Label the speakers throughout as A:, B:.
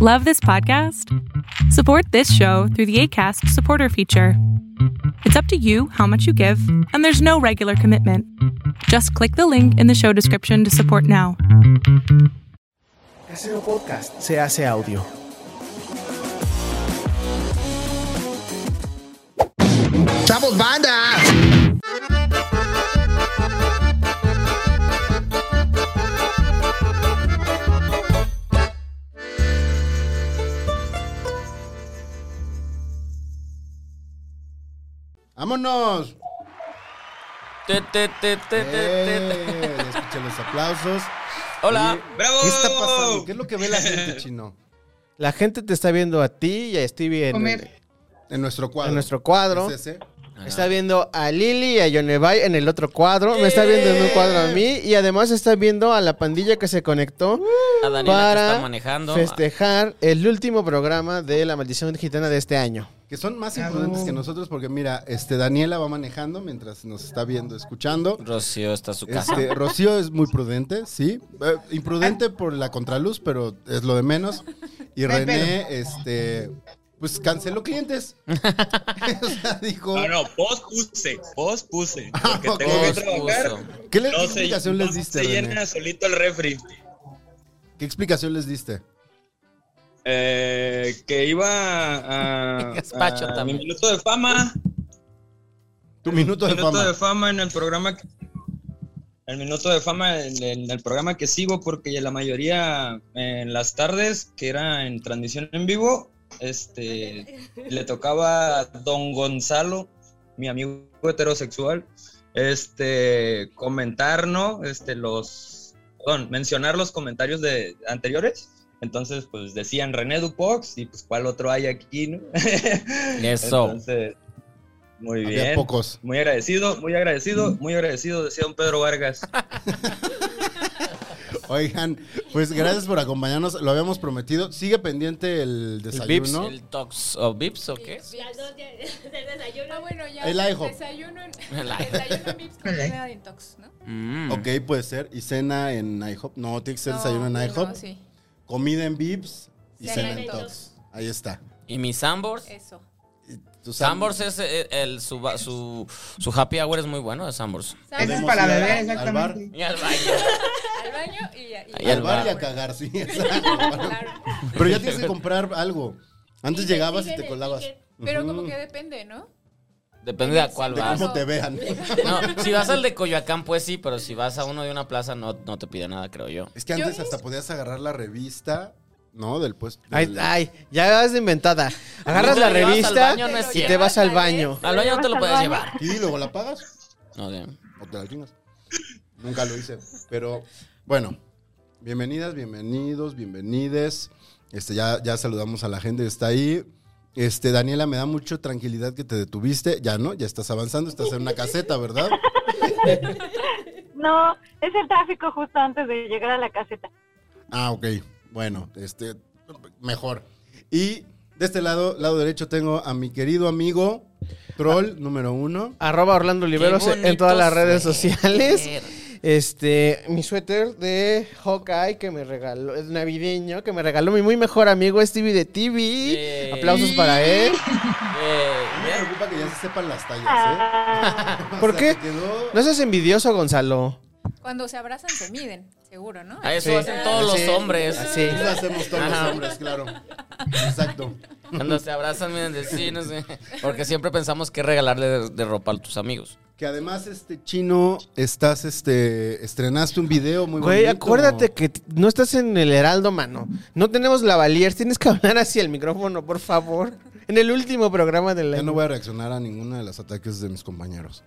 A: Love this podcast? Support this show through the ACAST supporter feature. It's up to you how much you give, and there's no regular commitment. Just click the link in the show description to support now.
B: Casero Podcast se hace audio.
C: ¡Chavos, banda! ¡Vámonos!
D: Te, te, te, te, te, te.
C: ¡Eh! Ya escuché los aplausos.
D: Hola.
E: ¡Bravo!
C: ¿Qué está pasando? ¿Qué es lo que ve la gente, chino?
B: La gente te está viendo a ti y a Stevie en,
F: Comer.
C: En nuestro cuadro.
B: en nuestro cuadro.
C: ¿Es ese?
B: Está viendo a Lili y a Yonevay en el otro cuadro. Me está viendo en un cuadro a mí. Y además está viendo a la pandilla que se conectó
D: A Uh. Daniela que está
B: para
D: manejando.
B: festejar el último programa de La Maldición Gitana de este año.
C: Que son más imprudentes que nosotros porque mira, este Daniela va manejando mientras nos está viendo, escuchando.
D: Rocío está a su casa.
C: Este, Rocío es muy prudente, sí. Eh,
B: Ah.
C: imprudente por la contraluz, pero es lo de menos. Y
F: No hay
C: René, este, pues canceló clientes. o sea, dijo,
E: No, no, pospuse, pospuse.
C: Ah,
E: Porque tengo que
C: pospuse.
E: trabajar.
C: ¿qué, le-
E: No
C: qué
E: se-
C: explicación
E: no
C: les diste,
E: Se
C: René?
E: llena solito el refri.
C: ¿Qué explicación les diste?
E: Eh, que iba a.
D: Gazpacho
E: a
D: también.
E: Mi minuto de fama.
C: Tu minuto de
E: minuto
C: fama.
E: de fama en el programa. que- el minuto de fama en, en el programa que sigo, porque la mayoría en las tardes, que era en transmisión en vivo, este le tocaba a Don Gonzalo, mi amigo heterosexual, este comentar, ¿no? Este, los. Perdón, mencionar los comentarios de anteriores. Entonces, pues decían René Dupox y pues cuál otro hay aquí, ¿no?
D: Eso.
E: Entonces, muy
C: Había
E: bien.
C: pocos.
E: Muy agradecido, muy agradecido,
C: Mm.
E: muy agradecido, decía don Pedro Vargas.
C: Oigan, pues gracias por acompañarnos. Lo habíamos prometido. Sigue pendiente el desayuno.
D: ¿El Tox o Vips o qué es?
G: Las dos ya- del desayuno.
H: Ah, bueno, ya.
C: El IHOP.
H: Desayuno en,
D: El IHOP.
H: desayuno en Vips con
F: El
H: comida de intox, ¿no?
D: Mm.
C: Ok, puede ser. Y cena en IHOP. No, tiene que ser desayuno
H: No,
C: en IHOP.
H: No, sí.
C: Comida en Vips y
H: Cena
C: cena
H: en
C: en
H: Tox.
C: Tox. Ahí está.
D: ¿Y mi Sambors?
H: Eso.
C: Tu sam-
D: Sambors es eh, el, su, ba- su, su happy hour es muy bueno de Sambors.
H: Sales
F: Ese es
C: Podemos
F: para
C: ir a-
F: beber,
C: al bar.
F: exactamente.
D: Y al baño.
H: al baño y, ya-
D: Y
C: Y al
D: al
C: bar y
D: bar.
C: a cagar, sí. exacto.
H: Claro.
C: Pero ya tienes que comprar algo. Antes
G: Y te
C: llegabas y
G: exigen
C: te
G: el
C: colabas.
G: ticket.
H: Pero como
C: Ujú.
H: que depende, ¿no?
D: Depende de a cuál
C: De
D: vas.
C: cómo te vean.
D: No, si vas al de Coyoacán, pues sí, pero si vas a uno de una plaza, no, no te pide nada, creo yo.
C: Es que
H: Yo
C: antes
H: he
C: hasta podías agarrar la revista, ¿no? Del puesto.
B: Ay,
C: del-
B: ay, ya vas de inventada. Agarras
D: Te
B: la
D: vas al
B: revista
D: baño, no es
B: y te
D: cierto.
B: vas al baño.
D: Al baño no te lo puedes llevar.
C: Y luego la pagas.
D: No sé.
C: O te la chingas. Nunca lo hice. Pero bueno, bienvenidas, bienvenidos, bienvenides. Este, ya, ya saludamos a la gente que está ahí. Este, Daniela, me da mucha tranquilidad que te detuviste. Ya no, ya estás avanzando, estás en una caseta, ¿verdad?
I: No, es el tráfico justo antes de llegar a la caseta.
C: Ah, ok. Bueno, este, mejor. Y de este lado, lado derecho, tengo a mi querido amigo Troll número uno.
B: Arroba Orlando Oliveros
D: Qué
B: en todas las
D: bonito
B: redes
D: suéter.
B: sociales. Este, mi suéter de Hawkeye que me regaló, es navideño, que me regaló mi muy mejor amigo Stevie de TV.
D: Yay.
B: Aplausos para él.
D: Eh,
C: Me preocupa que ya se sepan las tallas, ¿eh?
I: Ah,
B: ¿Por qué?
C: te quedó-
B: No seas envidioso, Gonzalo.
H: Cuando se abrazan se miden, seguro, ¿no?
D: a eso
B: Sí.
D: hacen todos
B: Sí.
D: los hombres.
B: Así.
C: Eso hacemos todos los
D: Ajá.
C: hombres, claro. Exacto.
D: Cuando se abrazan, miren, de sí, no sé. Porque siempre pensamos que regalarle de, de ropa a tus amigos.
C: Que además, este chino, estás, este, estrenaste un video muy
B: Güey,
C: bonito.
B: acuérdate que t- no estás en el Heraldo, mano. No tenemos lavaliers, tienes que hablar hacia el micrófono, por favor. En el último programa del
C: Ya
B: año.
C: no voy a reaccionar a ninguno de los ataques de mis compañeros.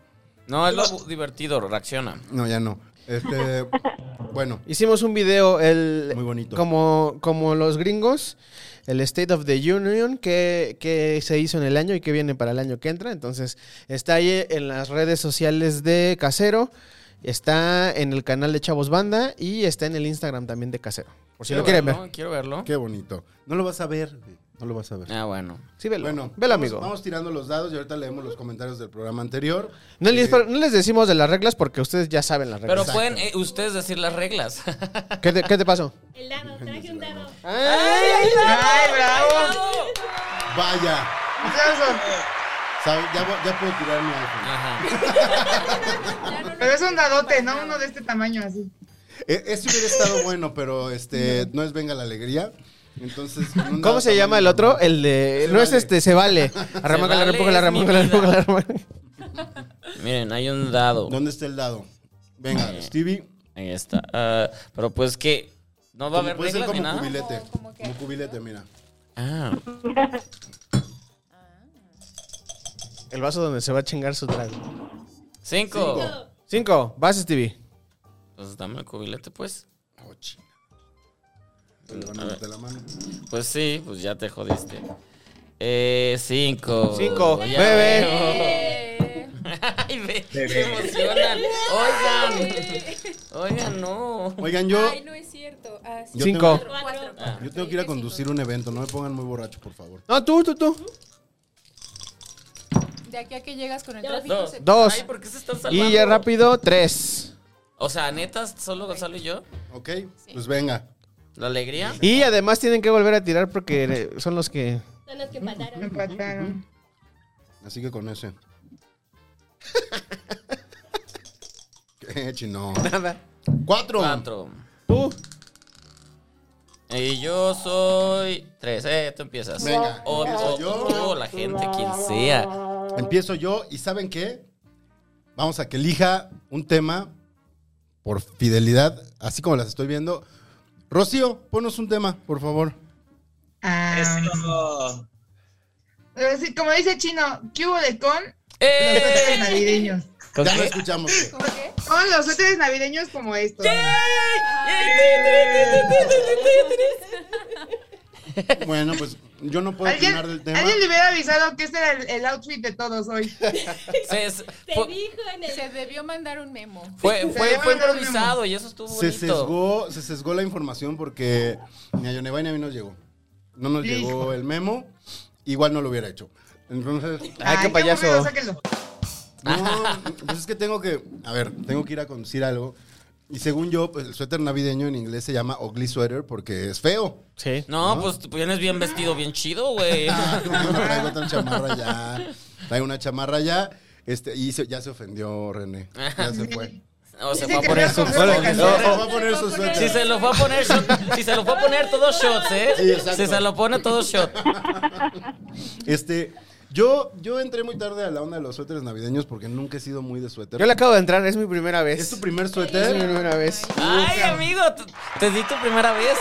D: No, es lo bu- divertido, reacciona.
C: No, ya no. Este, bueno,
B: Hicimos un video el
C: Muy bonito.
B: Como, como los gringos, el State of the Union que, que se hizo en el año y que viene para el año que entra. Entonces, está ahí en las redes sociales de Casero, está en el canal de Chavos Banda y está en el Instagram también de Casero. Por si lo quieren ver.
D: verlo, Quiero verlo.
C: qué bonito. No lo vas a ver, güey, no lo vas a ver.
D: Ah, bueno.
B: Sí, velo.
C: Bueno,
B: velo,
C: vamos-
B: amigo.
C: Vamos tirando los dados y ahorita leemos los comentarios del programa anterior.
B: No les,
C: Eh,
B: no les decimos de las reglas porque ustedes ya saben las
D: Pero
B: reglas.
D: pueden eh, ustedes decir las reglas.
B: ¿Qué, te, qué te pasó?
G: El dado, traje un dado.
B: ¡Ay, ay, ay!
C: Vaya.
F: Eso.
C: ¿Sabe? Ya, vo- ya puedo tirar mi iPhone.
D: Ajá.
H: Ah, Ya no,
F: Pero
H: no.
F: es un dadote, ¿no? Uno de este tamaño así.
C: E- Este hubiera estado bueno, pero este no es Venga la Alegría. Entonces. un
B: ¿Cómo
C: dado
B: se llama
C: tamaño-
B: el otro? El de.
C: Se
B: no es
C: vale.
B: este, se vale. Arremángala,
D: vale,
B: repóngala,
D: es mi
B: arremángala,
D: vida.
B: repóngala, arremángala.
D: Miren, hay un dado.
C: ¿Dónde está el dado? Venga,
D: Eh,
C: Stevie.
D: Ahí está. Ah, pero pues que no va a
C: como-
D: haber
C: Puede ser
D: reglas ni
C: como
D: nada.
C: cubilete.
H: Como- como que-
C: Como cubilete, mira.
D: Ah,
B: El vaso donde se va a chingar su trago.
D: cinco.
B: Cinco, vas, Stevie.
D: Pues dame el cubilete, pues.
C: Oh, chinga. Te la mano, te la mano.
D: Pues sí, pues ya te jodiste. Eh, cinco.
B: Cinco.
D: Ya
B: Bebé.
D: veo.
H: Eh,
D: Ay, ve, se emocionan. Oigan. Oigan, no.
C: Oigan, yo,
H: Ay, no es cierto. Ah, sí.
C: Yo
B: Cinco.
C: tengo-
H: Cuatro.
D: Ah.
C: yo tengo que ir a conducir un evento. No me pongan muy borracho, por favor.
B: No, tú, tú, tú.
H: De aquí a que llegas con el tráfico.
D: Dos.
H: se-
B: Dos.
D: Ay, ¿por qué se están salvando?
B: Y ya rápido, tres.
D: O sea, netas, solo Gonzalo y yo.
C: ¿Ok? Pues venga.
D: La alegría.
B: Y además tienen que volver a tirar porque eh, son los que.
G: Son los que empataron.
F: Empataron.
C: Así que con ese. ¿Qué chino?
B: Nada.
C: Cuatro.
D: Cuatro.
B: Tú.
D: Y yo soy tres. Eh, tú empiezas.
C: Venga.
D: O, o-
C: Yo.
D: o la gente, quien sea.
C: Empiezo yo y ¿saben qué? Vamos a que elija un tema por fidelidad, así como las estoy viendo. Rocío, ponos un tema, por favor.
F: Ah,
E: Eso.
F: pero sí, como dice Chino, ¿qué hubo de con los suéteres
D: ¡Eh!
F: navideños?
D: ¿Con
C: ya
D: qué?
C: lo escuchamos.
H: ¿Cómo qué?
F: Con los suéteres navideños como este, estos.
C: Bueno, pues yo no puedo
F: ¿Alguien,
C: opinar del tema.
F: alguien le hubiera avisado que este era el, el outfit de todos hoy.
D: Se- se-
G: Te
D: fue,
G: dijo en el.
H: Se debió mandar un memo.
D: fue, fue, fue
F: mandaron
D: improvisado y eso estuvo
C: Se
D: bonito.
C: sesgó, se sesgó la información porque ni a Yoneva ni a mí nos llegó. No nos
F: Hijo.
C: llegó el memo, igual no lo hubiera hecho. Entonces,
B: Ay, qué
F: qué
B: payaso.
F: aburrido, sáquenlo.
C: No, pues es que tengo que, a ver, tengo que ir a conducir algo. Y según yo, pues el suéter navideño en inglés se llama ugly sweater porque es feo.
B: Sí.
D: No, pues tú vienes bien vestido, bien chido, güey.
C: Ah, no traigo otra chamarra ya. Traigo una chamarra ya. Este, y se- ya se ofendió René. Ya se fue.
D: O se
F: Dice
D: va a
F: que
D: poner
F: no
D: su
F: compró
C: Se
F: Bueno,
D: suéter.
F: la
C: va
F: canción.
C: a poner su
D: Si
C: suéter.
D: se los va a poner shot, si se los va a poner todos shots, ¿eh?
C: Sí, exacto.
D: si se lo pone todos shots.
C: Este, yo, yo entré muy tarde a la onda de los suéteres navideños porque nunca he sido muy de suéter.
B: Yo le acabo de entrar, es mi primera vez.
C: ¿Es tu primer
B: Es mi
C: suéter?
B: primera vez.
D: Ay, amigo, te, te di tu primera vez.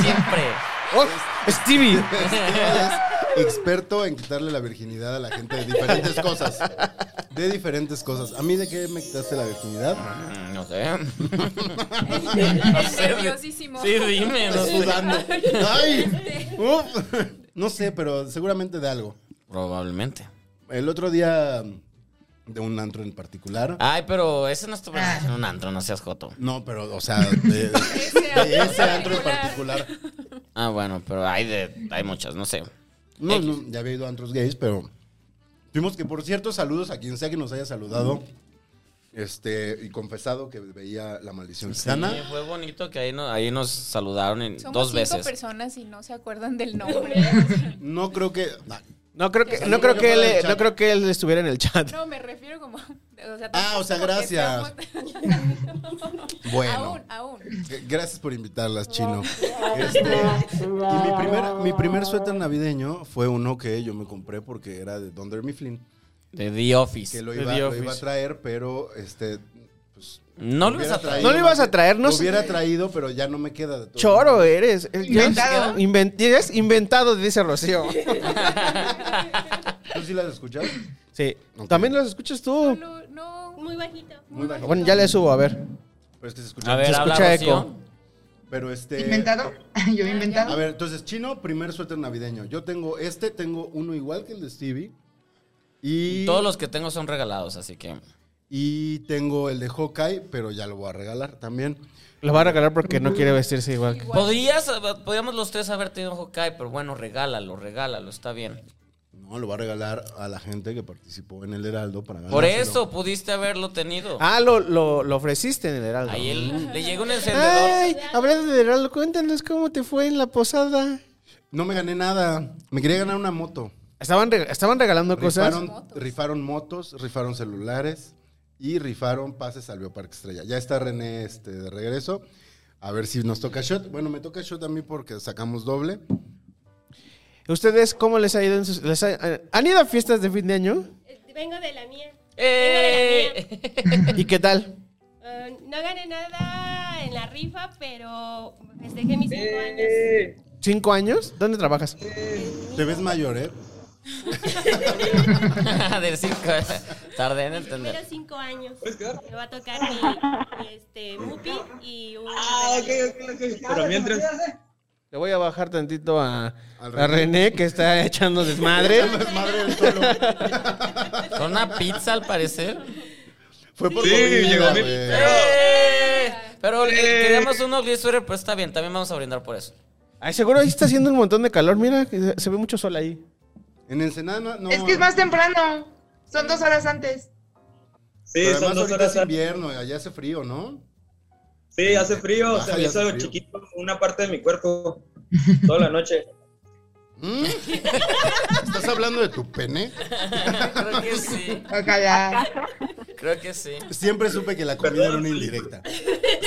D: Siempre.
B: ¡Oh! ¡Stevie!
C: Es experto en quitarle la virginidad a la gente de diferentes cosas. De diferentes cosas. ¿A mí de qué me quitaste la virginidad?
D: Mm, No sé.
H: Es
D: sé,
H: nerviosísimo.
D: Sí, dime. No
C: Estás
D: sé.
C: sudando. ¡Ay! Uf. No sé, pero seguramente de algo.
D: Probablemente.
C: El otro día, de un antro en particular.
D: Ay, pero ese no es tu
H: Ah.
D: primera vez en un antro, no seas joto.
C: No, pero, o sea, de,
H: Ese
C: de ese antro
H: antro
C: en particular.
D: Ah, bueno, pero hay de, hay muchas, no sé.
C: No,
D: X.
C: no, ya había ido a antros gays, pero. Tuvimos que, por cierto, saludos a quien sea que nos haya saludado. Este, y confesado que veía la maldición gitana.
D: Sí, fue bonito que ahí, no- ahí nos saludaron en-
H: Somos
D: dos
H: cinco
D: veces.
H: personas y no se acuerdan del nombre.
C: No creo que. ah,
B: No creo que, no creo que él, no creo que él estuviera en el chat.
H: No, me refiero como. O sea,
C: Ah, o sea,
H: tampoco porque
C: gracias.
H: estamos-
C: Bueno.
H: Aún, aún.
C: G- Gracias por invitarlas, chino. Este, y mi primer, mi primer suéter navideño fue uno que yo me compré porque era de Dunder Mifflin.
D: De The
C: Que
D: Office.
C: lo
B: De
C: iba,
B: The
C: lo
B: Office.
C: iba a traer, pero este. Pues,
D: No lo
C: hubiera
D: ibas a traer.
B: No lo ibas a traer, no
C: lo
B: sé.
C: hubiera traído, pero ya no me queda de todo.
B: Choro eres. Eh,
F: Inventado.
B: Inven- eres inventado, dice Rocío.
C: ¿Tú sí las escuchas?
B: Sí.
C: Ok.
B: También los escuchas tú.
H: No, no.
G: Muy bajito.
C: Muy bajito.
B: Bueno, ya le subo, a ver.
C: Pero es Pues que se escucha.
D: A ver,
C: mucho.
D: habla
B: escucha
D: Rocío.
B: eco.
C: Pero este.
F: ¿Inventado? Yo inventado.
C: A ver, entonces, chino, primer suéter navideño. Yo tengo este, tengo uno igual que el de Stevie. Y,
D: Todos los que tengo son regalados, así que.
C: y tengo el de Hawkeye, pero ya lo voy a regalar también.
B: Lo va a regalar porque no quiere vestirse igual. que-
D: Podrías, podríamos los tres haber tenido Hawkeye, pero bueno, regálalo, regálalo, está bien.
C: No, lo va a regalar a la gente que participó en el Heraldo para ganar.
D: Por eso pudiste haberlo tenido.
B: Ah, lo, lo, lo ofreciste en el Heraldo.
D: Ahí él- le llega un encendedor.
B: Ay, hablando del Heraldo, cuéntanos cómo te fue en la posada.
C: No me gané nada. Me quería ganar una moto.
B: Estaban, reg- estaban regalando cosas.
C: Rifaron,
H: Motos.
C: rifaron motos, rifaron celulares y rifaron pases al Bioparque Estrella. Ya está René este, de regreso. A ver si nos toca shot. Bueno, me toca shot a mí porque sacamos doble.
B: ¿Ustedes cómo les ha ido? En sus- les ha- eh, ¿Han ido a fiestas de fin de año?
G: Eh, Vengo de la mía.
D: ¡Eh!
B: ¿Y qué tal?
G: Eh, no gané nada en la rifa, pero festejé mis cinco años.
E: Eh,
B: ¿Cinco años? ¿Dónde trabajas?
C: Te ves mayor, ¿eh?
D: Del circo. Tardé en
G: Mis
D: entender.
G: primeros cinco años.
E: ¿Puedes quedar?
G: Me va a tocar mi, mi, este, Mupi y un.
E: Pero mientras.
B: Le voy a bajar tantito a,
C: Al
B: a René, que está echando desmadre.
C: Madre del solo.
D: Con una pizza al parecer.
C: Fue por
E: Sí,
C: comida,
E: llegó mi-
C: güey.
D: ¡Eh! Pero eh, queríamos unos glissurer, pero está bien, también vamos a brindar por eso.
B: Ay, seguro ahí está haciendo un montón de calor. Mira, que se- se ve mucho sol ahí.
C: En Ensenada no, no-
F: Es que es más temprano. Son dos horas antes.
E: Sí,
C: Pero
E: son
C: además
E: dos
C: ahorita
E: horas
C: es
E: antes.
C: invierno, allá hace frío, ¿no?
E: Sí, hace frío,
C: Ajá,
E: se me
C: ya hace
E: hizo
C: frío.
E: chiquito una parte de mi cuerpo toda la noche.
C: ¿Mm? ¿Estás hablando de tu pene?
D: Creo que sí.
F: Ojalá.
D: Creo que sí.
C: Siempre supe que la comida era una indirecta.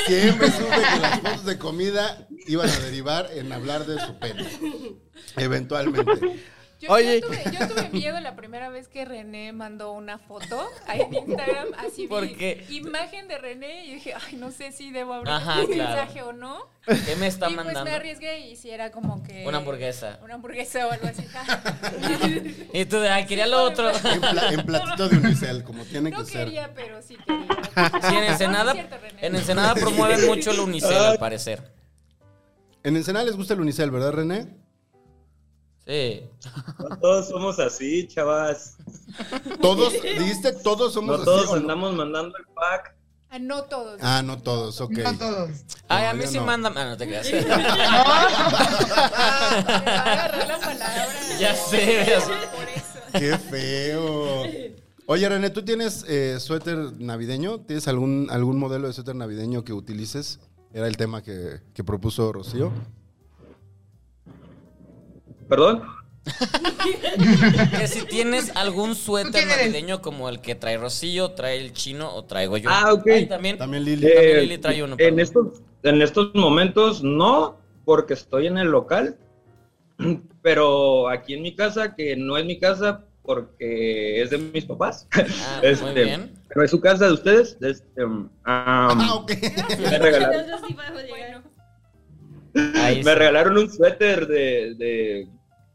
C: Siempre supe que las fotos de comida iban a derivar en hablar de su pene. Eventualmente.
H: Yo,
B: Oye.
H: yo, tuve, yo tuve miedo la primera vez que René mandó una foto ahí en Instagram, así vi
D: ¿Por qué?
H: imagen de René y dije, ay, no sé si debo abrir
D: Ajá,
H: este
D: claro.
H: mensaje o no.
D: ¿Qué me está
H: y pues
D: mandando?
H: me arriesgué y si era como que...
D: Una hamburguesa.
H: Una hamburguesa o algo así.
D: Y tú de, ah, quería lo otro.
C: En, pla- en platito de unicel, como tiene que
H: no
C: ser.
H: quería, pero sí quería.
D: Sí, en Ensenada,
H: No es cierto, René.
D: en Ensenada promueven mucho el unicel, al parecer.
C: En Ensenada les gusta el unicel, ¿verdad, René?
D: Sí.
E: No todos somos así, chavas.
C: Todos, dijiste, todos somos
E: No
C: así.
E: todos
C: o no?
E: andamos mandando el pack.
H: Ah, no todos.
C: Ah, no todos, ok.
F: No todos.
D: Ay,
C: No,
D: a mí
C: yo
D: sí
C: no.
D: manda. Ah, no te creas.
H: Me va a agarrar la palabra.
D: Ya sé, ya-
H: Por eso.
C: Qué feo. Oye, René, ¿tú tienes eh, suéter navideño? ¿Tienes algún, algún modelo de suéter navideño que utilices? Era el tema que, que propuso Rocío.
E: ¿Perdón?
D: que si tienes algún suéter
F: quién eres?
D: navideño como el que trae Rocío, trae el chino o traigo yo.
E: Ah, ok.
D: Ay, también.
C: También Lili.
D: También
E: Eh,
D: Lili trae uno, perdón.
E: en, estos, en estos momentos no, porque estoy en el local. Pero aquí en mi casa, que no es mi casa porque es de mis papás.
D: Ah, muy
E: Este,
D: bien.
E: Pero es su casa de ustedes. Este, um,
C: Ah, ok.
E: me regalaron.
G: Nosotros sí podemos llegar.
D: Ahí
E: Me
D: sí.
E: regalaron un suéter de, de-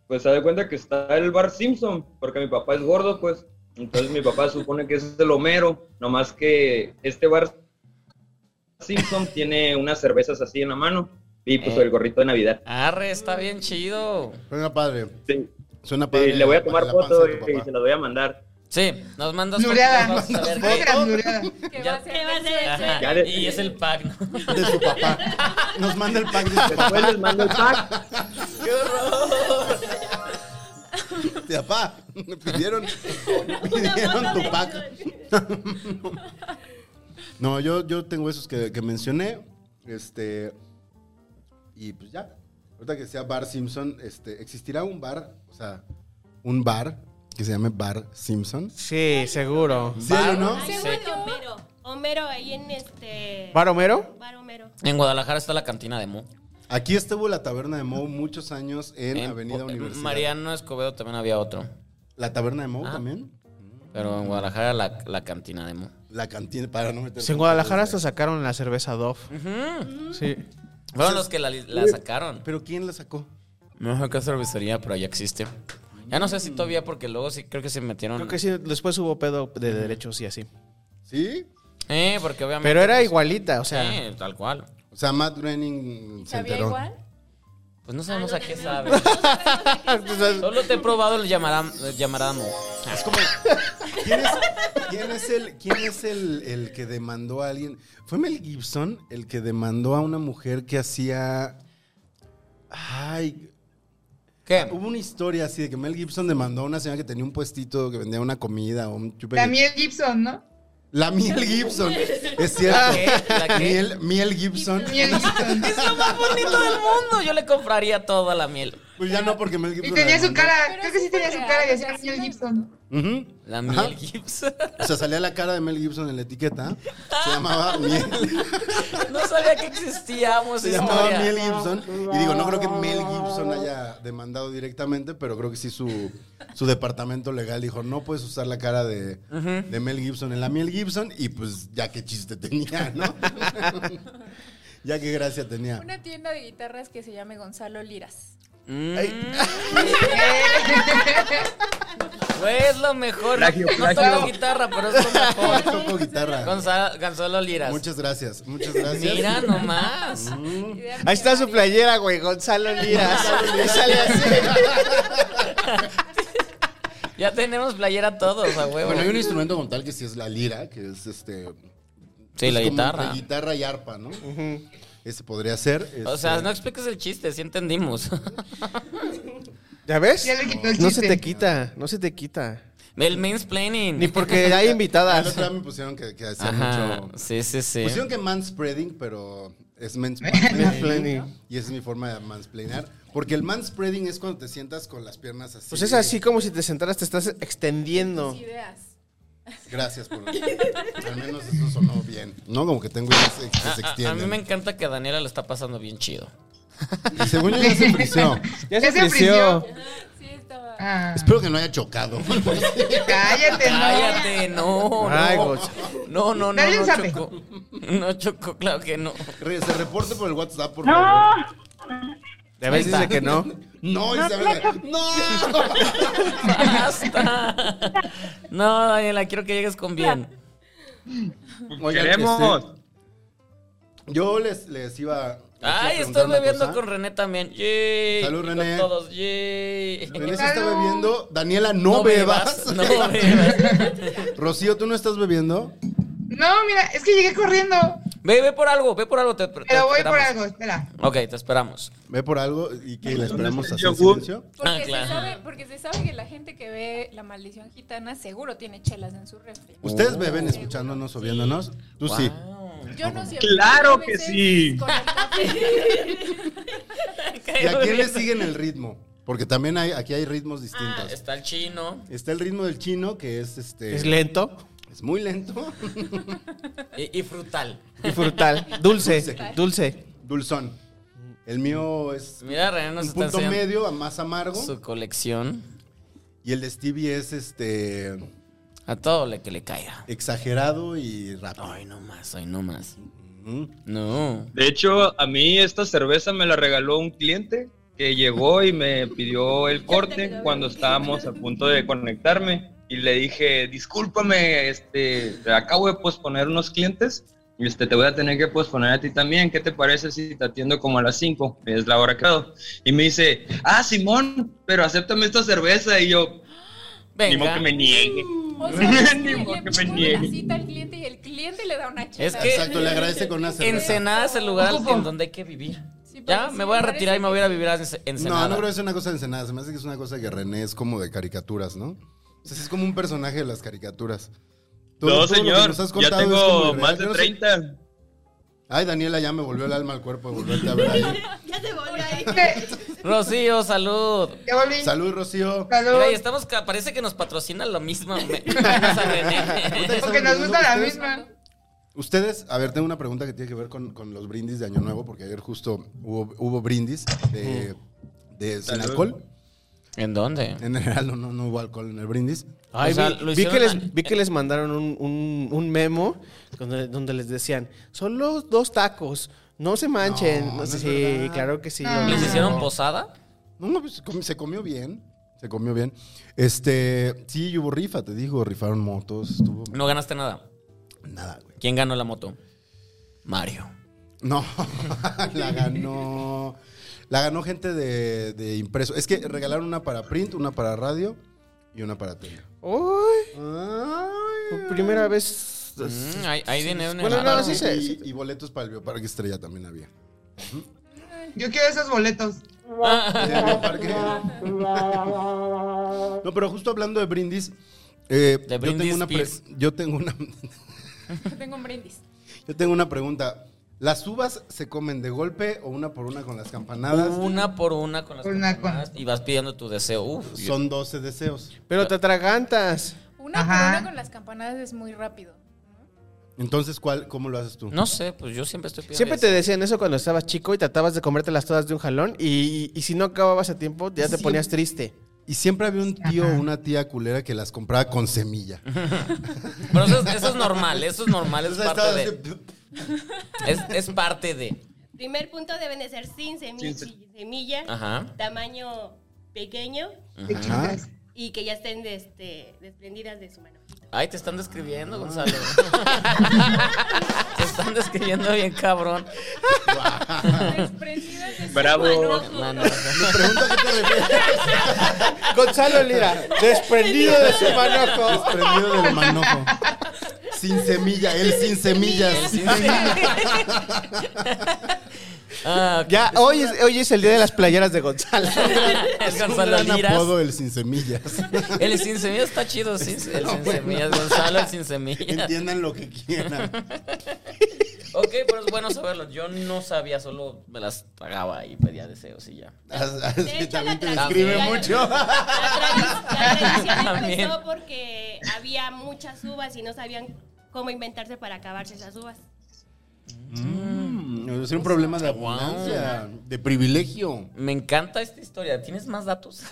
E: pues se da cuenta que está el Bar Simpson, porque mi papá es gordo, pues. Entonces mi papá supone que es el Homero, nomás que este Bar Simpson tiene unas cervezas así en la mano y pues
D: Eh.
E: el gorrito de Navidad.
D: Arre, está bien chido.
C: Suena padre.
E: Sí,
C: Suena
E: sí,
C: padre.
E: le voy a
C: la-
E: tomar
C: la panza
E: foto
C: de tu
E: y, y
C: papá.
E: se las voy a mandar.
D: Sí, nos mandas
F: Nureada.
D: fotos, vamos a ver qué-
F: Instagram, Nureada.
H: ¿Qué
D: Ya-
H: va a ser?
G: ¿Qué va a ser?
D: Ajá,
E: Ya le-
D: Y es el pack, ¿no?
C: De su papá. Nos manda el pack de su papá.
E: Después les mando el pack.
C: De papá. Pidieron, pidieron tu pack. No, yo, yo tengo esos que, que mencioné. Este. Y pues ya. Ahorita que sea Bar Simpson, este, ¿existirá un bar? O sea, un bar que se llame Bar Simpson.
B: Sí, seguro.
C: ¿Sí hay o no?
G: Ay,
D: Sí.
G: soy Homero. Homero, ahí en este.
B: ¿Bar Homero?
G: Bar Homero.
D: En Guadalajara está la cantina de Mu.
C: Aquí estuvo la taberna de Mo muchos años en,
D: En
C: Avenida
D: Po- en
C: Universidad.
D: Mariano Escobedo también había otro.
C: La taberna de Mo
D: Ah.
C: también.
D: Pero en Guadalajara la, la cantina de Mu.
C: La cantina para no meter.
B: Sí, en Guadalajara hasta sacaron la cerveza Dove. Sí.
D: Fueron los que la, la sacaron.
C: ¿eh? Pero ¿quién la sacó?
D: No sé qué cervecería, pero ya existe. Ya no sé si todavía, porque luego sí creo que se metieron.
B: Creo que sí, después hubo pedo de derechos y así.
C: ¿Sí?
D: Eh, porque obviamente.
B: Pero era
D: pues,
B: igualita, o sea.
D: eh, tal cual.
C: O sea, Matt Groening se
H: ¿Sabía
C: enteró.
H: igual?
F: Ah,
D: Pues no sabemos a qué sabe.
C: Ah, pues,
D: Solo te he probado el llamará, el llamará Mu.
C: Es como. ¿Quién es, quién es el, quién es el, el que demandó a alguien? ¿Fue Mel Gibson el que demandó a una mujer que hacía. Ay.
D: ¿Qué?
C: Hubo una historia así de que Mel Gibson demandó a una señora que tenía un puestito que vendía una comida o un chupe.
F: La miel Gibson, ¿no?
C: La miel Gibson. Es cierto.
D: ¿Qué? ¿La qué?
C: Miel, miel Gibson.
F: Miel Gibson.
D: Es lo más bonito del mundo. Yo le compraría toda la miel.
C: Pues ya no, porque Mel Gibson.
F: Y tenía
C: la
F: su
C: demandó.
F: cara,
H: Pero
F: creo que
H: sí
F: sí tenía
H: fue
F: su
H: real,
F: cara de
H: o sea,
F: ser
H: sí
F: Mel
H: la
F: Gibson.
C: Ujú.
D: La
C: Ajá.
D: Mel Gibson.
C: O sea, salía la cara de Mel Gibson en la etiqueta. Se llamaba Miel.
D: No sabía que existíamos.
C: Se llamaba Mel Gibson. Y digo, no creo que Mel Gibson haya demandado directamente, pero creo que sí su, su departamento legal dijo, no puedes usar la cara de, de Mel Gibson en la Mel Gibson. Y pues ya qué chiste tenía, ¿no? ya qué gracia tenía.
H: Una tienda de guitarras que se llame Gonzalo Liras.
D: Mm. Güey, es lo mejor. No,
E: Plagio,
D: no
E: plagio.
D: toco guitarra, pero es lo mejor.
C: Toco Oh, guitarra.
D: Gonzalo, Gonzalo Liras.
C: Muchas gracias, muchas gracias. Mm.
D: Mira nomás.
H: Idea
B: Ahí está su
H: millonaria.
B: playera, güey, Gonzalo Lira. Y sale así.
D: Ya tenemos playera todos, a huevo.
C: Bueno, hay un instrumento como tal que sí es la lira, que es este.
D: Sí,
C: es
D: la
C: pues, como
D: guitarra.
C: de guitarra y arpa, ¿no? Ese podría ser.
D: O
C: este,
D: sea, no expliques el chiste, sí entendimos.
B: ¿Ya ves?
F: Ya le quitó el
B: No se te
F: chiste.
B: quita, no se te quita.
D: El mansplaining.
B: Ni porque hay
C: El
B: invitadas.
C: otro día me pusieron que, que hacía
D: Ajá,
C: mucho.
D: sí, sí, sí.
C: Pusieron que manspreading, pero es
B: Mansplaining.
C: mansplaining. y esa es mi forma de mansplainar. Porque el manspreading es cuando te sientas con las piernas así.
B: Pues es así como si te sentaras, te estás extendiendo.
D: Oh.
H: Tus ideas.
C: Gracias por. Al menos eso sonó bien. No, como que tengo ideas que se
D: A, a mí
C: extienden.
D: me encanta que Daniela lo está pasando bien chido.
C: Y según yo ya se frició.
B: Ya
F: se
B: se
F: frició.
B: frició.
H: Sí, estaba.
F: Ah,
C: Espero que no haya chocado.
F: cállate, no.
D: Cállate, no,
B: Ay,
D: no.
B: Gocha.
D: No, no, no,
F: Dale
D: no
F: un zape.
D: chocó. No chocó, claro que no.
C: Re- Se reporte por el WhatsApp, por
I: No,
C: favor.
B: A veces
D: Ahí está.
B: dice que no.
C: No, Isabela. ¡No!
D: Basta. No, Daniela, quiero que llegues con bien.
C: Oigan,
E: Queremos.
C: este, yo les, les iba. les iba a
D: Ay,
C: preguntar
D: estoy
C: una
D: bebiendo
C: cosa.
D: con René también. Yay.
C: Salud,
D: Y con
C: René.
D: todos, yay.
C: René se está
F: Salud.
C: bebiendo. Daniela, no, bebas.
D: No bebas.
C: Rocío, ¿tú no estás bebiendo?
F: No, mira, es que llegué corriendo.
D: Ve, ve por algo, ve por algo. Te, te
F: Pero voy por
D: esperamos.
F: algo, espera.
D: Ok, te esperamos.
C: Ve por algo y que la esperamos hacer
E: yogur?
C: silencio.
H: Porque,
D: Ah, claro.
H: se sabe, porque se sabe que la gente que ve La Maldición Gitana seguro tiene chelas en su refri.
C: ¿Ustedes beben escuchándonos o viéndonos? Tú sí.
H: Yo no sé.
E: Claro
H: yo a
E: que
H: veces
E: sí.
H: con el café-
C: ¿Y a quién le siguen el ritmo? Porque también hay, aquí hay ritmos
D: Ah,
C: distintos.
D: está el chino.
C: Está el ritmo del chino, que es este.
B: Es lento
C: es muy lento.
D: Y, y frutal.
B: y frutal. Dulce, dulce.
C: Dulzón. El mío es
D: Mira, René nos
C: un
D: está
C: punto
D: enseñando
C: medio, a más amargo.
D: su colección.
C: Y el de Stevie es este
D: A todo lo que le caiga.
C: exagerado y rápido.
D: Ay, no más, ay, no más.
C: Mm.
D: No.
E: De hecho, a mí esta cerveza me la regaló un cliente que llegó y me pidió el corte cuando estábamos a punto de conectarme y le dije, discúlpame, este, acabo de posponer unos clientes. y, Este, te voy a tener que posponer a ti también. ¿Qué te parece si te atiendo como a las 5? Es la hora que hago. Y me dice, ah, Simón, pero acéptame esta cerveza. Y yo, ni modo
D: Venga.
E: que me niegue.
H: O sea,
E: Ni
H: le,
E: modo que
H: le
E: me
H: pone la
E: niegue.
H: cita al cliente y el cliente le da una chela.
D: Es que-
C: Exacto, le agradece con una cerveza.
D: Ensenada es el lugar en donde hay que vivir.
H: Sí, porque
D: Ya,
H: sí,
D: me voy a
H: parece
D: retirar y me voy a ir a vivir a Ense-
C: No,
D: Ensenada.
C: no creo que sea una cosa de Ensenada. Se me hace que es una cosa que René es como de caricaturas, ¿no? O sea, sí es como un personaje de las caricaturas. Todo- todo
E: No,
C: lo que
E: señor,
C: nos has
E: ya
C: contado es como
E: tengo
C: irreal.
E: más de
C: Yo no sé-
E: 30.
C: Ay, Daniela, ya me volvió el alma al cuerpo de volverte a ver ahí.
I: ya te volví ahí.
D: Rocío, salud.
F: Ya volví. Salud.
C: Salud, Rocío.
D: Mira, y estamos, ca- parece que nos patrocina lo mismo. me- menos a René.
F: Porque nos gusta la misma.
C: Ustedes, a ver, tengo una pregunta que tiene que ver con, con los brindis de Año Nuevo, porque ayer justo hubo, hubo brindis de, de sin
E: Salud.
C: alcohol.
D: ¿En dónde?
C: En general, no, no, no hubo alcohol en el brindis.
D: Ay,
B: Ay,
D: o sea,
B: vi,
D: lo
B: vi que
D: hicieron a-
B: les, vi que les mandaron un, un- un memo donde, donde les decían, solo dos tacos, no se manchen.
C: No,
B: No,
C: no
B: sé
C: es
B: si-
C: verdad.
B: claro que sí.
F: Ah.
B: lo
D: ¿Les
B: vi.
D: hicieron posada?
C: No, no, pues, se comió- se comió bien. Se comió bien. Este, sí, hubo rifa, te digo, rifaron motos, estuvo
D: No ganaste nada.
C: nada, güey.
D: ¿Quién ganó la moto? Mario.
C: No, la ganó. La ganó gente de, de impreso. Es que regalaron una para print, una para radio y una para tele.
B: Uy,
C: Ay.
B: por primera vez.
D: Mm, hay, hay dinero en el
B: Bueno,
D: aro.
B: no, sí se- sí.
C: Y, y boletos para el Bioparque Estrella también había.
F: Yo quiero esos boletos.
D: Ah,
C: Del Bioparque. No, pero justo hablando de brindis, eh,
D: De
C: yo,
D: brindis
C: tengo una pre-
D: Pills.
C: yo tengo una
H: Tengo un brindis.
C: yo tengo una pregunta. Las uvas se comen de golpe o una por una con las campanadas.
D: Una por una con las
F: Una con-
D: campanadas y vas pidiendo tu deseo. Uf, yo-
C: Son 12 deseos.
B: Pero te atragantas.
H: Una
F: Ajá.
H: por una con las campanadas es muy rápido.
C: Entonces, ¿cuál, ¿cómo lo haces tú?
D: no sé, pues yo siempre estoy pidiendo.
B: Siempre te
D: deseo.
B: decían eso cuando estabas chico y tratabas de comértelas todas de un jalón y, y si no acababas a tiempo ya te
C: Sí.
B: ponías triste.
C: Y siempre había un tío o una tía culera que las compraba con semilla.
D: Pero eso, es- eso es normal, eso es normal, es
C: Entonces, ahí
D: parte
C: estabas
D: de. Es, es parte de.
G: Primer punto deben de ser sin semilla, semilla
D: Ajá.
G: tamaño pequeño
F: Te quitas.
G: y que ya estén de este, desprendidas de su mano.
D: Ay, te están describiendo, Gonzalo. te están describiendo bien, cabrón.
H: Desprendidas de su
E: Bravo.
H: manojo.
D: Mano,
C: Me pregunto a qué te refieres.
B: Gonzalo Lira, desprendido de su manojo.
C: Desprendido del manojo. Sin semilla, él sin semillas.
D: sin semilla. ah, ok.
B: Ya, hoy es, hoy es el día de las playeras de Gonzalo.
D: Es
C: Un
D: Gonzalo
C: gran
D: Liras.
C: apodo el sin semillas.
D: El sin semillas está chido, sí. El sin semillas, Gonzalo, el sin semillas.
C: Entiendan lo que quieran.
D: Ok, pero es bueno saberlo. Yo no sabía, solo me las tragaba y pedía deseos y ya.
C: Es que
G: hecho,
C: también
G: la
C: te
G: tra-
C: describe
G: También.
C: mucho.
G: La, tradi- la tradición
D: También.
G: empezó porque había muchas uvas y no sabían cómo inventarse para acabarse esas uvas.
C: Mm, es un problema de abundancia, de privilegio.
D: Me encanta esta historia. ¿Tienes más datos?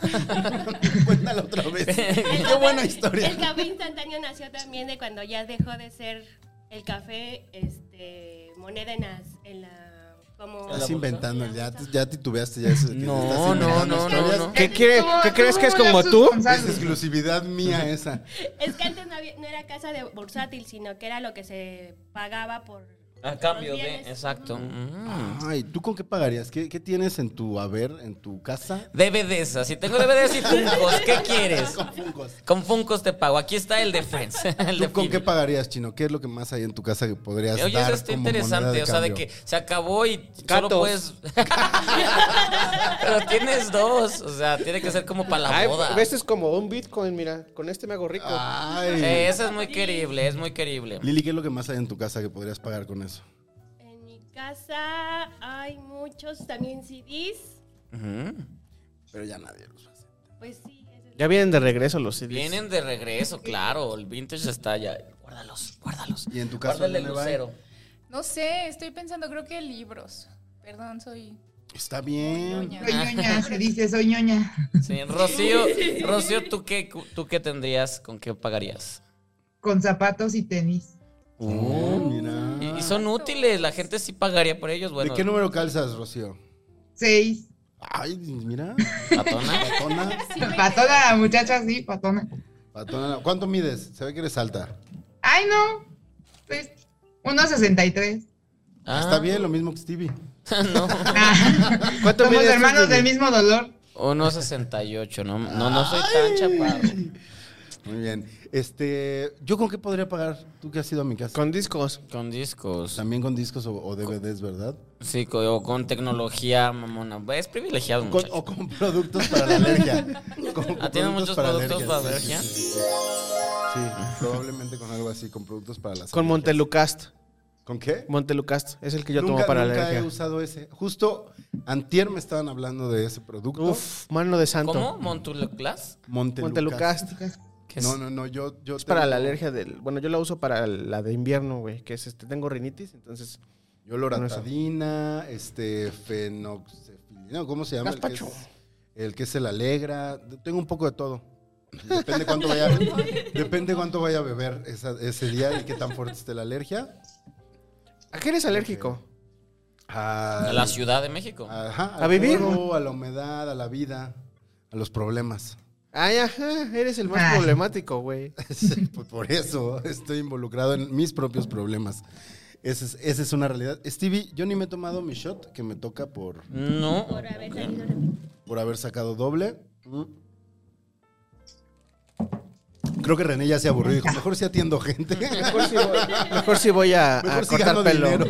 C: Cuéntala otra vez.
G: El
C: Qué
G: café-
C: buena historia.
G: El café instantáneo nació también de cuando ya dejó de ser el café este, moneda en, las, en la... Como,
D: la
C: Estás
D: bolsa?
C: inventando, ya, ya titubeaste, ya es-
D: No,
C: estás
D: no,
C: inventando
D: no, no,
C: historias.
D: no.
B: ¿Qué, quiere-
F: Estuvo-
B: qué crees que es
F: estuvo
B: como
F: muy
B: tú?
F: lapsus,
C: Es
F: Gonzalo.
C: exclusividad mía esa.
G: Es que antes no, había- no era casa de bursátil, sino que era lo que se pagaba por...
D: A cambio
G: por los
D: de.
G: bienes.
D: Exacto. Mm.
C: Ay, ¿tú con qué pagarías? ¿Qué, qué tienes en tu haber, en tu casa?
D: DVDs, así tengo DVDs y Funkos. ¿Qué quieres?
C: Con Funkos.
D: Con Funkos te pago. Aquí está el de Friends. El de
C: ¿Tú con qué
D: Phoebe.
C: pagarías, Chino? ¿Qué es lo que más hay en tu casa que podrías
D: Oye,
C: dar
D: eso está
C: como moneda
D: interesante,
C: de
D: o sea, de
C: cambio?
D: que se acabó y solo
B: Gatos.
D: puedes... Pero tienes dos, o sea, tiene que ser como para la
B: Ay,
D: boda.
B: a veces como un Bitcoin, mira, con este me hago rico.
C: Ay.
D: Eh, eso es muy querible, es muy querible.
C: Lili, ¿qué es lo que más hay en tu casa que podrías pagar con eso?
G: En mi casa hay muchos también CDs.
D: Ujú.
C: Pero ya nadie los hace.
G: Pues sí, ese es-
B: Ya vienen de regreso los CDs.
D: Vienen de regreso, claro, el vintage está ya. Guárdalos, guárdalos.
C: ¿Y en tu caso,
D: Guárdale el
C: dónde va?
D: lucero.
H: No sé, estoy pensando, creo que libros. Perdón, soy
C: Está bien.
H: ñoña.
F: Soy ñoña, se dice, soy ñoña.
D: Sí, Rocío, Rocío, ¿tú qué, ¿tú qué tendrías? ¿Con qué pagarías?
F: Con zapatos y tenis.
C: Oh,
D: Mm.
C: mira.
D: Y, y son útiles, la gente sí pagaría por ellos, bueno.
C: ¿De qué número calzas, Rocío?
F: Seis.
C: Ay, mira.
D: patona.
C: Patona.
H: Sí, me
F: Patona la muchacha, sí, patona.
C: Patona. ¿Cuánto mides? Se ve que eres alta.
F: Ay, no. Pues, 1.63.
D: Ah,
C: Está bien, lo mismo que Stevie.
D: no.
F: Ah,
B: ¿Cuánto
F: somos
B: mide este
F: hermanos
B: CD?
F: del mismo dolor.
D: 1.68, no, no, no soy tan chaparro.
C: Muy bien. Este, ¿yo con qué podría pagar? Tú que has ido a mi casa.
B: Con discos.
D: Con discos.
C: También con discos o, o DVDs, ¿verdad?
D: Sí, co- o con tecnología, mamona. Es privilegiado,
C: Con-
D: muchacho.
C: o con productos para la alergia. Con- con
D: Ah, ¿tienen muchos productos para alergia?
C: Sí, sí, sí, sí. Sí, probablemente con algo así, con productos para las
B: Con
C: alergias.
B: Montelucast.
C: ¿Con qué?
B: Montelucast es el que yo
C: nunca,
B: tomo para la
C: nunca he
B: alergia.
C: usado ese. Justo antier me estaban hablando de ese producto.
B: Uf, mano de santo.
D: ¿Cómo? ¿Montuluclas?
C: Montelucas.
B: Montelucast.
D: ¿Qué es?
C: No, no, no, yo... yo
B: Es para
C: tengo-
B: la alergia del. Bueno, yo la uso para la de invierno, güey, que es este. Tengo rinitis, entonces.
C: Yo loratadina, este, fenoxefilina, ¿cómo se llama? El que, es,
B: Gazpacho.
C: el que es el alegra, de- tengo un poco de todo. Depende cuánto vaya, depende cuánto vaya a beber esa- ese día y qué tan fuerte esté la alergia.
B: ¿A qué eres alérgico?
D: ¿A
C: A
D: la Ciudad de México?
C: Ajá,
B: A
C: al
B: vivir.
C: polvo, a la humedad, a la vida, a los problemas.
B: Ay, ajá, eres el más
F: Ay.
B: problemático, güey.
C: Sí, pues por eso estoy involucrado en mis propios problemas. Esa es, esa es una realidad. Stevie, yo ni me he tomado mi shot que me toca por,
D: No.
G: por haber salido rápido.
C: por haber sacado doble. Creo que René ya se aburrió y dijo, mejor si atiendo gente.
B: Mejor si voy, mejor sí voy a, a
C: Mejor si
B: cortar
C: gano
B: pelo.
C: dinero.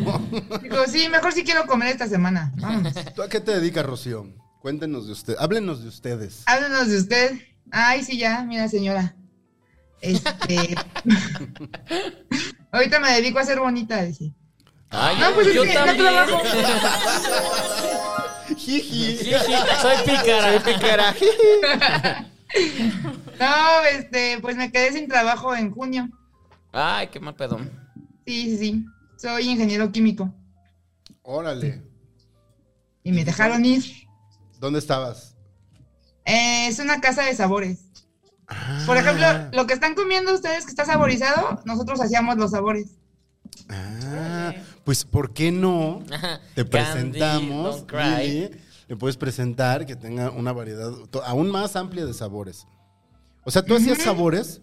F: Digo, sí, mejor sí quiero comer esta semana. Vamos.
C: ¿Tú a qué te dedicas, Rocío? Cuéntenos de usted, háblenos de ustedes.
H: Ah,
F: Háblenos de usted. Ay, sí, ya, mira, señora. Este. Ahorita me dedico a ser bonita, dije.
D: Ay,
F: No, pues es
D: yo
F: que no
D: también.
F: trabajo.
D: Sí, sí, soy pícara.
B: Pícara.
F: No, este, pues me quedé sin trabajo en junio.
D: Ay, qué mal pedo.
F: Sí, sí, sí. Soy ingeniero químico.
C: Órale.
F: Y me dejaron ir.
C: ¿Dónde estabas?
F: Eh, es una casa de sabores. Por ejemplo, lo que están comiendo ustedes que está saborizado, nosotros hacíamos los sabores.
C: Ah, pues ¿por qué no? Te
D: Candy,
C: presentamos,
D: don't cry.
C: Lili, le puedes presentar que tenga una variedad to- aún más amplia de sabores. O sea, ¿tú hacías sabores?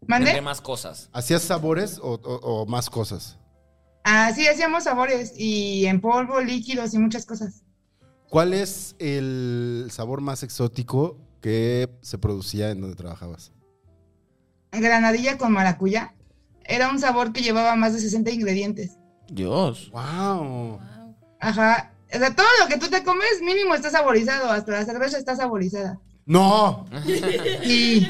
D: Tendré
F: ¿Mande?
D: más cosas.
C: ¿Hacías sabores o, o- o más cosas?
F: Ah, sí, hacíamos sabores y en polvo, líquidos y muchas cosas.
C: ¿Cuál es el sabor más exótico que se producía en donde trabajabas?
F: Granadilla con maracuyá. Era un sabor que llevaba más de 60 ingredientes.
D: Dios.
C: ¡Wow!
F: Ajá. O sea, todo lo que tú te comes mínimo está saborizado, hasta la cerveza está saborizada.
C: ¡No!
F: Y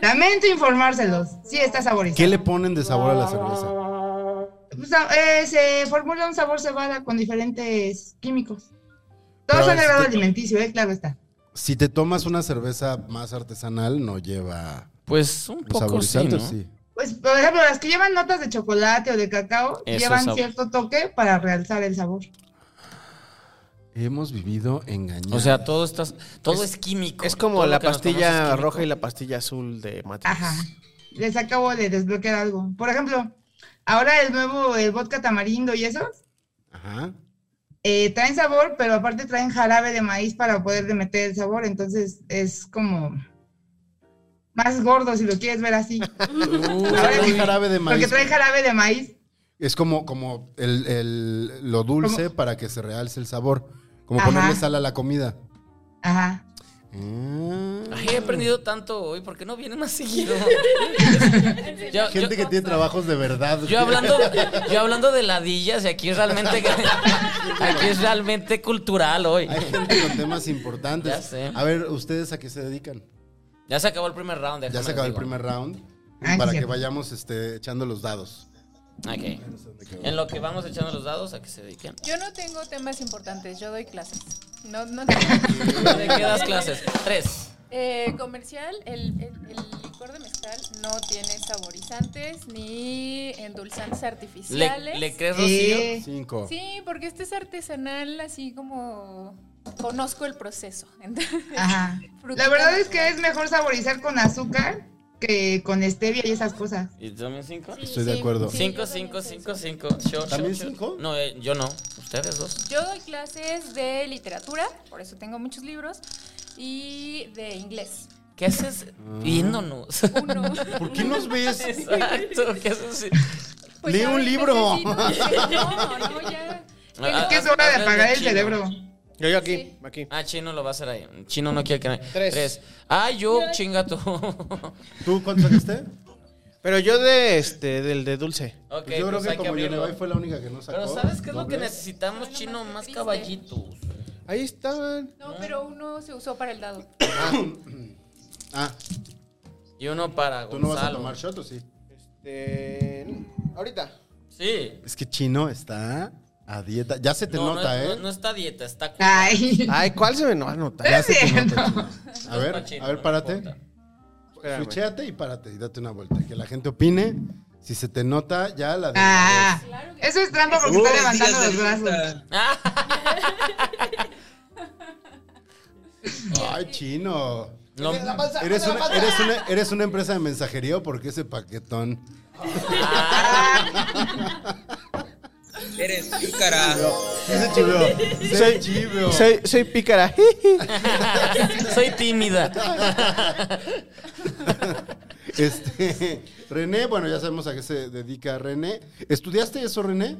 F: lamento informárselos, sí está saborizado.
C: ¿Qué le ponen de sabor a la cerveza?
F: Pues, ah, eh, se formula un sabor cebada con diferentes químicos.
C: Pero
F: Todos son de grado
C: este-
F: alimenticio, eh, claro está.
C: Si te tomas una cerveza más artesanal, no lleva
D: Pues un
C: los
D: poco sí, ¿no?
C: saborizantes, sí.
F: Pues, por ejemplo, las que llevan notas de chocolate o de cacao
D: Eso
F: llevan
D: sab-
F: cierto toque para realzar el sabor.
C: Hemos vivido engañados.
D: O sea, todo estás, todo es, químico.
B: Es como
D: Todo
B: la
D: lo que nos conoce es
B: pastilla
D: químico.
B: roja y la pastilla azul de Matrix.
F: Ajá. Les acabo de desbloquear algo. Por ejemplo, ahora el nuevo, el vodka tamarindo y esos,
C: Ajá.
F: eh, traen sabor, pero aparte traen jarabe de maíz para poder meter el sabor. Entonces es como más gordo si lo quieres ver así. Ahora
C: Trae
F: sí,
C: jarabe de maíz.
F: Porque trae jarabe de maíz.
C: Es como, como el, el- lo dulce para que se realce el sabor. Como
F: Ajá.
C: ponerle sal a la comida.
F: Ajá.
D: Ay, he aprendido tanto hoy, ¿por qué no viene más seguido? yo, yo-
C: Gente que tiene trabajos de verdad.
D: yo hablando, yo hablando de ladillas y aquí es realmente, aquí es realmente cultural hoy.
C: Hay gente con temas importantes.
D: Ya sé.
C: A ver, ¿ustedes a qué se dedican?
D: Ya se acabó el primer round.
C: Ya
D: déjame
C: se acabó el
D: digo.
C: primer round.
F: Ah,
C: para
F: sí.
C: que vayamos este, echando los dados.
D: Ok. En lo que vamos echando los dados, ¿a qué se dediquen?
H: Yo no tengo temas importantes, yo doy clases. No, no tengo.
D: ¿De qué das clases? Tres.
H: Eh, comercial, el, el- el licor de mezcal no tiene saborizantes ni endulzantes
D: ¿Le,
H: artificiales.
D: le crees, Rocío?
F: Eh,
C: Cinco.
H: Sí, porque este es artesanal, así como conozco el proceso. Entonces,
F: Ajá. La verdad es que es mejor saborizar con azúcar que con stevia y esas cosas.
D: ¿Y también cinco?
C: Estoy de acuerdo.
H: sí,
D: Cinco,
H: yo también
D: cinco,
H: soy
D: cinco,
H: eso.
D: cinco. Yo,
C: ¿También
D: yo, yo.
C: cinco?
D: No, eh, yo no. Ustedes dos.
H: Yo doy clases de literatura, por eso tengo muchos libros, y de inglés.
D: ¿Qué haces viéndonos?
H: Uno.
C: ¿Por qué nos ves?
D: Exacto. ¿Qué haces?
H: Pues
C: Lee
H: ya
C: un
H: doy
C: libro.
H: clases y No, no, no, ya.
D: Ah,
F: Es que es hora de apagar el
D: Chino.
F: cerebro.
B: Yo, yo aquí,
H: Sí.
B: aquí.
D: Ah, Chino lo va a hacer ahí. Chino no quiere que...
B: Tres.
D: Ah, yo, chinga tú.
C: ¿Tú cuánto sacaste?
B: Pero yo de este, del de dulce.
D: ok,
C: Pues yo creo que
D: pues pues hay que
C: como
D: abrirlo.
C: Yonevay fue la única que no sacó.
D: Pero ¿sabes qué es lo que
C: doble.
D: necesitamos, Chino? Más caballitos.
B: Ahí estaban.
H: No, pero uno se usó para el dado.
C: Ah,
D: Y uno para
C: ¿tú no vas a
D: Gonzalo.
C: tomar shot o sí?
B: Este, ahorita.
D: Sí.
C: Es que Chino está a dieta. Ya se te
D: No,
C: nota,
D: no,
C: ¿eh?
D: no, no está dieta, está... cu-
F: Ay.
B: Ay, ¿cuál se me no va a notar?
C: Ya se te
F: cierto.
C: nota, Chino. A ver,
D: Está chino,
C: a ver,
D: no
C: párate.
D: importa.
B: Espérame.
C: Switchéate y párate y date una vuelta. Que la gente opine. Si se te nota, ya la de-
F: Ah, eso es trampa porque está levantando los brazos.
C: Ay, Chino.
D: No,
C: Eres una, eres, una, eres una empresa de mensajería o por qué ese paquetón.
D: Ah.
E: Eres pícara.
C: Sí se chiveó. Sí se chiveó.
B: Soy, soy pícara.
D: soy tímida.
C: Este, René, bueno, ya sabemos a qué se dedica René. ¿Estudiaste eso, René?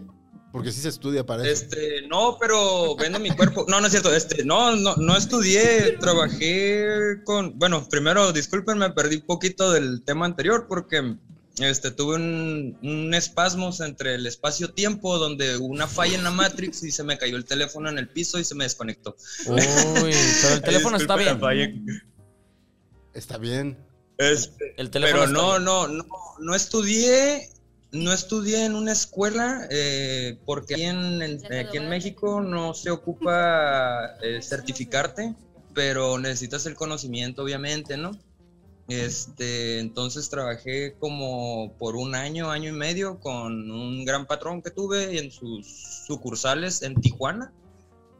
C: Porque sí se estudia para eso.
E: Este, no, pero vendo mi cuerpo. No, no es cierto. Este, no, no, no estudié, trabajé con. Bueno, primero, discúlpenme, perdí un poquito del tema anterior porque este, tuve un, un espasmos entre el espacio-tiempo donde hubo una falla en la Matrix y se me cayó el teléfono en el piso y se me desconectó.
D: Uy, pero el teléfono está
E: Disculpen la
D: bien.
E: falla.
C: Está bien.
E: Este,
D: El teléfono
E: pero
D: está
E: no,
D: bien.
E: no, no, no estudié no estudié en una escuela eh, porque aquí en, en-
G: Ya
E: aquí en
G: graduaste.
E: México no se ocupa eh, certificarte, pero necesitas el conocimiento, obviamente, ¿no? Este, entonces trabajé como por un año, año y medio con un gran patrón que tuve en sus sucursales en Tijuana,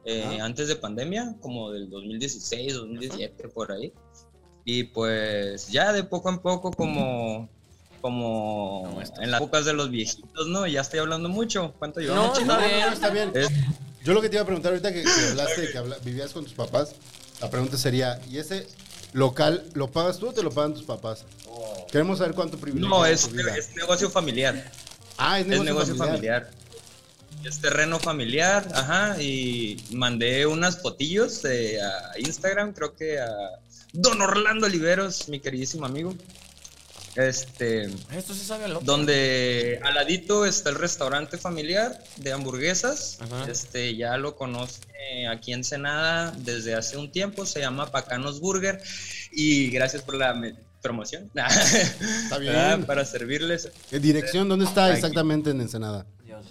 E: eh, antes de pandemia, como del 2016, 2017, por ahí. Y pues ya de poco en poco, como, como en las épocas de los viejitos, ¿no? Ya estoy hablando mucho. ¿Cuánto llevamos?
D: No, está bien.
C: Está bien.
E: Es-
C: Yo lo que te iba a preguntar ahorita que, que hablaste de que habla- vivías con tus papás, la pregunta sería, ¿y ese local lo pagas tú o te lo pagan tus papás? Queremos saber cuánto privilegio
E: Oh. No,
C: hay en
E: es,
C: tu vida.
E: es negocio familiar.
C: ah, es
E: Es
C: negocio,
E: negocio familiar. Es terreno familiar, ajá. Y mandé unas fotillos eh, a Instagram, creo que a Don Orlando Oliveros, mi queridísimo amigo. Este,
D: Esto sí sabe a loco.
E: donde al ladito está el restaurante familiar de hamburguesas.
D: Ajá.
E: Este, ya lo conoce aquí en Senada desde hace un tiempo. Se llama Pacanos Burger. Y gracias por la me- promoción. Está
C: bien.
E: Para servirles.
C: Eh, Dirección, ¿dónde está
E: Aquí.
C: exactamente en Ensenada?
D: Dios.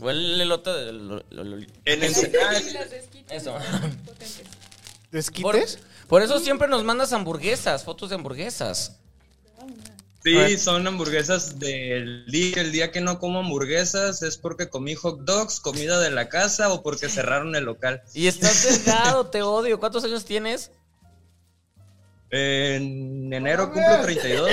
D: Huele el elote de lo- lo- lo-
E: En
H: Las
E: Ensenada.
H: esquinas, las esquinas
D: Eso.
H: están potentes.
D: Por,
B: ¿Desquites?
D: por eso siempre nos mandas hamburguesas, fotos de hamburguesas. A
E: Sí,
D: ver.
E: son hamburguesas del día. El día que no como hamburguesas es porque comí hot dogs, comida de la casa o porque cerraron el local.
D: Y estás delgado, te odio. ¿Cuántos años tienes?
E: En enero cumplo 32.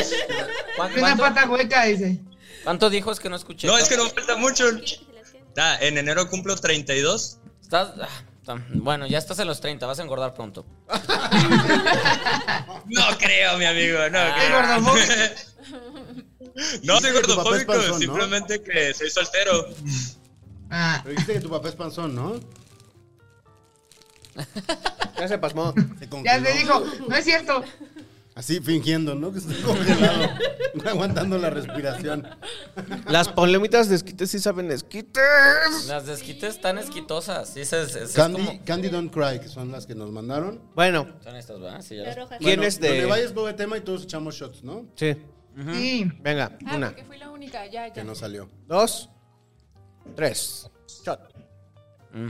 D: ¿Cuán-
F: Una
D: ¿Cuánto,
F: pata hueca, dice.
D: cuánto dijo? Es que no escuché.
E: No, es que no falta mucho.
G: Se las quedan.
E: Ah, en enero cumplo 32.
D: Estás- ah, tam- bueno, ya estás en los 30, vas a engordar pronto.
E: No creo, mi amigo, no creo. No soy
C: Dice que tu papá es
E: gordofóbico,
C: panzón, ¿no?
E: simplemente que soy soltero.
F: Ah,
C: Pero dijiste que tu papá es panzón, ¿no?
B: Ya se pasmó.
C: Se congeló.
F: ya te dijo, no es cierto.
C: Así fingiendo, ¿no? Que está congelado, aguantando la respiración.
B: Las polémicas desquites sí saben desquites.
D: Las desquites están esquitosas. Sí, es, es- es
C: Candy,
D: como-
C: Candy Don't Cry, que son las que nos mandaron.
B: Bueno,
D: Son estas, ¿verdad? Sí, ya
G: La
D: las-
G: roja.
B: ¿Quién es de-
C: Donde vayas, ponga tema y todos echamos shots, ¿no?
B: sí.
F: Sí.
B: Venga,
H: Ah,
B: una,
H: porque fui la única, ya,
C: Que
H: ya.
C: no salió.
B: dos, tres. Shot.
D: Mm.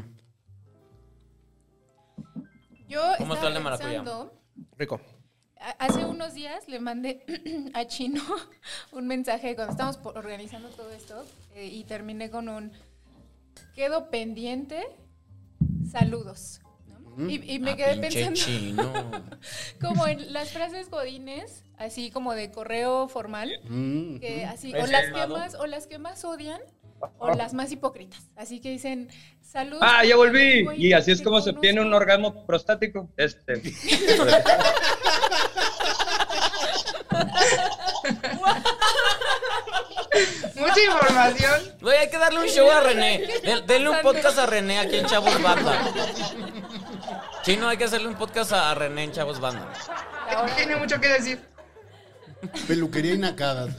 H: Yo
D: ¿Cómo está
H: estaba
D: el de maracuyá?
H: pensando,
B: Rico.
H: a- hace unos días le mandé a Chino un mensaje cuando estábamos por- organizando todo esto eh, y terminé con un quedo pendiente, saludos. ¿no? Y, y me
D: Ah,
H: quedé
D: pinche
H: pensando
D: chino.
H: como en las frases godines, así como de correo formal,
C: Mm.
H: que así
D: Pues
H: o las que
D: llamado.
H: más o las que más odian o las más hipócritas, así que dicen saludos.
E: Ah, ya volví.
H: güey,
E: Y así es
H: te
E: como se obtiene un
H: conozco".
E: orgasmo prostático. Este.
F: Mucha información.
D: Güey, hay que darle un show a René. Del- denle un podcast a René aquí en Chavos Banda. Chino, hay que hacerle un podcast a a René en Chavos Banda.
H: La hora-
F: Tiene mucho que decir.
C: Peluquería y nacadas.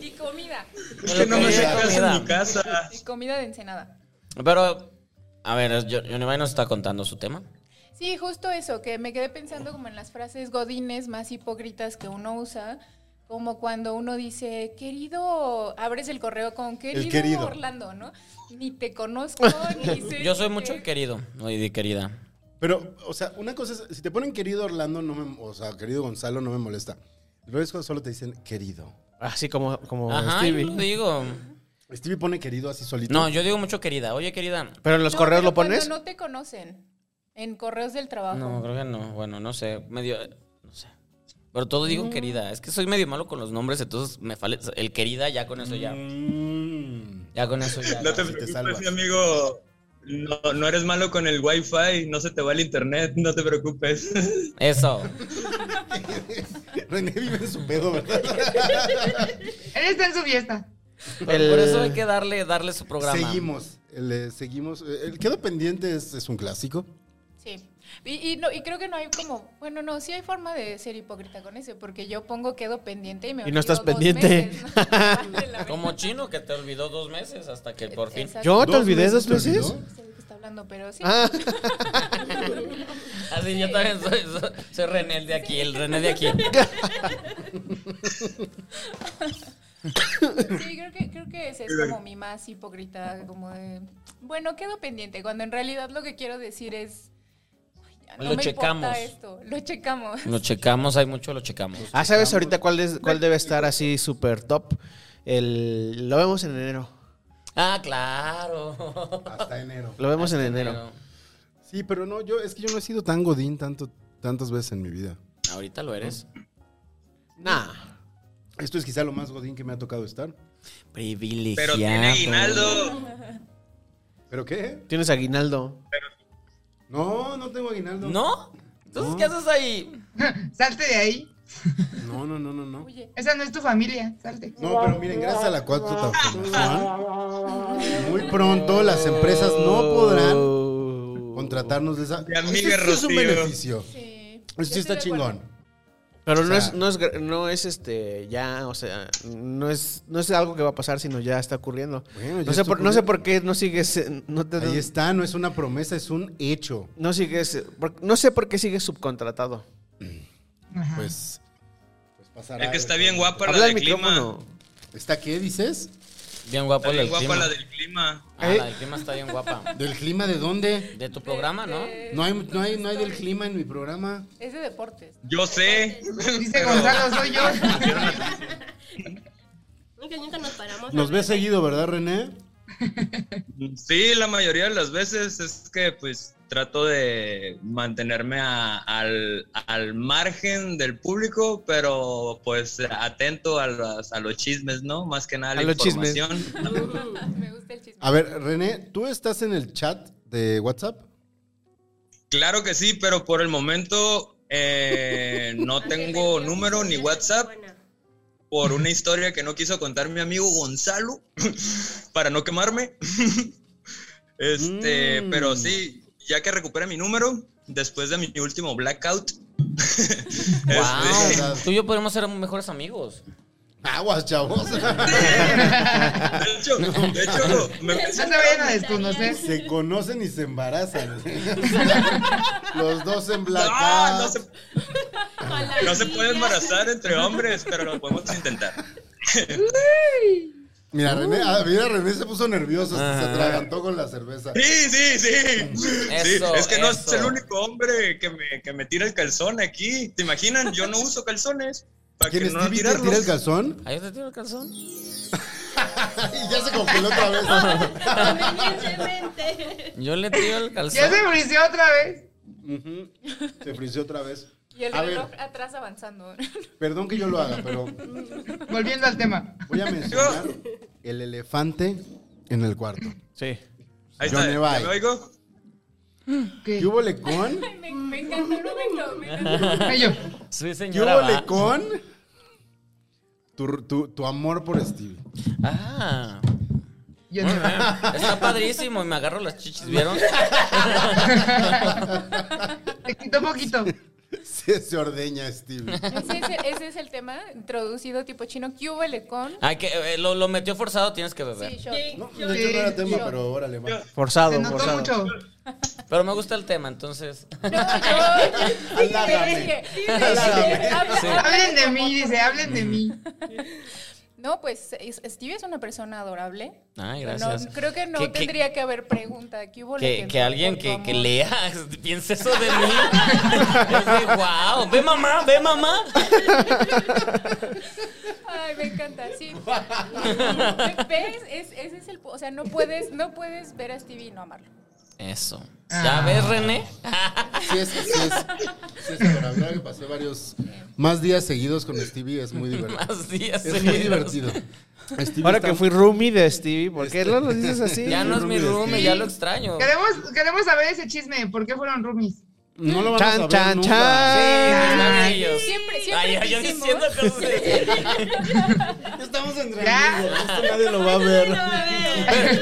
H: y comida.
E: Que no me
D: Peluquería y
E: sacas
D: comida.
E: en mi casa.
H: Y comida de ensenada.
D: Pero, a ver, yo- Yonevay nos está contando su tema.
H: Sí, justo eso, que me quedé pensando como en las frases godines más hipócritas que uno usa, como cuando uno dice, querido, abres el correo con querido,
C: querido.
H: Orlando, ¿no? Ni te conozco, ni sé.
D: Yo soy
H: qué-
D: mucho el querido. Oye, di querida.
C: Pero, o sea, una cosa es, si te ponen querido Orlando, no me, o sea, querido Gonzalo, no me molesta. Luego es cuando solo te dicen querido.
B: Así como, como
D: Ajá, yo
B: Stevie.
D: lo digo.
C: Stevie pone querido así solito.
D: No, yo digo mucho querida. Oye, querida.
B: Pero en los
H: No,
B: correos
H: pero
B: lo pones.
H: Cuando no te conocen, en correos del trabajo.
D: No, creo que no. Bueno, no sé. Medio. No sé. Pero todo digo querida. Es que soy medio malo con los nombres, entonces me fale. El querida, ya con eso ya.
C: Mm.
D: Ya con eso ya.
E: No te
C: Así te
E: preocupes,
C: salvas.
E: mi amigo. No, no eres malo con el wifi, no se te va el internet, no te preocupes.
D: Eso.
C: René vive en su pedo, ¿verdad?
F: Él está en su fiesta.
B: El-
D: Por eso hay que darle, darle su programa.
C: Seguimos. Le seguimos. Eh, El quedo pendiente es, es un clásico.
H: Sí. Y, y no, y creo que no hay como, bueno, no, sí hay forma de ser hipócrita con ese, porque yo pongo quedo pendiente y me
B: Y no estás
H: olvido dos
B: pendiente.
H: meses, ¿no? Vale, la
D: Como
H: verdad.
D: chino que te olvidó dos meses hasta que por fin.
H: Exacto.
B: ¿Yo te olvidé dos
C: te
B: veces?
C: olvidó?
H: No sé de qué está hablando, pero sí.
B: Ah,
D: Así yo también soy, soy, soy René el de aquí, el René de aquí.
H: Sí, creo que, creo que ese es como mi más hipócrita, como de, bueno, quedo pendiente, cuando en realidad lo que quiero decir es, "Ay, ya no
D: Lo
H: me
D: checamos.
H: importa esto, lo checamos.
D: Lo checamos, hay mucho, lo checamos.
B: Ah, ¿sabes ahorita cuál, es, cuál debe estar así súper top? El, lo vemos en enero.
D: Ah, claro.
C: Hasta enero.
B: Lo vemos en enero.
C: Sí, pero no, yo es que yo no he sido tan godín tanto, tantas veces en mi vida.
D: Ahorita lo eres.
B: Nah.
C: Esto es quizá lo más godín que me ha tocado estar.
D: Privilegiado.
E: Pero tiene aguinaldo.
C: ¿Pero qué?
B: Tienes aguinaldo.
C: No, no tengo aguinaldo.
D: ¿No? Entonces, ¿qué haces ahí?
F: Salte de ahí.
C: No, no, no, no, no.
H: Oye,
F: Esa no es tu familia, salte.
C: No, pero miren, gracias a la cuarta transformación, muy pronto las empresas no podrán Oh. contratarnos de esa.
E: Mi amiga
C: Ese sí es un
E: Rocío.
C: beneficio.
H: sí.
C: Esto
H: yo
C: sí está
H: estoy de acuerdo.
C: chingón.
B: Pero
C: O
B: no
C: sea-
B: es, no es, gra- no es este, ya, o sea, no es, no es algo que va a pasar, sino ya está ocurriendo.
C: Bueno, ya
B: no, sé
C: está
B: por, no sé
C: ocurriendo.
B: por qué no sigues, eh, no te,
C: Ahí está, no es una promesa, es un hecho.
B: no sigues, eh, por- no sé por qué sigues subcontratado.
F: Ajá.
C: Pues, pues pasará.
E: Es que está bien guapa la
B: Habla al
E: del clima.
B: micrófono.
C: ¿Está qué dices?
D: Bien guapo
E: Está
D: el
E: bien
D: del
E: guapa
D: clima.
E: la del clima.
D: Ah, la del clima está bien guapa.
C: ¿Del clima de dónde?
D: De tu programa, ¿no?
C: No hay, no hay, no hay del clima en mi programa.
H: Es de deportes.
E: Yo sé.
F: Dice
E: pero-
F: Gonzalo, soy yo.
G: Nunca, nunca nos paramos. a
C: Nos
G: ver.
C: ves seguido, ¿verdad, René?
E: Sí, la mayoría de las veces es que pues trato de mantenerme a- al, al margen del público, pero pues atento a, las- a los chismes, ¿no? Más que nada a la
B: A los chismes.
E: información.
H: Me gusta el chisme.
C: A ver, René, ¿tú estás en el chat de WhatsApp?
E: Claro que sí, pero por el momento eh, no tengo número ni WhatsApp por una historia que no quiso contar mi amigo Gonzalo para no quemarme. Este,
B: Mm.
E: pero sí, ya que recupere mi número después de mi último blackout. este,
D: Wow. Tú y yo podemos ser mejores amigos.
C: Aguas, chavos.
E: de hecho, de hecho, me
F: No
E: empecé-
F: se vayan a desconocer.
C: se conocen y se embarazan. Los dos en blackout.
E: Ah, no se,
G: Con la
E: no se
G: silla.
E: puede embarazar entre hombres, pero lo podemos intentar.
C: Mira,
E: Uh.
C: René, ah, mira, René se puso nervioso, se atragantó con la cerveza.
E: Sí, sí, sí. Sí,
D: Eso,
E: Es que no es
D: eso.
E: el único hombre que me, que me tira el calzón aquí. ¿Te imaginan? Yo no uso calzones. Para que
C: ¿Quién es
E: no
C: Stevie? ¿Te tira el
E: tirarlos.
C: calzón?
D: Ahí ¿Ah, te tiro el calzón.
C: Y ya se congeló otra vez.
G: Convenientemente.
D: Yo le tiro el
F: Ya
D: calzón.
F: se frició otra vez.
C: Ujú. Se frició otra vez.
H: Y el
C: A
H: reloj
C: ver.
H: atrás avanzando.
C: Perdón que yo lo haga, pero
F: Volviendo al tema.
C: voy a mencionar el elefante en el cuarto.
B: Sí.
E: Ahí
C: Yo
E: está.
C: me
E: ¿Ya
C: voy.
E: me oigo?
F: ¿Qué?
C: ¿Qué hubo le con?
H: me, me encanta el momento. Me encanta.
F: Ay, yo.
D: Sí,
C: ¿Qué
D: señora.
C: hubo
D: va.
C: le con? Tu, tu- tu amor por Stevie.
D: Ah.
F: Yo
D: Muy
F: no.
D: bien. Está padrísimo y me agarro las chichis, ¿vieron?
F: Te quito poquito.
C: Se, se ordeña Stevie.
H: Ese, es el- ese es el tema introducido tipo chino. ¿Qué hubo le con?
D: Ay, que eh, lo, lo metió forzado, tienes que beber.
H: Sí, shot.
C: No, pues, de hecho no era tema, pero órale, va.
B: Forzado,
F: Se notó
B: forzado.
F: mucho.
D: Pero me gusta el tema, entonces.
H: No, yo- dije,
C: Alágame.
H: dije, dije,
C: Alágame.
H: habla-
D: Sí.
H: habla
F: Hablen de
H: como
F: mí,
H: tú.
F: dice, hablen de mí.
H: No, pues es- Stevie es una persona adorable.
D: Ay,
H: No,
D: Ah, gracias.
H: creo que no
D: Que- que-
H: tendría que, haber pregunta. ¿Qué hubo le
D: Que,
H: con-
D: que alguien
H: por
D: que,
H: tu
D: que
H: amor?
D: lea piense eso de mí. es de, wow. Ve mamá, ve mamá.
H: Ay, me encanta, sí. ¿Ves? Es- ese es el, po- o sea, no puedes, no puedes ver a Stevie y no amarlo.
D: Eso. ¿Ya ves, René?
C: Sí es, sí es, sí es adorable. Ahora que pasé varios más días seguidos con Stevie es muy divertido.
D: Más días.
C: Es muy
D: seguidos.
C: divertido. Stevie
B: Ahora
C: está-
B: que fui roomie de Stevie, ¿por
C: Este,
B: qué no lo dices así?
D: Ya no es mi
C: Roomie de
D: roomie,
C: Stevie.
D: ya lo extraño.
F: Queremos, queremos saber ese chisme. ¿Por qué fueron roomies?
C: No lo van a
B: Chan,
C: saber
B: chan,
C: nunca.
B: chan.
D: Ay, Dios.
H: Siempre, siempre
D: Ay, ay, yo
H: quisimos.
D: diciendo cosas de-
C: Estamos entre
F: Ya.
C: amigos. Esto este nadie lo va a ver.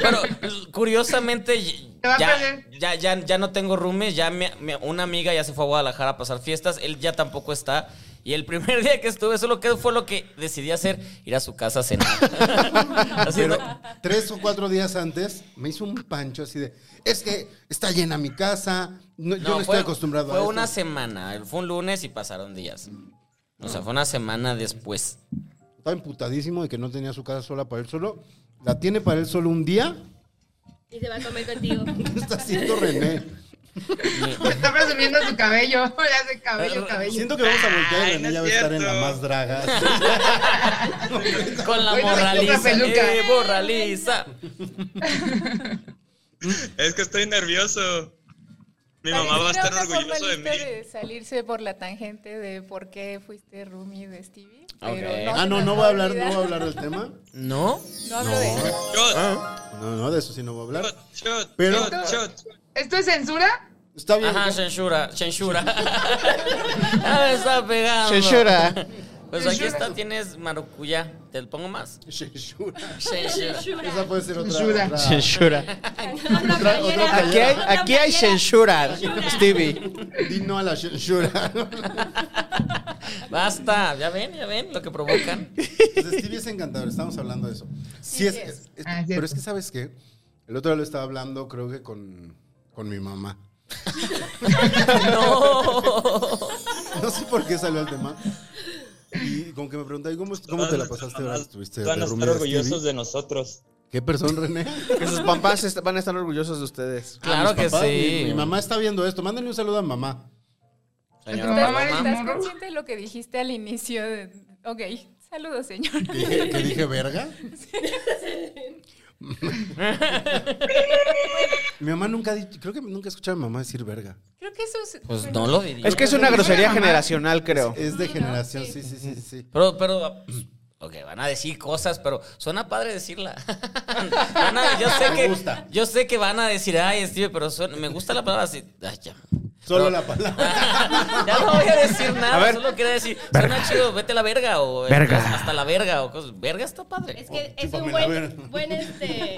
D: Pero, pero, curiosamente, y-
F: Te va a
D: ya,
F: perder.
D: ya, ya, ya no tengo roomies. Ya me- me- una amiga ya se fue a Guadalajara a pasar fiestas. Él ya tampoco está. Y el primer día que estuve, solo que fue lo que decidí hacer: ir a su casa a cenar. Así,
C: Pero
D: ¿no?
C: tres o cuatro días antes me hizo un pancho así de, es que está llena mi casa, no- yo no estoy acostumbrado
D: fue
C: a esto.
D: una semana. Fue un lunes y pasaron días. O sea, fue una semana después.
C: Estaba emputadísimo de que no tenía su casa sola para él solo. La tiene para él solo un día.
G: Y se va a comer contigo.
C: ¿Qué está haciendo René?
F: Está presumiendo su cabello. Ya hace cabello, cabello.
C: Siento que vamos a voltear y
E: Ay,
C: René
E: no
C: ya
E: es
C: va a estar en la
E: cierto.
C: más draga.
D: Con la
F: Hoy no me toca
D: morraliza.
F: peluca.
D: eh, borraliza.
E: Es que estoy nervioso. Mi
H: Pareciera
E: mamá va a estar
H: una forma
E: orgullosa de
H: lista
E: mí.
H: de salirse por la tangente de por qué fuiste roomie de Stevie. Pero
D: Ok.
H: no
C: Ah,
H: se
C: no,
H: me
C: no voy a
H: va
C: hablar, no voy a
H: olvidar.
C: hablar del tema.
D: ¿No?
H: No hablo de eso.
E: Shot,
C: No, no, de eso sí no voy a hablar.
E: shot, shot,
C: Ah. Pero-
E: shot, shot.
F: ¿Esto es censura?
C: Está bien.
D: Ajá,
C: ya.
D: censura, censura. Ya me está pegando.
B: Censura.
D: Pues aquí
F: Censura.
D: está, tienes maracuyá. ¿Te lo pongo más?
C: Censura.
D: Censura.
C: Esa puede ser otra.
F: Censura.
C: otra-
B: Censura.
G: Otra playera.
B: Aquí hay,
G: Otra
B: aquí
G: playera.
B: hay censura, Stevie.
C: Di no a la censura.
D: Basta, ya ven, ya ven lo que provocan.
C: Entonces, Stevie Pues es encantador, estamos hablando de eso. Sí, es, es- es-
F: Ah,
C: pero
F: es cierto.
C: es que, ¿sabes qué? El otro día lo estaba hablando, creo que con, con mi mamá.
D: No.
C: No sé por qué salió el tema. Y como que me preguntaba, ¿y cómo, cómo te la pasaste ahora que estuviste de
E: Van a
C: roomie
E: estar
C: de
E: orgullosos
C: Stevie?
E: de nosotros.
C: ¿Qué persona, René?
B: Que sus papás est- van a estar orgullosos de ustedes.
D: Claro
C: Mis
D: que
C: papás,
D: sí.
C: Mi, mi mamá está viendo esto. Mándenle un saludo a mamá.
D: Señora
F: Mamá,
D: Paloma.
F: eres
H: ¿Estás
F: morro?
H: consciente de lo que dijiste al inicio? De... Ok, saludos, señora.
C: Que dije, que dije, verga. mi mamá nunca ha dicho, creo que nunca he escuchado a mi mamá decir verga.
H: Creo que eso es...
D: Pues no lo diría.
B: Es que es una grosería generacional, creo.
C: Es de generación, sí, sí, sí, sí, sí.
D: Pero, pero. Ok, van a decir cosas, pero suena padre decirla. Van a- yo, sé
C: Me
D: que,
C: gusta.
D: yo sé que van a decir, ay, Steve, pero suena- me gusta la palabra así. Ay, ya.
C: Solo
D: Pero-
C: la palabra.
D: ya no voy a decir nada,
B: A ver.
D: solo quería decir,
B: Verga.
D: suena chido, vete a la verga o eh,
B: Verga.
D: pues, hasta la verga o cosas. Verga está padre.
G: Es que es un
C: chúpame la verga.
G: buen, buen este.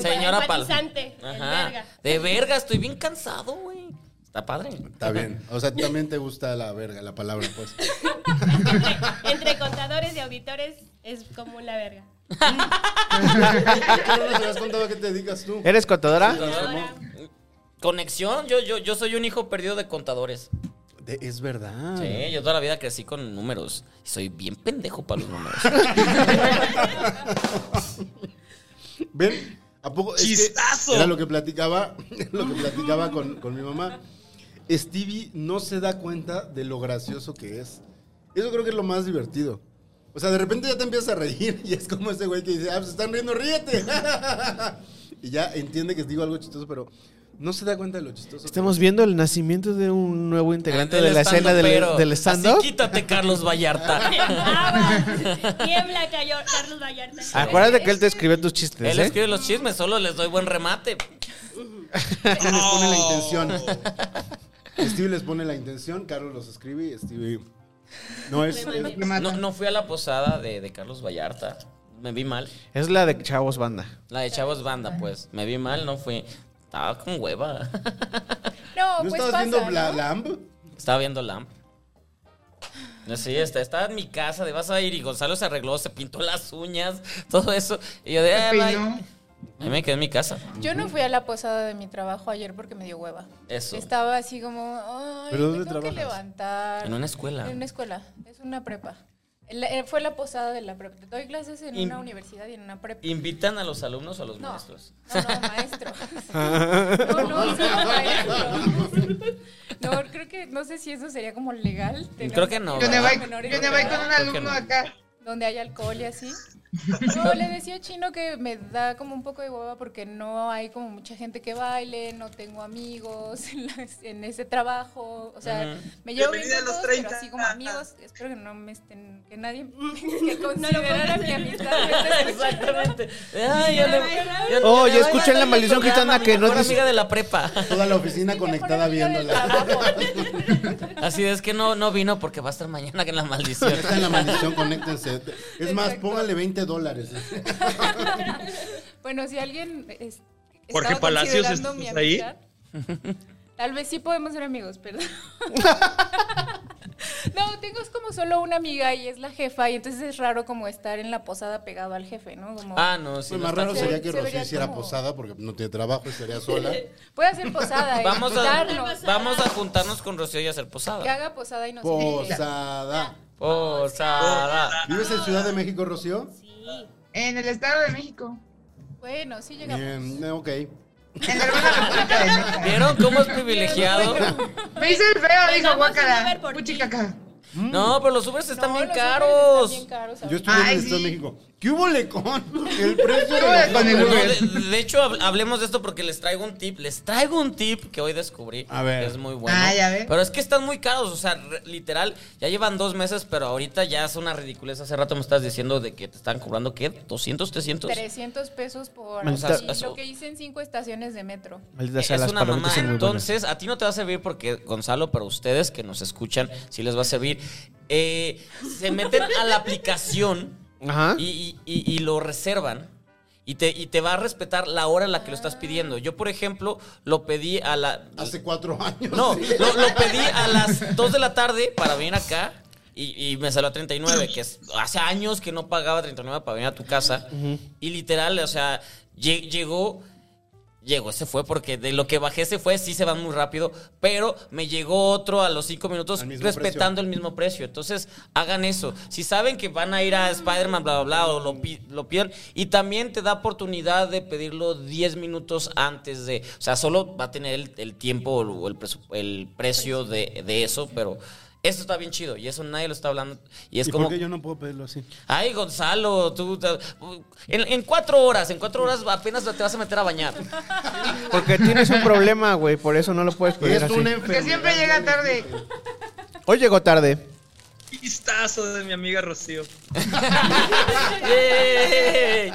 D: Señora Palma.
G: empatizante, el verga.
D: De verga, estoy bien cansado, güey. Está padre.
C: Está bien. O sea, también te gusta la verga, la palabra, pues.
G: Entre, entre contadores y auditores es común la verga.
C: Pero no te has contado a qué te dedicas tú.
D: Eh.
B: ¿Eres contadora?
G: Ahora,
D: Conexión, yo, yo, yo soy un hijo perdido de contadores.
C: De- es verdad.
D: Sí, yo toda la vida crecí con números. Y soy bien pendejo para los números.
C: ¿Ven? ¿A poco? Es que
E: ¡Chistazo!
C: era lo que platicaba, lo que platicaba con, con mi mamá. Stevie no se da cuenta de lo gracioso que es. Eso creo que es lo más divertido. O sea, de repente ya te empiezas a reír y es como ese güey que dice, ah, se están riendo, ríete. y ya entiende que digo algo chistoso, pero no se da cuenta de lo chistoso. que
B: Estamos viendo el nacimiento de un nuevo integrante
D: Del
B: de la escena del,
D: stand-upero.
B: del stand-up.
D: Así quítate, Carlos Vallarta.
H: Ah,
G: Aguas. Niebla cayó Carlos Vallarta.
B: Acuérdate que él te escribió tus chistes,
D: Él
B: ¿eh?
D: escribe los chismes, solo les doy buen remate.
C: es. Stevie les pone la
E: Oh.
C: intención. Stevie les pone la intención, Carlos los escribe y Stevie... No es... es-
D: No, no fui a la posada de, de Carlos Vallarta. Me vi mal.
B: Es la de Chavos Banda.
D: La de Chavos Banda, pues. Me vi mal, no fui. Estaba con hueva.
H: No,
C: ¿No
H: pues
C: estabas
H: pasa,
C: viendo
H: ¿no?
C: Bla- Lamb?
D: Estaba viendo Lamp. No sé, está- estaba en mi casa, de vas a ir y Gonzalo se arregló, se pintó las uñas, todo eso. Y yo de, "Ah, bye".
F: Peinó.
D: Ahí me quedé en mi casa.
H: Yo no fui a la posada de mi trabajo ayer porque me dio hueva.
D: Eso.
H: Estaba así como, ay,
C: ¿Pero
H: me
C: dónde
H: tengo que
C: trabajas?
H: levantar.
D: En una escuela.
H: En una escuela, es una prepa. La- eh, fue la posada de la prepa. Doy clases en
D: Y-
H: una universidad y en una prepa.
D: ¿Invitan a los alumnos o a los
H: No, no,
D: maestros?
H: no, maestro. No, no, solo maestro. No, creo que, no sé si eso sería como legal. tener
D: Creo que no.
F: Yo me
D: ¿verdad?
F: voy, yo me voy con un alumno acá.
H: donde hay alcohol y así. No, le decía a Chino que me da como un poco de hueva porque no hay como mucha gente que baile, no tengo amigos en, las- en ese trabajo. O sea,
D: Ujú.
H: me llevo bien
E: Bienvenida
H: con
E: a los
H: todos, pero
E: 30.
H: así como amigos. Espero que no me estén, que nadie que
G: No lo
H: considerara
G: pongas
H: mi
G: en-
H: amistad. me esté escuchando.
D: Exactamente. Ay, yo le- yo-
B: Oh,
D: yo
B: ya
D: le
B: escuché
D: voy a
B: la
D: dar mi
B: maldición
D: programa a
B: gitana
D: mi
B: que no
D: mejor
B: dice-
D: amiga de la prepa.
C: Toda la oficina
H: Sí, que
C: conectada
H: fue una amiga del
C: viéndola.
H: trabajo.
D: Así es que no, no vino porque va a estar mañana en la maldición.
C: Está en la maldición, conéctense. Es más,
H: Exacto.
C: póngale 20 dólares.
H: Bueno, si alguien es,
E: Jorge
H: estaba
E: Palacios,
H: considerando mi
E: ¿estás ahí?
H: amistad, tal vez sí podemos ser amigos, perdón. no, tengo es como solo una amiga y es la jefa, y entonces es raro como estar en la posada pegado al jefe, ¿no? Como,
D: Ah, no, sí.
C: Pues
D: no
C: más
D: está
C: raro
H: se-
D: chido.
C: sería que
H: se
C: Rocío
H: vería
C: hiciera
H: como-
C: posada porque no tiene trabajo, estaría sola.
H: Puede hacer posada. eh,
D: Vamos a,
H: invitarlo.
D: vamos a juntarnos con Rocío y hacer
H: Que
D: posada. Oh,
H: haga posada y nos invite.
C: Posada.
D: Posada.
C: ¿Vives en Ciudad de México, Rocío?
G: Sí.
F: En el Estado de México.
H: Bueno, sí llegamos.
C: Bien, eh, ok.
F: En la hermana República de México.
D: ¿Vieron cómo es privilegiado?
F: Me hizo el feo, dijo
G: Vengamos a ver
F: guácala.
G: por ti.
F: Puchicaca.
D: No, pero los Ubers están
H: No,
D: bien
H: los
D: caros.
H: Ubers están bien caros,
C: Yo
H: ahorita.
C: estuve en
F: Ay,
C: el Estado
F: sí.
C: de México. ¿Qué hubo le con? El precio
F: ¿Qué hubo le
C: de los
F: con el
D: No,
C: Uber?
D: de, de hecho, hab- hablemos de esto porque les traigo un tip. Les traigo un tip que hoy descubrí.
C: A ver.
D: que Es muy bueno.
F: Ay, a ver.
D: Pero es que están muy caros. O sea, re- literal, ya llevan dos meses, pero ahorita ya es una ridiculez. Hace rato me estás diciendo de que te están cobrando, ¿qué? ¿200, 300?
H: 300 pesos por
B: Maldita-
H: o sea, y lo que hice en cinco estaciones de metro.
B: Maldita sea,
D: Es
B: las
D: una
B: palomitas
D: mamá.
B: son muy buenas.
D: Entonces, a ti no te va a servir porque, Gonzalo, pero ustedes que nos escuchan, sí les va a servir. Eh, se meten a la aplicación
B: Ajá.
D: y, y- y- y lo reservan. Y te, y te va a respetar la hora en la que lo estás pidiendo. Yo, por ejemplo, lo pedí a la...
C: Hace cuatro años.
D: No,
C: Sí.
D: lo, lo pedí a las 2 de la tarde para venir acá y, y me salió a 39, que es, hace años que no pagaba 39 para venir a tu casa. Y literal, o sea, lle- llegó... Llegó, se fue porque de lo que bajé se fue, sí se van muy rápido, pero me llegó otro a los cinco minutos
C: Al mismo
D: respetando el mismo precio. Entonces, hagan eso. Si saben que van a ir a Spider-Man, bla, bla, bla, o lo, pi- lo piden, y también te da oportunidad de pedirlo 10 minutos antes de. O sea, solo va a tener el, el tiempo o el, presu- el precio de, de eso, pero esto está bien chido y eso nadie lo está hablando. Y es
C: ¿Y
D: como.
C: por qué yo no puedo pedirlo así?
D: Ay, Gonzalo, tú. te- En, en cuatro horas, en cuatro horas apenas te vas a meter a bañar.
B: Porque tienes un problema, güey, por eso no lo puedes pedir
C: Es
B: así.
D: em-
C: una
F: Porque
C: enfermedad.
F: siempre llega tarde.
B: Hoy llegó tarde.
E: Vistazo de mi amiga Rocío.
D: Yay.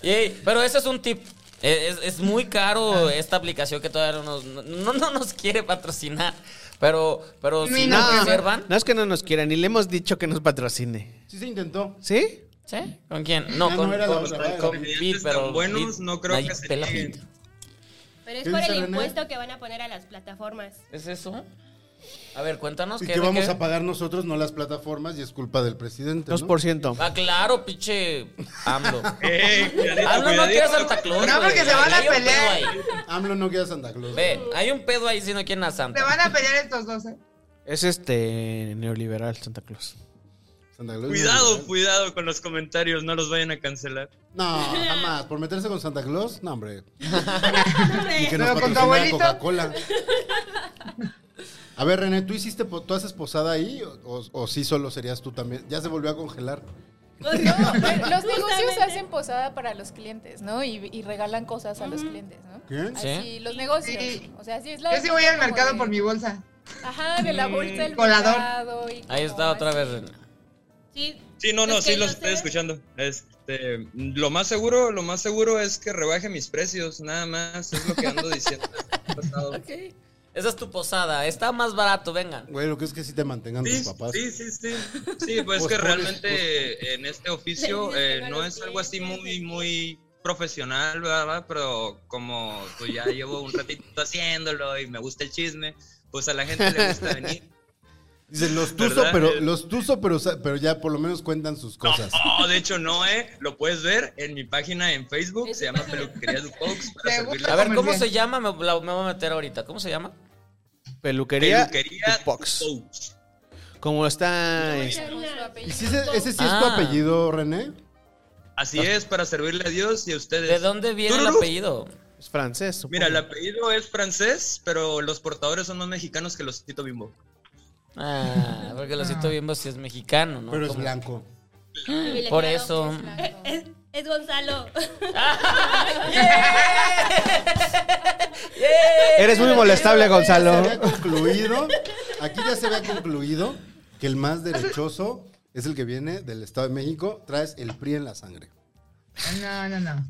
D: Yay. Pero ese es un tip. Eh, Es, es muy caro esta aplicación que todavía no nos, no, no nos quiere patrocinar. Pero, pero si
F: Ni
D: no
F: nada.
D: reservan.
B: No es que no nos quieran, ni le hemos dicho que nos patrocine.
C: Sí se intentó.
B: ¿sí
D: ¿Sí? ¿Con quién? No,
C: Ya
D: con,
C: no era la
D: con,
C: otra,
D: con-
C: vaya.
D: con
E: Comediantes
D: Bit,
E: tan
D: pero.
E: buenos,
D: Bit,
E: no creo
D: nadie
E: que se
D: pela
E: lleguen.
D: Bit.
G: Pero es
C: ¿Qué
G: por
C: dice
G: el
C: René?
G: impuesto que van a poner a las plataformas.
D: ¿Es eso? A ver, cuéntanos
C: ¿Y
D: qué-
C: que
D: de
C: vamos
D: qué-
C: a pagar nosotros, no las plataformas? Y es culpa del presidente. ¿no?
B: 2%.
D: Ah, claro, pinche AMLO.
E: Ey, cuidadito,
D: AMLO Ah, no
E: Eh, cuidadito.
D: quiere Santa Claus.
F: No, porque
D: güey.
F: se van a
D: Hay un pedo
F: pelear.
D: ahí.
C: AMLO no queda Santa Claus.
D: Ve, hay un pedo ahí si no quieren a Santa.
F: Se van a pelear estos dos, ¿eh?
B: Es este neoliberal Santa Claus.
C: Santa Claus.
E: Cuidado, pues. cuidado con los comentarios, no los vayan a cancelar.
C: No, jamás. Por meterse con Santa Claus, no, hombre. y que nos
F: Pero con tu
C: patrocinara
F: abuelito.
C: Coca-Cola. A ver, René, ¿tú hiciste, po- tú haces posada ahí o, o- o sí solo serías tú también? Ya se volvió a congelar.
H: No, pero los negocios
G: Justamente.
H: hacen posada para los clientes, ¿no? Y, y regalan cosas a los clientes, ¿no?
C: ¿Qué?
H: Así, los negocios.
F: Sí.
H: O sea, sí es la.
F: Yo sí voy al
H: como
F: mercado
H: de-
F: por mi bolsa.
H: Ajá, de la bolsa del
F: Colador.
H: mercado y
D: Ahí
H: como
D: está otra
H: así.
D: vez. René.
G: Sí.
E: Sí, no, no,
G: Los que
E: sí los
G: no
E: estoy
G: se-
E: escuchando. Este, lo más seguro, lo más seguro es que rebaje mis precios, nada más, es lo que ando diciendo. Pasado.
D: Esa es tu posada. Está más barato, vengan.
C: Güey, lo que es que sí te mantengan
E: Sí,
C: tus papás.
E: sí, sí, sí. Sí, pues es
C: Pues
E: que
C: pobres,
E: realmente en este oficio
G: Le dices
E: eh,
G: que no
E: no
G: lo
E: es algo así
G: sientes,
E: muy,
G: así.
E: muy profesional, ¿verdad? Pero como pues ya llevo un ratito haciéndolo y me gusta el chisme, pues a la gente le gusta venir.
C: Dicen los tuso,
E: ¿Verdad?
C: pero, los tuso, pero, sa- pero ya por lo menos cuentan sus cosas.
E: No, de hecho no, ¿eh? Lo puedes ver en mi página en Facebook,
G: En
E: se
G: su
E: llama
G: página.
E: Peluquería Dupox para
F: ¿Te
E: servirle
F: gusta?
D: A ver, ¿cómo
F: Comercial.
D: se llama? Me, la- me voy a meter ahorita. ¿Cómo se llama?
B: Peluquería,
E: Peluquería
B: Tupox.
E: Dupox.
B: Como está.
G: Voy a
B: este,
G: hacer
H: Con su
G: una-
C: ¿Y
H: apellido.
C: si ese, ese sí es tu
D: Ah.
C: apellido, René?
E: Así es, para servirle a Dios y a ustedes.
D: ¿De dónde viene el
E: Tururú.
D: apellido?
B: Es francés, supongo.
E: Mira, el apellido es francés, pero los portadores son más mexicanos que los Tito Bimbo.
D: Ah, porque lo siento bien, si es mexicano, ¿no?
C: pero es
D: Como-
C: blanco.
G: privilegiado.
D: Por eso.
G: Es, es Gonzalo.
B: Eres muy molestable,
C: Se
B: Gonzalo.
C: había concluido, aquí ya se había concluido que el más derechoso es el que viene del Estado de México, traes el PRI en la sangre.
F: No, no, no.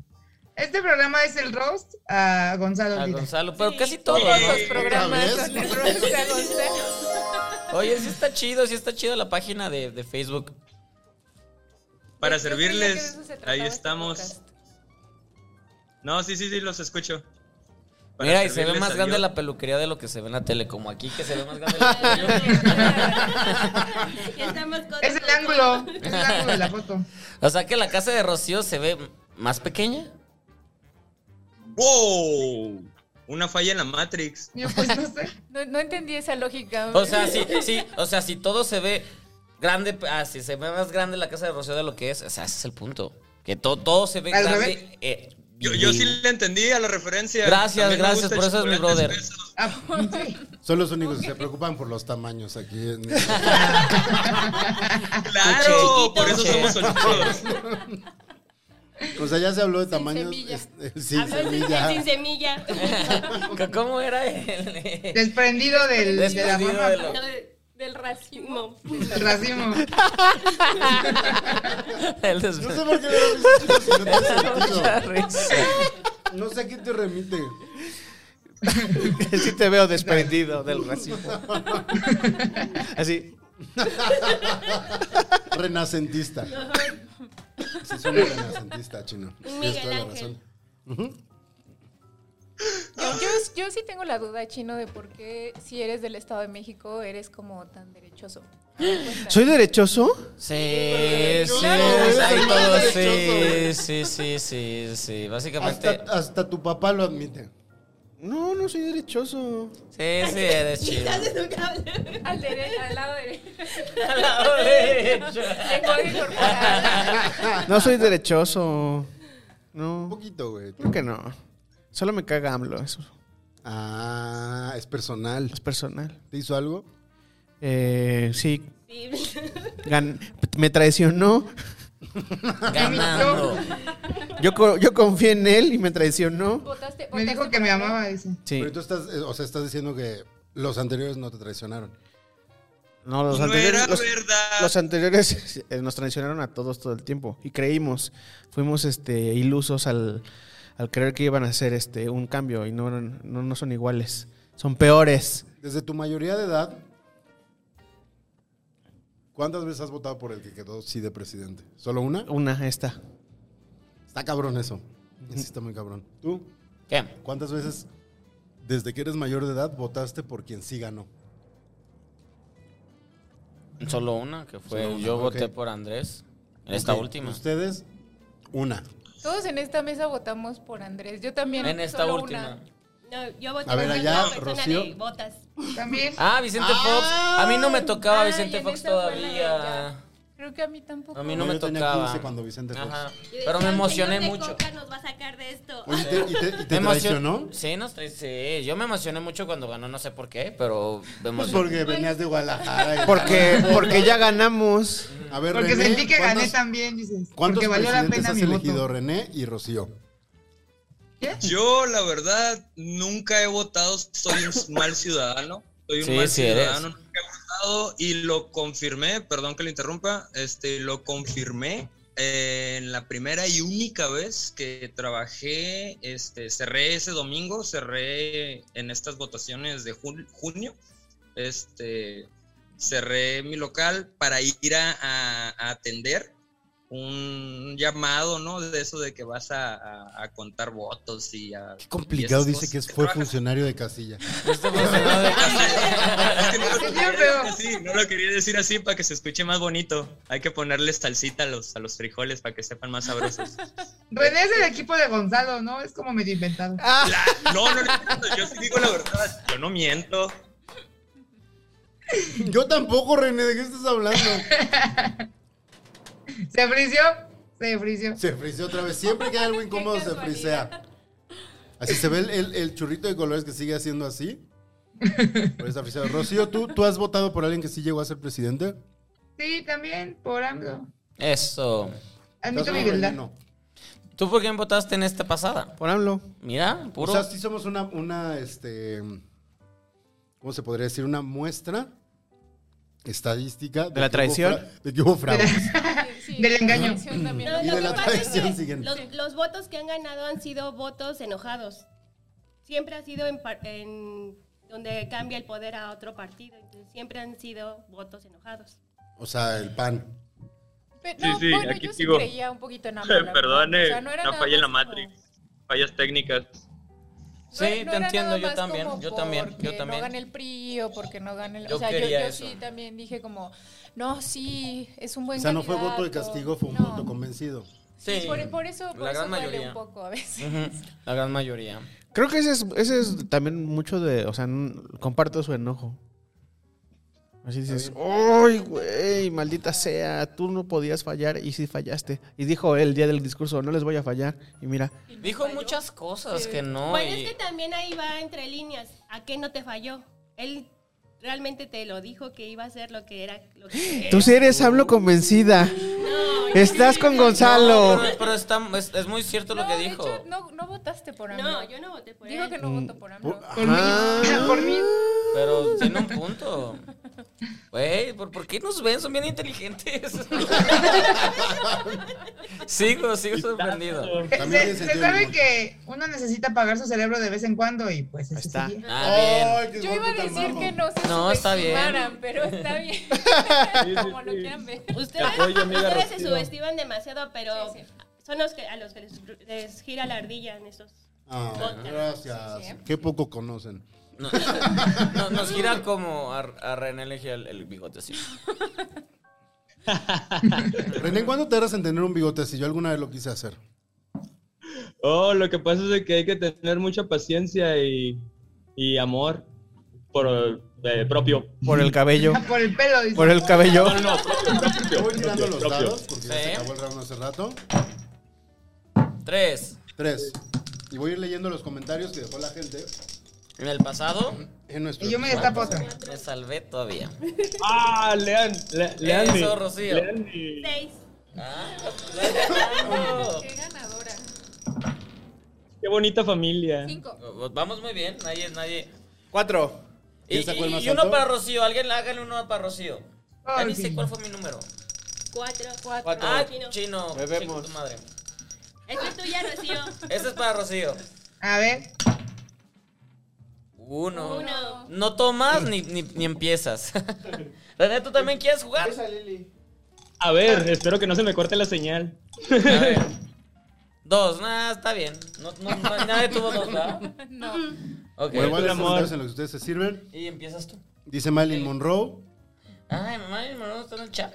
F: Este programa es el roast a Gonzalo
D: A
F: Lira.
D: Gonzalo, pero casi todo,
H: Todos los
D: ¿no?
H: programas
C: ¿Otra vez?
H: son el rosa, Gonzalo.
D: Oye, sí está chido, sí está chido la página de, de Facebook.
E: Para
H: Yo creía que de este
E: servirles,
H: eso se trataba
E: ahí
H: este
E: estamos.
H: podcast.
E: No, sí, sí, sí, los escucho. para
D: Mira, y se ve
E: servirles
D: más
E: a
D: grande
E: Dios.
D: la peluquería de lo que se ve en la tele, como aquí que se ve más grande la
G: Ya estamos con-
F: Es el ángulo, es el ángulo de la foto.
D: O sea que la casa de Rocío se ve más pequeña.
E: ¡Wow! Una falla en la Matrix.
F: Yo pues no sé.
H: No, no entendí esa lógica.
D: O sea, sí, sí, o sea, si todo se ve grande, ah, si se ve más grande la casa de Rocío de lo que es, o sea, ese es el punto. Que to- todo se ve
F: Al
D: grande.
F: revés.
D: eh,
E: Yo, yo sí
D: bien.
E: le entendí a la referencia.
D: Gracias,
E: También me
D: gracias,
E: gusta
D: por eso es mi
E: Chocolate
D: brother.
E: Espeso.
F: Ah, sí.
C: Son los únicos que se preocupan por los tamaños aquí. en-
E: Claro,
D: Che,
E: por eso
D: che.
E: somos solteros.
C: o sea, ya se habló de
H: Sin
C: tamaños.
H: semilla.
C: este, sin
G: Habló el señor sin
C: semilla.
G: semilla.
D: ¿Cómo era el,
F: Desprendido del, de la
D: Desprendido
F: forma,
D: de lo-
G: Del racimo.
F: del racimo.
D: el
C: No
D: desfile?
C: sé por qué me lo dices, chicos, si no tiene sentido.
D: Mucha risa.
C: No sé a qué te remite.
B: Sí te veo desprendido del racismo. Así.
C: Renacentista. Sí, suena renacentista, chino.
G: Un
C: Tienes toda la
G: Miguel Ángel.
C: razón.
H: Yo, yo, yo sí tengo la duda, Chino, de por qué si eres del Estado de México eres como tan derechoso.
B: ¿Soy derechoso?
D: Sí, sí,
C: Claro, es
D: ahí
C: el
D: todo,
C: más
D: sí,
C: derechoso.
D: sí, sí, sí, sí,
C: Hasta,
D: básicamente,
C: hasta tu papá lo admite.
B: No, no soy derechoso.
D: sí, sí, eres chido.
H: Al, dere- al lado derecho.
D: A la derecha.
H: Lenguaje corporal.
B: No soy derechoso. No.
C: Un poquito, güey.
B: Creo que no. Solo me caga AMLO, eso
C: Ah, es personal.
B: es personal.
C: ¿Te hizo algo?
B: Eh, sí,
G: Sí.
B: gan- me traicionó.
D: Ganando.
B: Yo, co- yo confié en él y me traicionó.
H: Votaste-
F: Me dijo
H: votaste
F: que me
H: por él.
F: amaba, dice.
B: Sí.
C: Pero tú estás, eh, o sea, estás diciendo que los anteriores no te traicionaron.
B: No, los
F: Pues
E: no era
B: anteriores, los,
E: verdad.
B: los anteriores eh, nos traicionaron a todos todo el tiempo y creímos, fuimos este ilusos al, al creer que iban a hacer este un cambio y no, eran- no, no son iguales, son peores.
C: Desde tu mayoría de edad, ¿cuántas veces has votado por el que quedó sí de presidente? ¿Solo una?
B: Una esta.
C: Está cabrón eso. Sí, está muy cabrón. ¿Tú?
D: ¿Qué?
C: ¿Cuántas veces, desde que eres mayor de edad, votaste por quien sí ganó?
D: Solo una, que fue,
C: Solo una,
D: yo
C: ok.
D: voté por Andrés, esta
C: Ok,
D: última.
C: Ustedes, una.
H: Todos en esta mesa votamos por Andrés. Yo también.
D: En esta
H: solo
D: última.
H: una.
G: No, yo voté
C: A ver,
G: por pues,
C: allá,
G: la persona
C: Rocío.
G: de botas.
F: También.
D: Ah, Vicente Fox, a mí no me tocaba
H: Ay,
D: Vicente
H: Ah, en
D: Fox
H: esa fue la de
D: todavía.
H: ella. Creo que a mí tampoco.
D: A mí no
C: Yo
D: me
C: tenía
D: tocaba.
C: 15 cuando Vicente Fox.
D: Ajá.
G: Yo
D: Pero
G: decía,
D: me
G: "El
D: emocioné
G: señor de
D: mucho.
G: Coca nos va a sacar de esto.
C: Oye, ¿y te, y te- y te
D: Me emocion-
C: traicionó?
D: Sí, nos tra- sí, yo me emocioné mucho cuando ganó, no sé por qué, pero me
C: Pues
D: emocioné.
C: porque venías de Guadalajara. y-
B: Porque porque ya ganamos.
C: A ver,
F: Porque
C: René,
F: sentí que gané
C: ¿cuántos-
F: también, dices.
C: ¿Cuántos
F: Porque valió la
C: presidentes
F: pena
C: has
F: mi
C: elegido,
F: voto.
C: René y Rocío?
E: Yo, la verdad, nunca he votado. Soy un mal ciudadano. Soy un
D: Sí,
E: mal
D: sí eres.
E: ciudadano. Nunca he votado y lo confirmé. Perdón que lo interrumpa. Este, lo confirmé eh, en la primera y única vez que trabajé. Este, cerré ese domingo. Cerré en estas votaciones de jun- junio. Este, cerré mi local para ir a, a- a atender un llamado, ¿no? De eso de que vas a, a- a contar votos y a...
C: Qué complicado
E: y esas
C: dice que
E: cosas.
C: es- fue
E: trabajas.
C: funcionario de Castilla.
D: Este funcionó de
E: Es que no lo
F: Sí,
E: quería
F: pero-
E: decir así, no lo quería decir así para que se escuche más bonito. Hay que ponerle salsita a los, a los frijoles para que sepan más sabrosos.
F: René es el equipo de Gonzalo, ¿no? Es como medio inventado.
E: La- no, no, no, yo sí digo la verdad. Yo no miento.
C: Yo tampoco, René, ¿de qué estás hablando?
F: ¿Se frició? Se frició.
C: Se friseó otra vez. Siempre que hay algo incómodo, se frisea. Así se ve el, el- el churrito de colores que sigue haciendo así. Por esa frisada. Rocío, ¿tú, ¿tú has votado por alguien que sí llegó a ser presidente?
F: Sí, también, por AMLO.
D: Eso.
F: Admito
C: ¿Estás
F: mi
C: con René?
F: verdad.
C: No.
D: ¿Tú por quién votaste en esta pasada?
B: Por AMLO.
D: Mira,
C: O
D: puro.
C: sea, sí Pues, somos una, una, este, ¿cómo se podría decir? Una muestra estadística
B: ¿De la
C: que hubo
B: traición?
C: fra- de que hubo fraudes.
H: Sí,
F: Del
H: la
F: engaño.
H: elección también.
G: Ah, No,
C: Y
G: lo
C: de
G: que
C: la
G: pasa es que
C: traición siguen.
G: los, los votos que han ganado han sido votos enojados. Siempre ha sido en, par- en donde cambia el poder a otro partido. Entonces, siempre han sido votos enojados.
C: O sea, el pan.
H: Pero,
E: Sí,
H: no,
E: sí,
H: bueno,
E: aquí
H: yo
E: sigo.
H: sí creía un poquito en AMLO. la verdad. O sea, no era nada más como-
E: Fallas técnicas.
D: Sí,
H: era-
D: te
H: era
D: entiendo,
H: nada
D: yo
H: más
D: también,
H: como
D: yo también, yo
H: porque
D: también.
H: No gane el PRI o porque no gane el.
D: Yo
H: o sea, yo,
D: quería
H: yo
D: eso.
H: sí también dije como, no, sí, es un buen
C: O sea, no fue voto de
H: candidato".
C: castigo, fue un
H: No.
C: voto convencido.
H: Sí, por, por eso, por
D: la
H: eso
D: gran
H: duele
D: mayoría.
H: un poco a veces.
D: Ujú, La gran mayoría.
B: Creo que ese es, ese es también mucho de. O sea, n- comparto su enojo. Así dices, ¡ay, güey! Maldita sea, tú no podías fallar y sí fallaste. Y dijo él el día del discurso, no les voy a fallar. Y mira,
D: Dijo muchas cosas que no.
G: bueno,
D: y-
G: es que también ahí va entre líneas. ¿A qué no te falló? Él realmente te lo dijo que iba a ser lo que era. Lo que
B: tú sí eres hablo convencida.
G: No, yo-
B: Estás con
D: No,
B: Gonzalo.
D: pero, pero está- es, es muy cierto lo que
H: de
D: dijo.
H: hecho, no, no votaste por AMLO.
G: No, yo no voté por
H: Dijo
G: él.
H: que no votó
C: Mm,
H: por AMLO.
B: Ah.
F: Por mí.
D: Pero tiene un punto. Güey, ¿por, por qué nos ven? Son bien inteligentes. sigo, sigo sorprendido.
C: También
F: Se,
C: tiene
F: se
C: sentido
F: sabe
C: del humor.
F: que uno necesita pagar su cerebro de vez en cuando y pues ese
B: está.
F: sería.
D: Ah,
C: Ay, qué
H: Yo iba a
C: golpe tan
H: decir
C: bajo.
H: que no se
D: No, está bien.
H: subestimaran, pero está bien. Como lo quieran ver.
G: Ustedes,
E: apoyo, amiga
G: ustedes se
E: Rocío.
G: subestiman demasiado, pero
H: Sí, sí.
G: son los que, a los que les, les gira la ardilla en estos.
C: Ah, gracias. Qué poco conocen.
D: bien. No, no, nos gira como a, a René le gira el, el bigote así.
C: René, ¿cuándo te harás en tener un bigote así? Yo alguna vez lo quise hacer.
E: Oh, lo que pasa es de que hay que tener mucha paciencia y, y amor por eh, propio.
B: Por el cabello.
F: Ah, Por el pelo, dice.
B: Por el cabello.
E: No, no, propio,
C: Yo
E: propio,
C: voy tirando
E: propio,
C: los
E: propio.
C: dados porque ya
D: Sí.
C: se acabó el round hace rato.
D: Tres.
C: Tres. Y voy a ir leyendo los comentarios que dejó la gente
D: En el pasado
C: en nuestro.
F: Y yo me destapo otra.
D: me salvé todavía.
E: Ah, lean, le- lean. mi-
D: Eso, Rocío.
E: lean mi-
G: Seis.
D: Ah, claro.
H: Qué ganadora.
E: Qué bonita familia.
H: Cinco.
D: Vamos muy bien, nadie, nadie.
B: Cuatro.
D: Y,
C: ¿Quién sacó el
D: y-
C: más
D: y uno
C: alto?
D: para Rocío, alguien háganle uno para Rocío. Ya ni
F: Ay,
D: sé cuál fue mi número.
G: Cuatro.
B: Cuatro.
D: Ah,
G: Chino.
D: chino.
B: Bebemos.
D: chico tu madre.
G: Esta es tuya, Rocío.
D: Ese es para Rocío.
F: A ver.
D: Uno.
G: Uno.
D: No tomas ni, ni, ni empiezas. René, ¿tú también quieres jugar?
E: A ver, espero que no se me corte la señal.
D: A ver. Dos, nada, está bien. No, no, no, nadie tuvo dos, ¿verdad?
H: No.
D: Ok.
C: Bueno, voy a leer los
E: Amor.
C: comentarios en los que ustedes se sirven.
D: Y empiezas tú.
C: Dice Marilyn Monroe.
D: Ay, mamá, mi hermano está en el chat.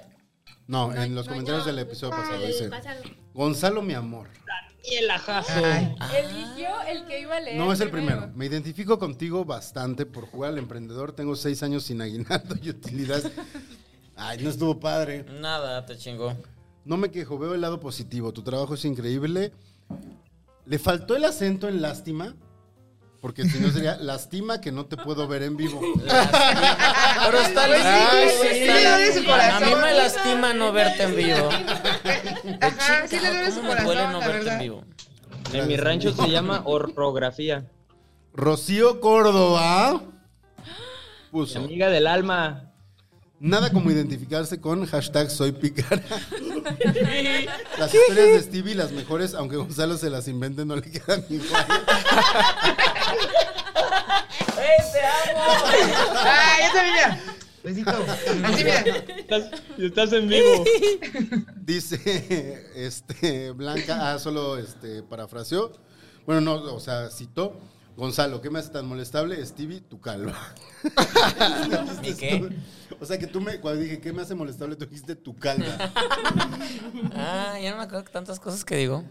C: No, en los comentarios del episodio pasado dice.
G: Pasado.
C: Gonzalo, mi amor.
F: Ay.
H: Eligió el que iba a leer.
C: No es el primero. Me identifico contigo bastante por jugar al emprendedor. Tengo seis años sin aguinaldo y utilidad. Ay, no estuvo padre.
D: Nada, te chingó.
C: No me quejo, veo el lado positivo. Tu trabajo es increíble. Le faltó el acento en lástima, porque si no sería lástima que no te puedo ver en vivo.
D: Lastima. Pero está
F: Pues sí,
D: Ay,
F: sí,
D: sí,
F: sí,
D: está
F: le duele su
D: lastima.
F: corazón.
D: A mí me lastima no verte en vivo.
F: Ajá, sí le duele su
D: ¿Cómo me duele
F: corazón,
D: no
F: la
D: verte en
F: verdad.
D: vivo?
E: En mi rancho se llama orografía.
C: Rocío Córdoba
E: Mi
C: puso.
E: Amiga del alma.
C: Nada como identificarse con hashtag soy picara. Las historias de Stevie las mejores, aunque Gonzalo se las invente, no le quedan igual.
D: ¡Ey, te amo!
F: Ay, esa mira. Besito. Así mira.
E: Estás, estás en vivo.
C: Dice este Blanca, ah, solo este parafraseó. Bueno, no, o sea, citó. Gonzalo, ¿qué me hace tan molestable? Stevie, tu calva.
D: ¿Y qué?
C: O sea que tú me, cuando dije, ¿qué me hace molestable? Tú dijiste tu calva.
D: Ah, ya no me acuerdo tantas cosas que digo.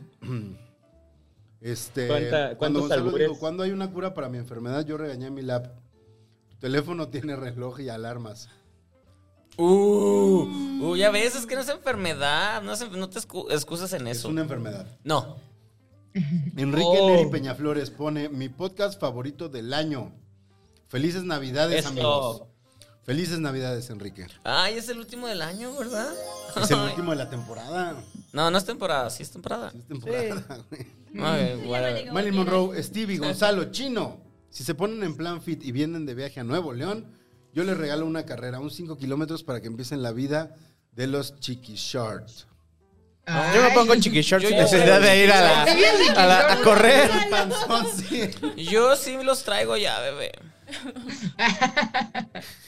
C: Este,
E: ¿Cuánta-
C: cuando
E: cuántos
C: Gonzalo
E: albures?
C: dijo, ¿cuándo hay una cura para mi enfermedad? Yo regañé a mi lab. Tu teléfono tiene reloj y alarmas.
D: Uh, uh, ya ves, es que no es enfermedad. No, es enf- no te excu- excusas en
C: Es
D: eso.
C: una enfermedad.
D: No.
C: Enrique
E: Oh.
C: Neri Peñaflores pone, mi podcast favorito del año. Felices Navidades,
E: Eso.
C: amigos. Felices Navidades, Enrique.
D: Ay, es el último del año, ¿verdad?
C: Es el último de la temporada.
D: No, no es temporada, sí es temporada.
C: Es temporada, güey.
D: Ay, whatever.
G: Digo, bien,
C: Marilyn Monroe, Stevie, Gonzalo, Chino. Si se ponen en plan fit y vienen de viaje a Nuevo León, yo les regalo una carrera, un 5 kilómetros para que empiecen la vida de los chiqui short.
F: Ay.
B: Yo me pongo chiqui shorts
D: Yo-
B: sin
D: yo-
B: necesidad de ir a la,
F: Sí, chiqui
B: a la- a
F: shorts.
B: correr.
C: Panzón, sí.
D: Yo sí los traigo ya, bebé.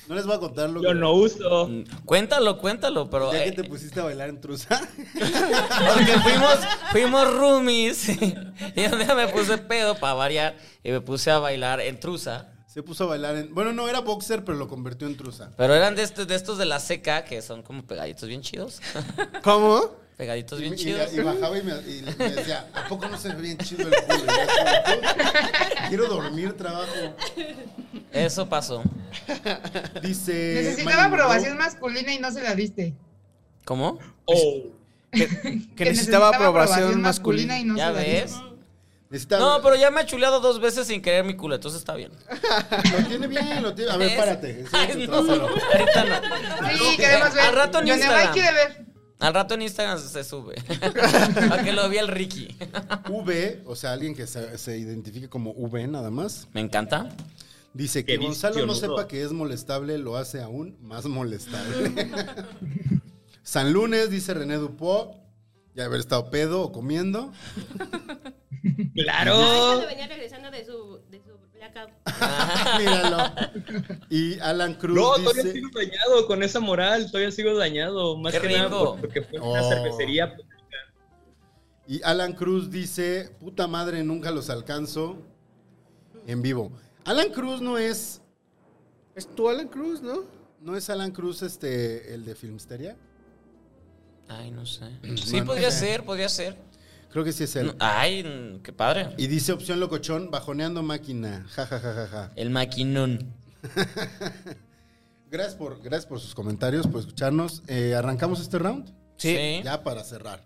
C: No les voy a contar lo
E: Yo
C: que...
E: no uso.
D: Cuéntalo, cuéntalo, pero.
C: Ya que
D: eh,
C: te pusiste a bailar en trusa.
D: Porque fuimos, fuimos roomies. Y un día me puse pedo para variar y me puse a bailar en trusa.
C: Se puso a bailar en... Bueno, no, era boxer, pero lo convirtió en trusa.
D: Pero eran de estos, de estos de la seca que son como pegaditos bien chidos.
B: ¿Cómo?
D: Pegaditos
C: Y,
D: bien
C: y-
D: chidos.
C: y bajaba y me, y me decía, ¿a poco no se ve bien chido el culo? Y yo así, Quiero dormir, trabajo.
D: Eso pasó.
C: Dice...
F: Necesitaba
C: Marilyn
F: aprobación
C: Monroe,
F: masculina y no se la diste.
D: ¿cómo?
E: Oh.
B: Que, que necesitaba aprobación masculina.
F: y no
D: ¿Ya
F: se la
D: ves?
F: diste.
C: necesitaba-
D: No, pero ya me ha chuleado dos veces sin querer mi culo, entonces está bien.
C: Lo tiene bien, lo tiene... A ver,
D: ¿Ves?
C: párate.
D: Ay,
C: enséñame tu
D: no,
C: trasero.
D: ahorita no.
F: Sí, queremos ver.
D: Al rato en
F: Yo nada más
D: Instagram.
F: quiere ver.
D: Al rato en Instagram se sube. Para que lo vea el Ricky.
C: V, o sea, alguien que se, se identifique como V nada más,
D: Me encanta.
C: dice
E: Qué
C: que Gonzalo no
E: visionudo.
C: sepa que es molestable, lo hace aún más molestable. San Lunes, dice René Dupont, ya haber estado pedo o comiendo.
E: Claro.
G: Cuando venía regresando de su, de su blackout.
C: Míralo. Y Alan Cruz
E: No, todavía
C: dice...
E: sigo dañado con esa moral, todavía sigo dañado. Más
D: Qué
E: que nada
D: rico.
E: por- porque fue una
C: Oh.
E: cervecería.
C: Y Alan Cruz dice, puta madre, nunca los alcanzo en vivo. Alan Cruz no es,
B: Es tú, Alan Cruz, ¿no?
C: no es Alan Cruz este, el de Filmsteria.
D: Ay, no sé. Sí,
C: No, no
D: podría
C: sé.
D: ser, podría ser.
C: Creo que sí es él.
D: Ay, mm, qué padre.
C: Y dice opción locochón, bajoneando máquina. Ja, ja, ja, ja, ja.
D: El maquinón.
C: Gracias por, gracias por sus comentarios, por escucharnos. Eh, ¿Arrancamos este round?
D: Sí.
C: Ya para cerrar.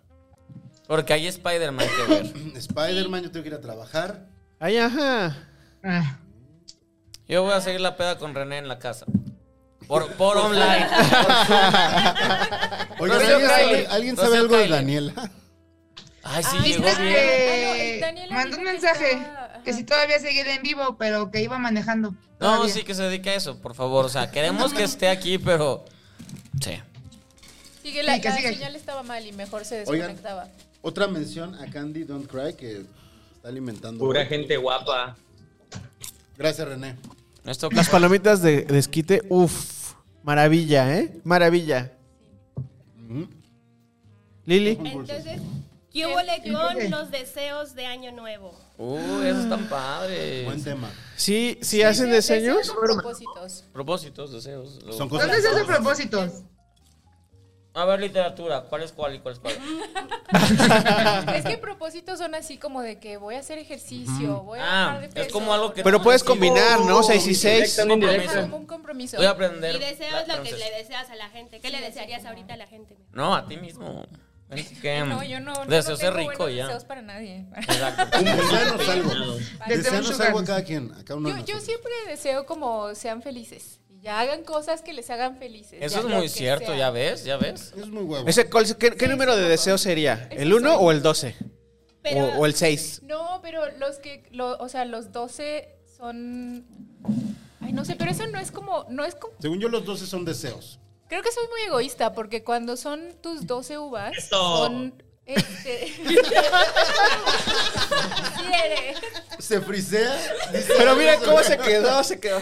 D: Porque hay Spider-Man que ver.
C: Spider-Man, yo tengo que ir a trabajar.
B: Ay, ajá.
F: Ah.
D: Yo voy a seguir la peda con René en la casa. Por, por online. Por
C: Oye,
D: Zoom. No sea
C: ¿alguien
D: Kylie.
C: sabe, alguien
D: No
C: sabe
D: sea
C: algo de
D: Kylie.
C: Daniela?
D: Ay, sí,
H: Ah,
D: llegó
F: ¿Viste
D: bien.
H: Daniel,
F: que
H: Daniel
F: Eh, mandó un
H: ahorita que
F: mensaje
H: está- ajá.
F: que si todavía seguía en vivo, pero que iba manejando?
D: No,
F: Todavía.
D: sí que se dedica a eso, por favor. O sea, queremos que esté aquí, pero. Sí.
H: Sigue la,
F: Sí, que
H: la
F: sigue.
H: señal estaba mal y mejor se
C: Oigan.
H: desconectaba.
C: Otra mención a Candy Don't Cry que está alimentando.
E: Pura gente guapa.
C: Gracias, René.
D: Nuestro
B: Las palomitas de de esquite, uff. Maravilla, ¿eh? Maravilla.
C: Ujú.
B: Lili.
G: Entonces, ¿qué hubo le
F: Sí.
G: con los deseos de Año Nuevo?
D: Uy, eso es tan padre.
C: Buen tema.
B: Sí, sí hacen diseños.
H: Con propósitos.
D: Propósitos, deseos. lo-
C: Son cosas.
F: ¿Dónde se hace propósitos?
D: A ver, literatura. ¿Cuál es cuál y cuál es cuál?
H: Mm, Es que propósitos son así como de que voy a hacer ejercicio, voy a
D: Ah,
H: bajar de
D: es
H: peso.
D: como algo que.
B: Pero puedes
D: Sí, voy
B: combinar, ¿no? 6 y
E: Directa,
B: 6.
E: no
H: Ajá,
E: indirecta.
H: como un compromiso.
D: a aprender.
G: Y deseos lo que
D: francés.
G: le deseas a la gente. ¿Qué le desearías ahorita a la gente?
D: No, a ti mismo. Es que,
H: No, yo no, no, no
D: Deseos es
H: tengo
D: rico
H: buenos
D: ya.
H: deseos para nadie.
D: Exacto.
C: Deseanos algo.
F: Desde un
C: Deseanos
F: sugar.
C: algo a cada quien. A cada uno de
H: Yo, yo
C: nosotros.
H: siempre deseo como sean felices. Y ya hagan cosas que les hagan felices.
D: Eso
H: ya
D: es
H: lo
D: muy
H: que
D: cierto,
H: sea.
D: ya ves, ya ves.
C: Es muy huevo.
B: Ese col- ¿Qué, qué número de deseos sería? ¿El 1 o el 12? O,
G: Pero-
D: Oh,
B: o el 6.
H: No, pero los que, lo- o sea, los 12 son... Ay, no sé, pero eso no es como, no es como...
C: Según yo, los 12 son deseos.
H: Creo que soy muy egoísta porque cuando son tus 12 uvas,
E: Eso.
H: son... Este... Quiere.
C: Se frisea. dice-
B: Pero mira cómo se quedó, se quedó.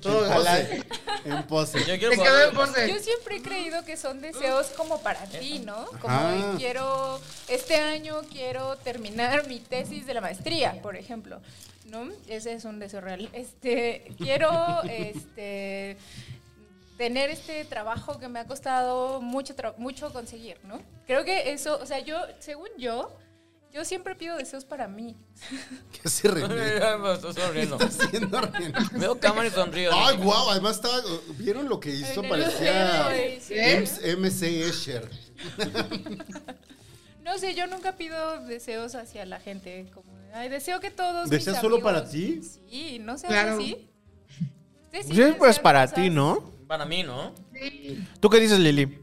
C: Todo galán. En
D: Yo
C: pose.
D: quiero
F: Te quedó en
D: probar-
H: Yo
F: pose.
H: siempre he creído que son deseos como para ti, ¿no? Como
C: Ajá.
H: quiero, este año quiero terminar mi tesis de la maestría, por ejemplo. ¿No? Ese es un deseo real. Este, quiero este tener este trabajo que me ha costado mucho tra- mucho conseguir, ¿no? Creo que eso, o sea, yo, según yo, yo siempre pido deseos para mí.
C: ¿Qué hace René?
D: Me estoy sonriendo.
C: Haciendo René.
D: Veo cámara y sonrío.
C: Ay, guau, además estaba. eh, ¿Vieron lo que hizo?
H: Ay, no, no
C: Parecía
H: sé, sí.
C: M- MC Escher.
H: No sé, yo nunca pido deseos hacia la gente. Como, de, ay, deseo que todos. mis
C: ¿Deseas solo
H: amigos-"
C: para ti?
H: Sí, no sé,
F: Claro.
H: así. Ustedes sí
B: Sí, pues
H: desean
B: para
H: cosas.
B: ti, ¿no?
D: Para mí, ¿no?
B: ¿Tú qué dices, Lili?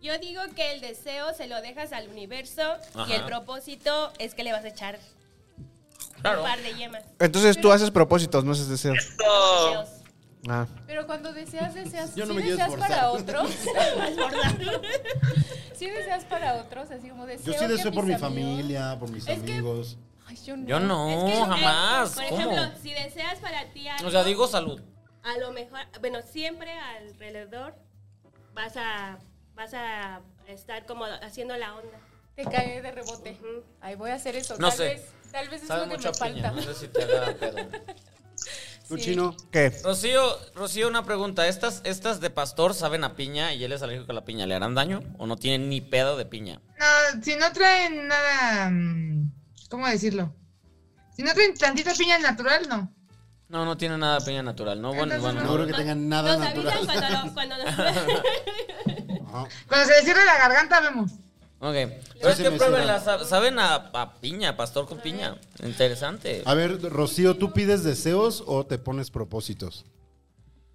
G: Yo digo que el deseo se lo dejas al universo y
D: Ajá.
G: el propósito es que le vas a echar
D: Claro.
G: un par de yemas.
B: Entonces tú haces propósitos, no haces deseos.
G: Deseos.
B: Ah.
H: Pero cuando deseas, deseas.
C: Yo no
H: sí
C: me quiero
H: deseas
C: esforzar.
H: para otros. sí deseas para otros, así como deseo.
C: Yo sí
H: que
C: deseo por mi
H: mis amigos-
C: familia, por mis
H: Es que-
C: amigos.
H: Ay, yo no.
D: Yo no,
G: Es que, eh,
D: jamás.
G: Por
D: ¿Cómo?
G: ejemplo, si deseas para ti algo,
D: O sea, digo salud.
G: a lo mejor, bueno, siempre alrededor vas a, vas a estar como haciendo la onda.
H: Te cae de rebote. Ay, voy a hacer eso.
D: No
H: tal
D: sé.
H: Vez, tal vez es
D: Sabe
H: lo que
D: mucho a
H: me
D: piña.
H: falta.
D: No sé si te haga pedo.
C: ¿Tú,
H: Sí.
C: chino?
B: ¿Qué?
D: Rocío, Rocío, una pregunta. ¿Estas, ¿Estas de pastor saben a piña y él es alérgico a la piña? ¿Le harán daño o no tienen ni pedo de piña?
F: No, si no traen nada. mm, ¿Cómo decirlo? Si no traen tantita piña natural, no.
D: No, no tiene nada de piña natural. No, bueno,
F: Entonces,
D: bueno.
C: No
D: no.
C: creo que tengan nada
G: Nos
C: natural.
G: avisan cuando, lo- cuando nos...
C: Ajá.
F: Cuando se les cierre la garganta, vemos.
D: Ok. Pero es
C: se
D: que
C: me
D: pruébenla. sa- Saben a, a piña, pastor con piña. Interesante.
F: Ah.
C: A ver, Rocío, ¿tú pides deseos o te pones propósitos?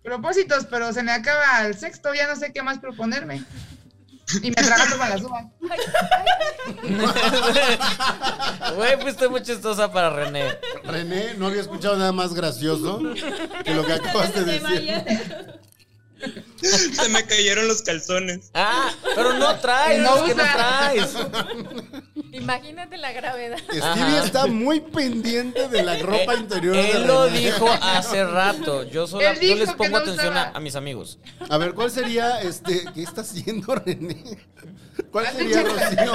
F: Propósitos, pero se me acaba el sexto, ya no sé qué más proponerme. Y me atraganto con las uvas.
H: Ay, ay,
D: Güey, fuiste muy chistosa para René.
C: René, no había escuchado nada más gracioso que lo que acabas de decir.
E: Se me cayeron los calzones.
D: Ah, pero no traes,
F: No
D: es que no
F: usa.
D: traes.
H: Imagínate la gravedad.
C: Stevie está muy pendiente de la ropa interior de
D: Eh, Él lo
C: René.
D: dijo hace rato. Yo, solo,
F: Él
D: yo
F: dijo
D: les
F: que
D: pongo
F: no
D: atención a,
F: usaba.
D: a mis amigos.
C: A ver, ¿cuál sería este? ¿Qué está haciendo René? ¿Cuál sería Rocío?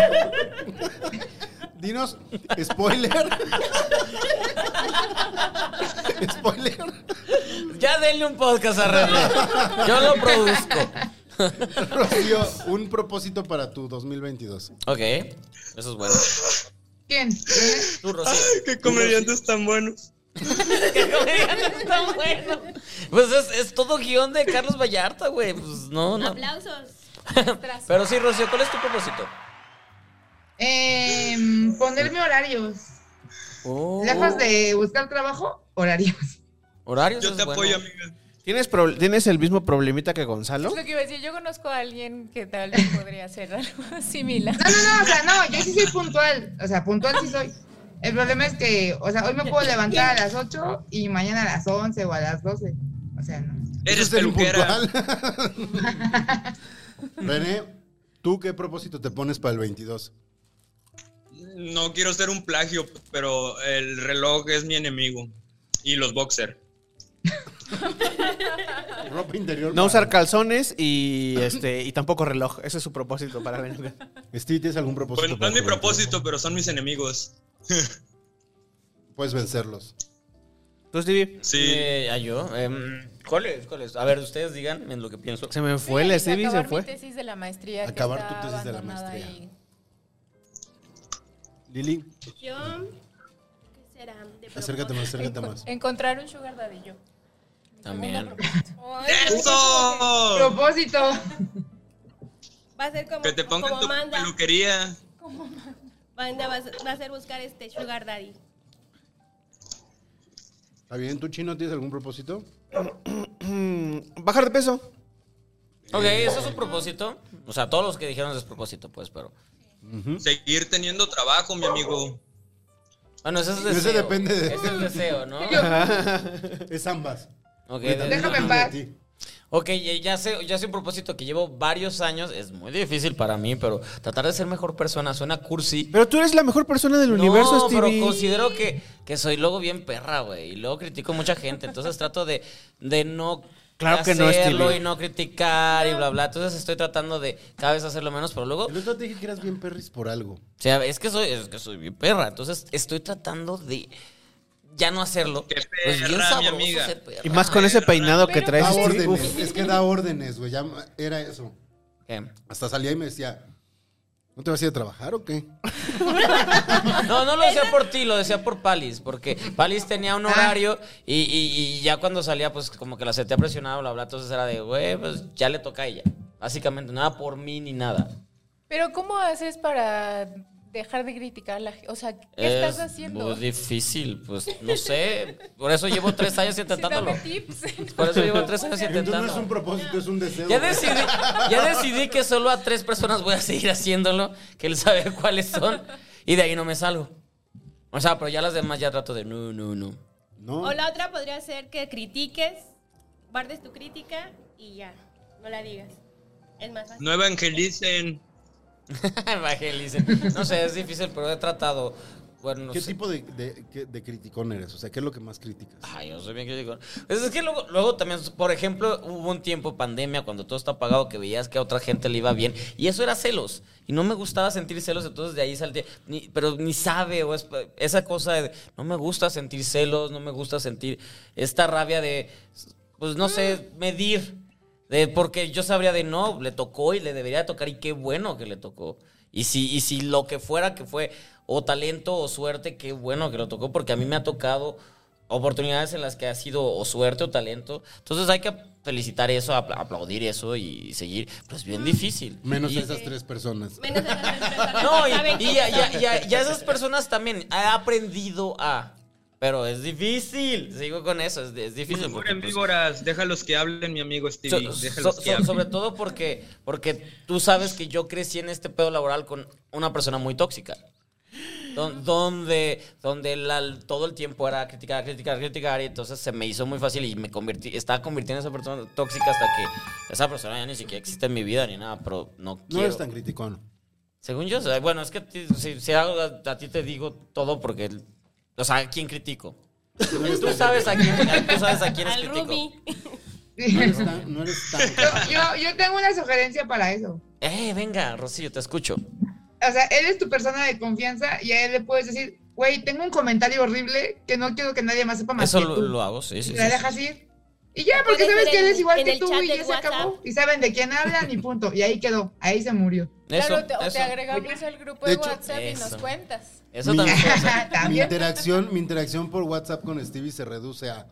C: Dinos, spoiler. spoiler.
D: Ya denle un podcast a René. Yo lo produzco.
C: Rocío, un propósito para tu 2022.
D: Ok, eso es bueno.
F: ¿Quién? ¿Eh?
D: Tú,
E: Ay,
D: Rocío.
E: qué comediantes tan buenos.
D: Qué comediante tan bueno. Pues es, es todo guión de Carlos Vallarta, güey. Pues no, no.
G: Aplausos.
D: Pero sí, Rocío, ¿cuál es tu propósito?
F: Em, ponerme horarios. Lejos de buscar trabajo, horarios.
D: Oh, Horarios.
E: Yo
D: es
E: te
D: bueno.
E: apoyo, amiga.
B: ¿Tienes, prob- ¿Tienes el mismo problemita que Gonzalo?
H: Es lo que iba a decir. Yo conozco a alguien que tal vez podría hacer algo similar.
F: No, no, no, o sea, no, yo sí soy puntual. O sea, puntual sí soy. El problema es que, o sea, hoy me puedo levantar a las 8 y mañana a las 11 o a las 12. O sea, no.
E: Eres
C: Eso es ser
E: peluquera.
C: impuntual. René, ¿tú qué propósito te pones para el 22?
E: No quiero ser un plagio, pero el reloj es mi enemigo. Y los boxer.
C: Ropa interior.
B: No
C: para-
B: usar calzones y este y tampoco reloj. Ese es su propósito para el año.
C: Steve, ¿tienes algún propósito?
E: Pues no
C: para
E: es mi
C: tu 22?
E: propósito, pero son mis enemigos.
C: Puedes vencerlos.
B: ¿Tú, Stevie?
E: Sí.
D: Eh, ¿a yo. Em, ¿Cuál es? ¿Cuál es? A ver, ustedes digan en lo que pienso.
B: Se me fue, el Stevie se
H: acabar
B: fue.
H: mi tesis de la maestría. que
C: Acabar
H: está
C: tu tesis de la
H: abandonada
C: maestría.
H: ahí.
C: Lili,
G: Yo... ¿Qué será? De
C: acércate más, acércate
H: Encon-
C: más.
H: Encontrar un sugar daddy yo.
D: También.
E: ¡Eso!
F: Propósito.
G: Va a ser como,
E: Que te pongan
G: como
E: tu
G: manda.
E: peluquería.
G: Manda va, a ser- va a ser buscar este sugar daddy.
C: ¿está bien? ¿Tú, chino, tienes algún propósito?
B: Bajar de peso.
D: Ok,
B: Eh,
D: eso es un propósito. O sea, todos los que dijeron es propósito, pues, pero. ¿Mm?
E: Seguir teniendo trabajo, mi amigo.
D: Bueno, ese es
C: Ese
D: deseo.
C: depende de-
D: Ese es deseo, ¿no?
C: Es ambas.
D: Ok,
C: Ahorita
D: de-
F: Déjame
C: depende
F: en paz.
C: de ti.
D: Ok, ya ya sé, ya sé un propósito que llevo varios años. Es muy difícil para mí, pero tratar de ser mejor persona suena cursi.
B: Pero tú eres la mejor persona del universo,
D: no,
B: Stevie.
D: pero considero que, que soy luego bien perra, güey. Y luego critico a mucha gente. Entonces trato de, de no
B: Claro que no,
D: hacerlo
B: Stevie.
D: y no criticar y bla, bla. Entonces estoy tratando de cada vez hacerlo menos, pero luego...
C: El otro día te dije que eras bien perris por algo.
D: O sea, es que soy, es que soy bien perra. Entonces estoy tratando de ya no hacerlo.
E: Qué
D: Pero es bien
E: perra, mi
D: sabroso
E: amiga.
D: ser perra.
B: Y más con ese peinado que
H: Pero-
B: traes,
C: Da
B: Stevie.
C: órdenes.
B: Uf.
C: Es que da órdenes, güey. Ya era eso.
D: ¿Qué?
C: Hasta salía y me decía, ¿no te vas a ir a trabajar o qué?
D: No, no lo decía por ti, lo decía por Palis, porque Palis tenía
C: Ah.
D: un horario y, y- y ya cuando salía, pues como que la sentía presionada, bla, bla, entonces era de, güey, pues ya le toca a ella. Básicamente, nada por mí ni nada.
H: Pero ¿cómo haces para dejar de criticar a la gente? O sea, ¿qué estás haciendo?
D: Muy difícil, pues no sé. Por eso llevo tres años
H: Sí,
D: intentándolo.
H: dame tips.
D: Por eso llevo tres
C: Entonces
D: años
C: no es un
D: intentándolo.
C: propósito, es un deseo.
D: Ya
C: güey.
D: decidí, ya decidí que solo a tres personas voy a seguir haciéndolo, que él sabe cuáles son, y de ahí no me salgo. O sea, pero ya las demás ya trato de no, no, no.
C: No,
G: O la otra podría ser que critiques, guardes tu crítica y ya, no la digas. Es más fácil.
E: No evangelicen.
D: Evangelicen. No sé, es difícil, pero he tratado. Bueno, no
C: ¿Qué
D: sé.
C: tipo de, de- qué- de criticón eres? O sea, ¿qué es lo que más criticas?
D: Ay, yo soy bien crítico. Pues es que luego, luego también, por ejemplo, hubo un tiempo, pandemia, cuando todo está apagado, que veías que a otra gente le iba bien. Y eso era celos. Y no me gustaba sentir celos, entonces de ahí salté. Ni- pero ni sabe, o es- esa cosa de no me gusta sentir celos, no me gusta sentir esta rabia de, pues no sé, medir. De, porque yo sabría de no, le tocó y le debería tocar y qué bueno que le tocó. Y si, y si lo que fuera que fue o talento o suerte, qué bueno que lo tocó, porque a mí me ha tocado oportunidades en las que ha sido o suerte o talento. Entonces hay que felicitar eso, apl- aplaudir eso y seguir. Pero es bien difícil.
C: Menos
D: Y-
C: esas tres personas.
G: Menos a las personas
D: No,
G: que
D: y,
G: saben
D: y
G: quién
D: ya,
G: son.
D: ya- ya- ya esas personas también he aprendido a... Pero es difícil, sigo con eso, es, es difícil. porque,
E: Figuren
D: pues,
E: víboras, déjalos que hablen, mi amigo
D: So-
E: Stevie.
D: so-
E: déjalos que
D: so-
E: hablen.
D: sobre todo porque, porque tú sabes que yo crecí en este pedo laboral con una persona muy tóxica. Don- Donde, donde la- todo el tiempo era criticar, criticar, criticar, y entonces se me hizo muy fácil y me convertí, estaba convirtiendo en esa persona tóxica hasta que esa persona ya ni siquiera existe en mi vida ni nada, pero no
C: No
D: quiero.
C: eres tan criticón.
D: Según yo, o sea, bueno, es que ti- si, si algo a, a ti te digo todo porque, el- o sea, ¿a quién critico? Tú sabes a quién, tú sabes a quiénes
G: Al
D: critico.
G: Ruby.
C: No eres tan. No eres
F: Yo,
C: tan-
F: yo- yo tengo una sugerencia para eso.
D: Eh, venga, Rocío, te escucho.
F: O sea, él es tu persona de confianza y a él le puedes decir, güey, tengo un comentario horrible que no quiero que nadie más sepa más
D: Eso
F: que
D: lo,
F: tú".
D: lo hago, sí, sí.
F: Y la
D: sí, sí.
F: dejas ir. Y ya,
G: Lo
F: Ah, porque
G: puedes
F: sabes
G: ver
F: que
G: en-
F: él es igual
G: en
F: que
G: el
F: tú
G: chat
F: y
G: del
F: ya se acabó.
G: WhatsApp.
F: Y saben de quién hablan y punto. Y ahí quedó, ahí se murió.
D: Eso,
H: claro, te, o te
D: eso,
H: agregamos al grupo
C: De
H: de,
C: hecho-
H: WhatsApp y
D: Eso.
H: nos cuentas.
D: eso
C: Mi-
D: también.
C: mi,
F: También.
C: interacción, mi interacción por WhatsApp con Stevie se reduce a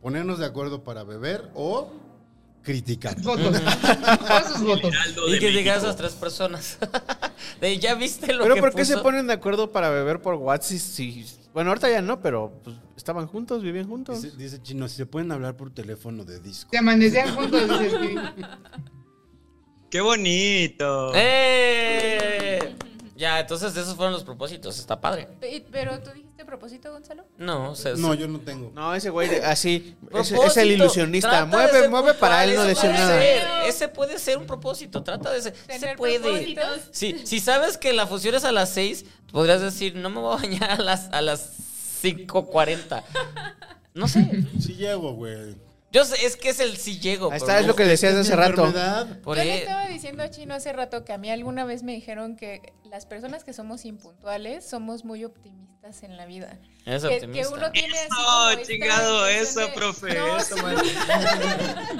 C: ponernos de acuerdo para beber o criticar.
F: Votos. Todos sus votos.
E: Heraldo de
D: Y que digas a
E: México.
D: esas tres personas. De ya viste lo
B: Pero
D: que
B: ¿por qué
D: puso?
B: se ponen de acuerdo para beber por WhatsApp? Si, si- bueno, ahorita ya no, pero pues, estaban juntos, vivían juntos.
C: Dice, dice Chino, si se pueden hablar por teléfono de disco.
F: Se amanecían juntos. dice el Stevie.
E: ¡Qué bonito!
D: ¡Eh! Ya, entonces esos fueron los propósitos. Está padre.
H: Pe- Pero tú dijiste propósito, Gonzalo.
D: No, o sea,
C: No, yo no tengo.
B: No, ese güey de- así es,
D: propósito.
B: es el ilusionista.
D: Trata de
B: Mueve,
D: ser
B: mueve para él no
D: puntual, ese
B: decir
D: puede
B: nada.
D: ser, ese puede ser un propósito. Trata de ser. Se
H: Tener
D: puede.
H: propósitos.
D: Sí, si sabes que la función es a las 6, podrías decir, no me voy a bañar a las, a las 5.40. No sé.
C: Sí llego, güey.
D: Yo sé, es que es el si llego.
B: Ahí
D: pero
B: está, es
D: no-
B: lo que decías
C: Es
B: hace
C: mi
B: rato.
C: enfermedad.
D: Por
H: Yo le
D: e-
H: estaba diciendo a Chino hace rato que a mí alguna vez me dijeron que las personas que somos impuntuales somos muy optimistas en la vida.
D: Eres
H: que, que
D: optimista.
H: uno tiene así
E: Eso,
H: como esta
E: chingado,
H: impresión
E: eso, profe,
H: No,
E: eso,
H: sí,
E: maestro.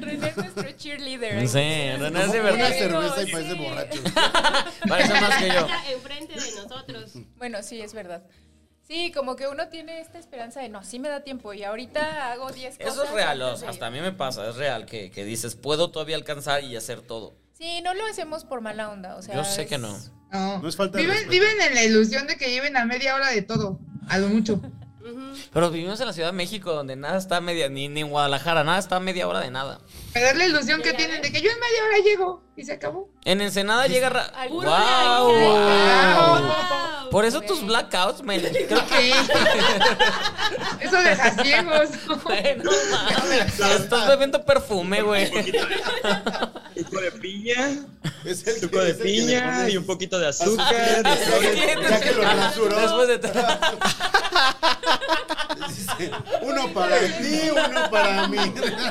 H: René es nuestro cheerleader.
D: No sé,
H: Entonces,
D: René es
C: Como
H: sí,
C: Una
D: divertido.
C: cerveza y
H: sí.
C: parece borracho.
D: Parece más que yo.
G: Está Enfrente de nosotros.
H: Bueno, sí, es verdad. Sí, como que uno tiene esta esperanza de, no, sí me da tiempo y ahorita hago 10 cosas.
D: Eso es real, o
H: antes
D: sea,
H: de-
D: hasta a mí me pasa, es real que, que dices, puedo todavía alcanzar y hacer todo.
H: Sí, no lo hacemos por mala onda, o sea.
D: Yo sé
H: es-
D: que no.
F: No.
C: No es falta de
F: viven,
C: respeto.
F: viven en la ilusión de que lleven a media hora de todo. A lo mucho.
D: Pero vivimos en la Ciudad de México donde nada está a media, ni, ni en Guadalajara, nada está a media hora de nada.
F: Pero es la ilusión que tienen de que yo en media hora llego. Y se acabó.
D: En Ensenada llega... ra-
H: Al-
G: Puro
D: ¡Guau!
G: like,
F: Wow.
G: wow.
D: Por eso tus blackouts, me creo que...
F: Eso deja ciegos.
D: Güey, no mames, estás bebiendo perfume, güey.
E: Suco de piña,
C: Es el
E: suco
C: que-
E: de
C: es el que le
E: piña
C: pones-
E: y un poquito de azúcar.
C: Ya que lo rasuró.
D: Después de tra-
C: Dice, uno para ti, uno para mí.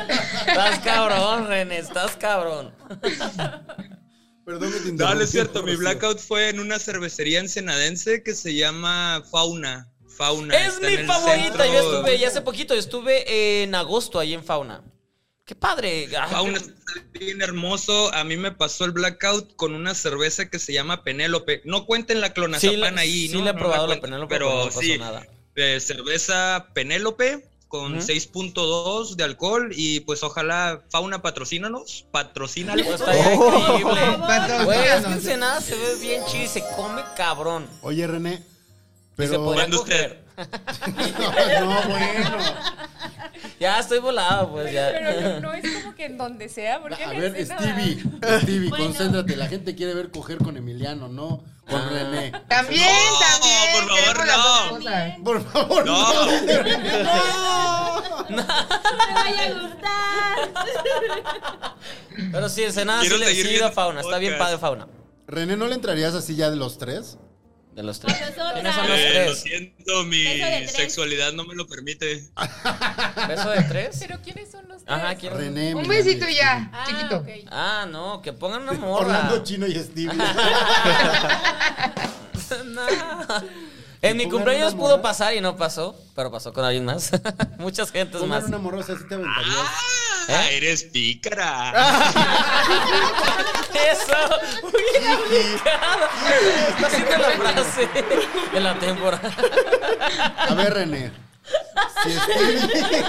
D: Estás cabrón, René, estás cabrón.
C: Perdón que te
E: No,
C: interrumpí.
E: no es cierto, mi
C: Rocío.
E: blackout fue en una cervecería ensenadense que se llama Fauna. Fauna.
D: Es
E: está
D: mi
E: en el
D: favorita.
E: centro.
D: Yo estuve ya hace poquito, estuve en agosto ahí en Fauna. Qué padre. Ah,
E: Fauna está bien hermoso. A mí me pasó el blackout con una cerveza que se llama Penélope. No cuenten la
D: Sí,
E: clonazepam
D: la-
E: ahí,
D: sí
E: ¿no?
D: la he
E: No
D: probado la
E: cuenten,
D: Penélope,
E: pero
D: pero no pasó
E: sí.
D: nada.
E: eh, cerveza Penélope con 6.2 de alcohol y pues ojalá Fauna patrocínanos, patrocínalos.
D: Pues está
E: Oh.
D: increíble.
F: Patrocínanos.
D: Güey, es que Ensenada se ve bien chido y se come cabrón.
C: Oye, René.
D: Y se
C: Pero.
D: podría
E: ¿Cuándo
D: coger.
C: no, bueno.
D: Ya estoy volado, pues ya.
H: Pero no, no es como que en donde sea, porque
C: A
H: en
C: ver,
H: Ensenada-
C: Stevie, Stevie,
G: Bueno.
C: concéntrate. La gente quiere ver coger con Emiliano, no con
D: Ah.
C: René.
F: También,
E: No,
F: también.
E: por favor,
F: queremos las dos
E: no.
F: cosas.
C: Por favor,
E: No.
G: Me vaya a gustar.
D: Pero sí, Ensenada sí
E: Quiero
D: le
E: seguir
D: sí he ido
E: viendo
D: a Fauna. Está bien
E: podcast.
D: padre Fauna.
C: René, ¿no le entrarías así ya de los tres?
D: De los tres.
G: nosotras.
D: ¿Quiénes son los
E: Eh, lo
D: tres?
E: siento,
G: Beso de
E: mi
G: tres.
E: sexualidad no me lo permite.
D: ¿Beso de tres?
H: Pero ¿quiénes son los tres?
D: Ajá, ¿quién?
C: René.
F: Un
C: Milanés.
F: besito ya,
H: Ah,
F: chiquito.
H: ok.
D: Ah, no, que pongan una morra.
C: Orlando Chino y Stevie.
D: No. En mi
C: pongan
D: cumpleaños
C: una
D: pudo
C: morra.
D: pasar y no pasó, pero pasó con alguien más. Muchas gentes
C: Pongan
D: más. ¿Eh?
C: una morrosa, así te aventarías.
E: Ah, eres pícara.
D: Eso, muy bien aplicado. Está haciendo la frase de la temporada.
C: A ver, René. Si Stevie,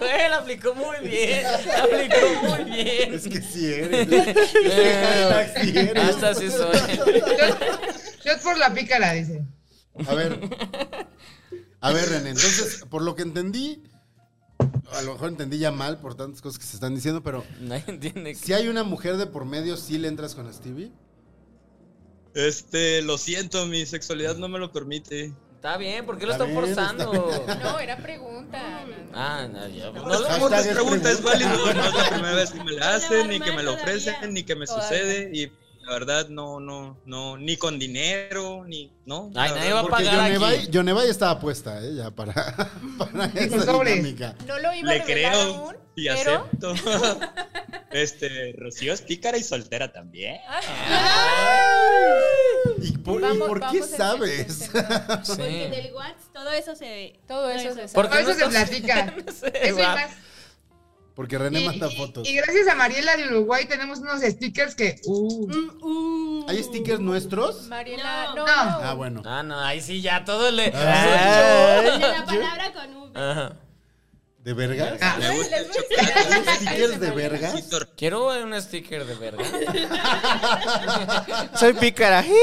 D: Eh, la aplicó muy bien. La aplicó muy bien.
C: es que si eres. Hashtag sí eres.
D: Hasta sí soy.
F: Shot por la pícara, dice.
C: A ver. A ver, René, entonces, por lo que entendí, a lo mejor entendí ya mal por tantas cosas que se están diciendo, pero
D: Nadie entiende.
C: si hay una mujer de por medio, ¿sí le entras con Stevie?
E: Este, lo siento, mi sexualidad no me lo permite.
D: Está bien, ¿por qué lo
C: Está
D: están
C: bien, está
D: forzando?
H: No, era pregunta. Ana.
D: Ah, no, yo. No,
E: No
D: lo-
E: le
C: Hashtag
E: preguntas
C: es
E: pregunta, es
C: pregunta.
E: válido. No es la primera vez que me la hacen, ni
G: normal
E: que me la
G: todavía.
E: ofrecen, ni que me
H: Todavía.
E: sucede. Y la verdad, no, no, no, ni con dinero, ni, no.
D: Ay,
E: la
D: nadie
E: verdad,
D: va a
E: porque-
C: Porque
D: pagar
C: Yonevay,
D: aquí.
C: Yonevay estaba puesta, ¿eh? Ya para, para
F: Con
C: esa
F: sobres.
C: dinámica.
H: No lo iba a
E: Le
H: revelar
E: creo
H: aún,
E: y
H: pero
E: acepto. Este, Rocío es pícara y soltera también.
D: Ah,
C: ¿Y por, y
H: Vamos-
C: por qué
H: vamos en
C: sabes?
F: este.
H: serio, en serio.
G: Porque en
D: Sí.
G: el WhatsApp todo eso se ve.
H: Todo eso
D: ¿Por
H: se sabe.
D: qué
F: Por eso se
D: estás-
F: platica.
D: No sé,
F: Eso y
D: va.
F: más.
C: Porque René
F: Y-
C: manda
F: y-
C: fotos.
F: Y gracias a Mariela de Uruguay tenemos unos stickers que. Uh,
C: ¿Hay stickers nuestros?
H: Mariela, no, no.
G: No.
C: Ah, bueno.
D: Ah, no, ahí sí ya todo le.
C: Ah.
D: Ah.
G: De la palabra con V.
D: Ajá.
C: ¿De vergas?
F: Ah.
E: Me gusta el
C: ¿Hay stickers de vergas?
E: chocolate.
D: Quiero un sticker de verga.
B: Soy pícara.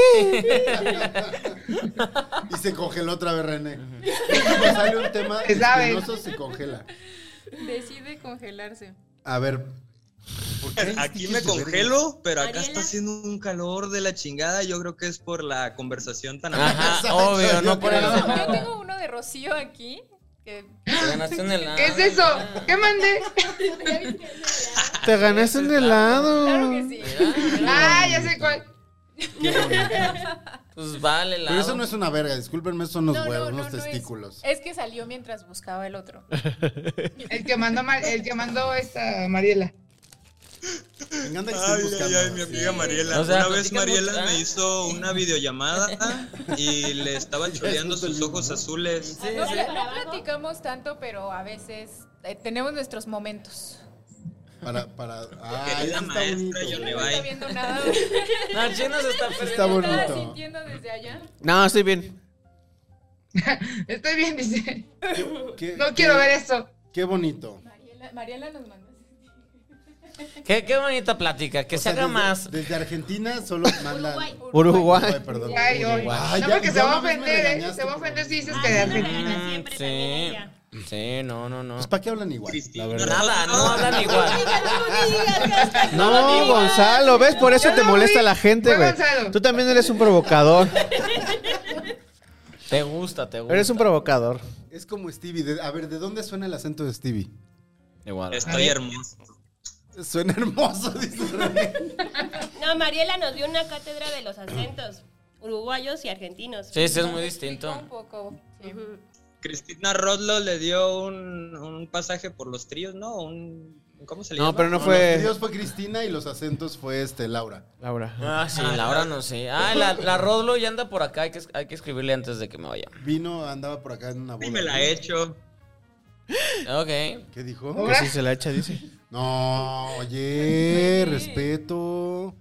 C: Y se congeló otra vez René. Cuando sale un tema
F: Se sabe.
C: espinoso, se congela.
H: Decide congelarse.
C: A ver. ¿por qué hay
E: Aquí
C: stickers
E: me
C: de vergas?
E: congelo, pero acá
G: Mariela.
E: está haciendo un calor de la chingada. Yo creo que es por la conversación tan amable.
D: Ajá, obvio, no por eso.
H: Yo tengo uno de Rocío aquí. Que
D: Te ganaste un helado.
F: ¿Qué es eso? ¿Qué mandé?
B: Te ganaste un helado.
H: claro que sí.
F: Ah, ya sé cuál.
C: Qué bonito.
D: Pues vale, helado.
C: Pero eso no es una verga, discúlpenme, esos son los huevos, los
H: no es. Eh.
C: testículos.
H: Es. que salió mientras buscaba el otro.
F: El que mandó, Mar- el que mandó esta Mariela.
C: Me encanta que estén
E: Ay, ay,
C: buscando.
E: ay, mi amiga Mariela.
D: O sea,
E: una vez
D: platica
E: Mariela
D: mucho, ¿ah?
E: me hizo una videollamada y le estaban choreando sus ojos azules.
D: Sí,
H: no,
D: sí.
H: pla- no platicamos tanto, pero a veces eh, tenemos nuestros momentos.
C: Para, para. Ah,
E: Querida
C: eso está
E: maestra,
C: bonito.
E: yo le
H: No
E: Ay.
H: está viendo nada.
D: No, el chino se está perdiendo.
C: Está
H: Estaba
C: bonito.
H: sintiendo desde allá.
B: No, estoy bien.
F: Estoy bien, dice.
C: Qué-
F: No
C: qué-
F: quiero ver esto.
C: Qué bonito.
H: Mariela, Mariela nos mandó.
D: Qué, qué bonita plática, que
C: O
D: se
C: sea,
D: haga
C: desde-
D: más.
C: Desde Argentina solo mandan.
G: Uruguay.
C: Ay,
B: Uruguay.
C: perdón.
F: Ay, ay.
C: Uruguay.
F: No,
C: Ya-
F: porque se
C: ya
F: va a
C: una vez me
F: ofender, ¿eh?
C: regañaste
F: Se va a
C: por-
F: ofender si dices
G: Ah,
F: que de
G: no,
F: Argentina.
G: no, no,
D: Mm,
G: siempre también
D: sí.
G: ella.
D: Sí, no, no, no.
C: Pues, ¿para qué hablan igual? La verdad.
D: Nada, no hablan igual.
B: No, Gonzalo, ¿ves? Por eso
F: Yo
B: te
F: lo
B: molesta
F: vi.
B: la gente,
F: Fue
B: güey.
F: Gonzalo.
B: Tú también eres un provocador.
D: Te gusta, te gusta.
B: Eres un provocador.
C: Es como Stevie. de- a ver, ¿de dónde suena el acento de Stevie?
D: Igual.
E: Estoy hermoso.
C: Suena hermoso, dice René.
G: No, Mariela nos dio una cátedra de los acentos uruguayos y argentinos.
D: Sí, sí, es muy
H: Un
D: distinto.
H: poco. sí. Eh,
G: Ujú.
E: Cristina Rodlo le dio un, un pasaje por los tríos, ¿no? Un, ¿Cómo se le
B: No,
E: llama?
B: pero no
C: Los
B: fue.
C: tríos fue Cristina y los acentos fue este, Laura.
B: Laura.
D: Ah, sí, la hora no sé. Ah, la, la Rodlo ya anda por acá, hay que, hay que escribirle antes de que me vaya.
C: Vino, andaba por acá en una boda.
E: Y me la
D: eh.
E: he hecho.
D: Ok.
C: ¿Qué dijo?
B: Que sí se la echa, dice.
C: No, oye, respeto.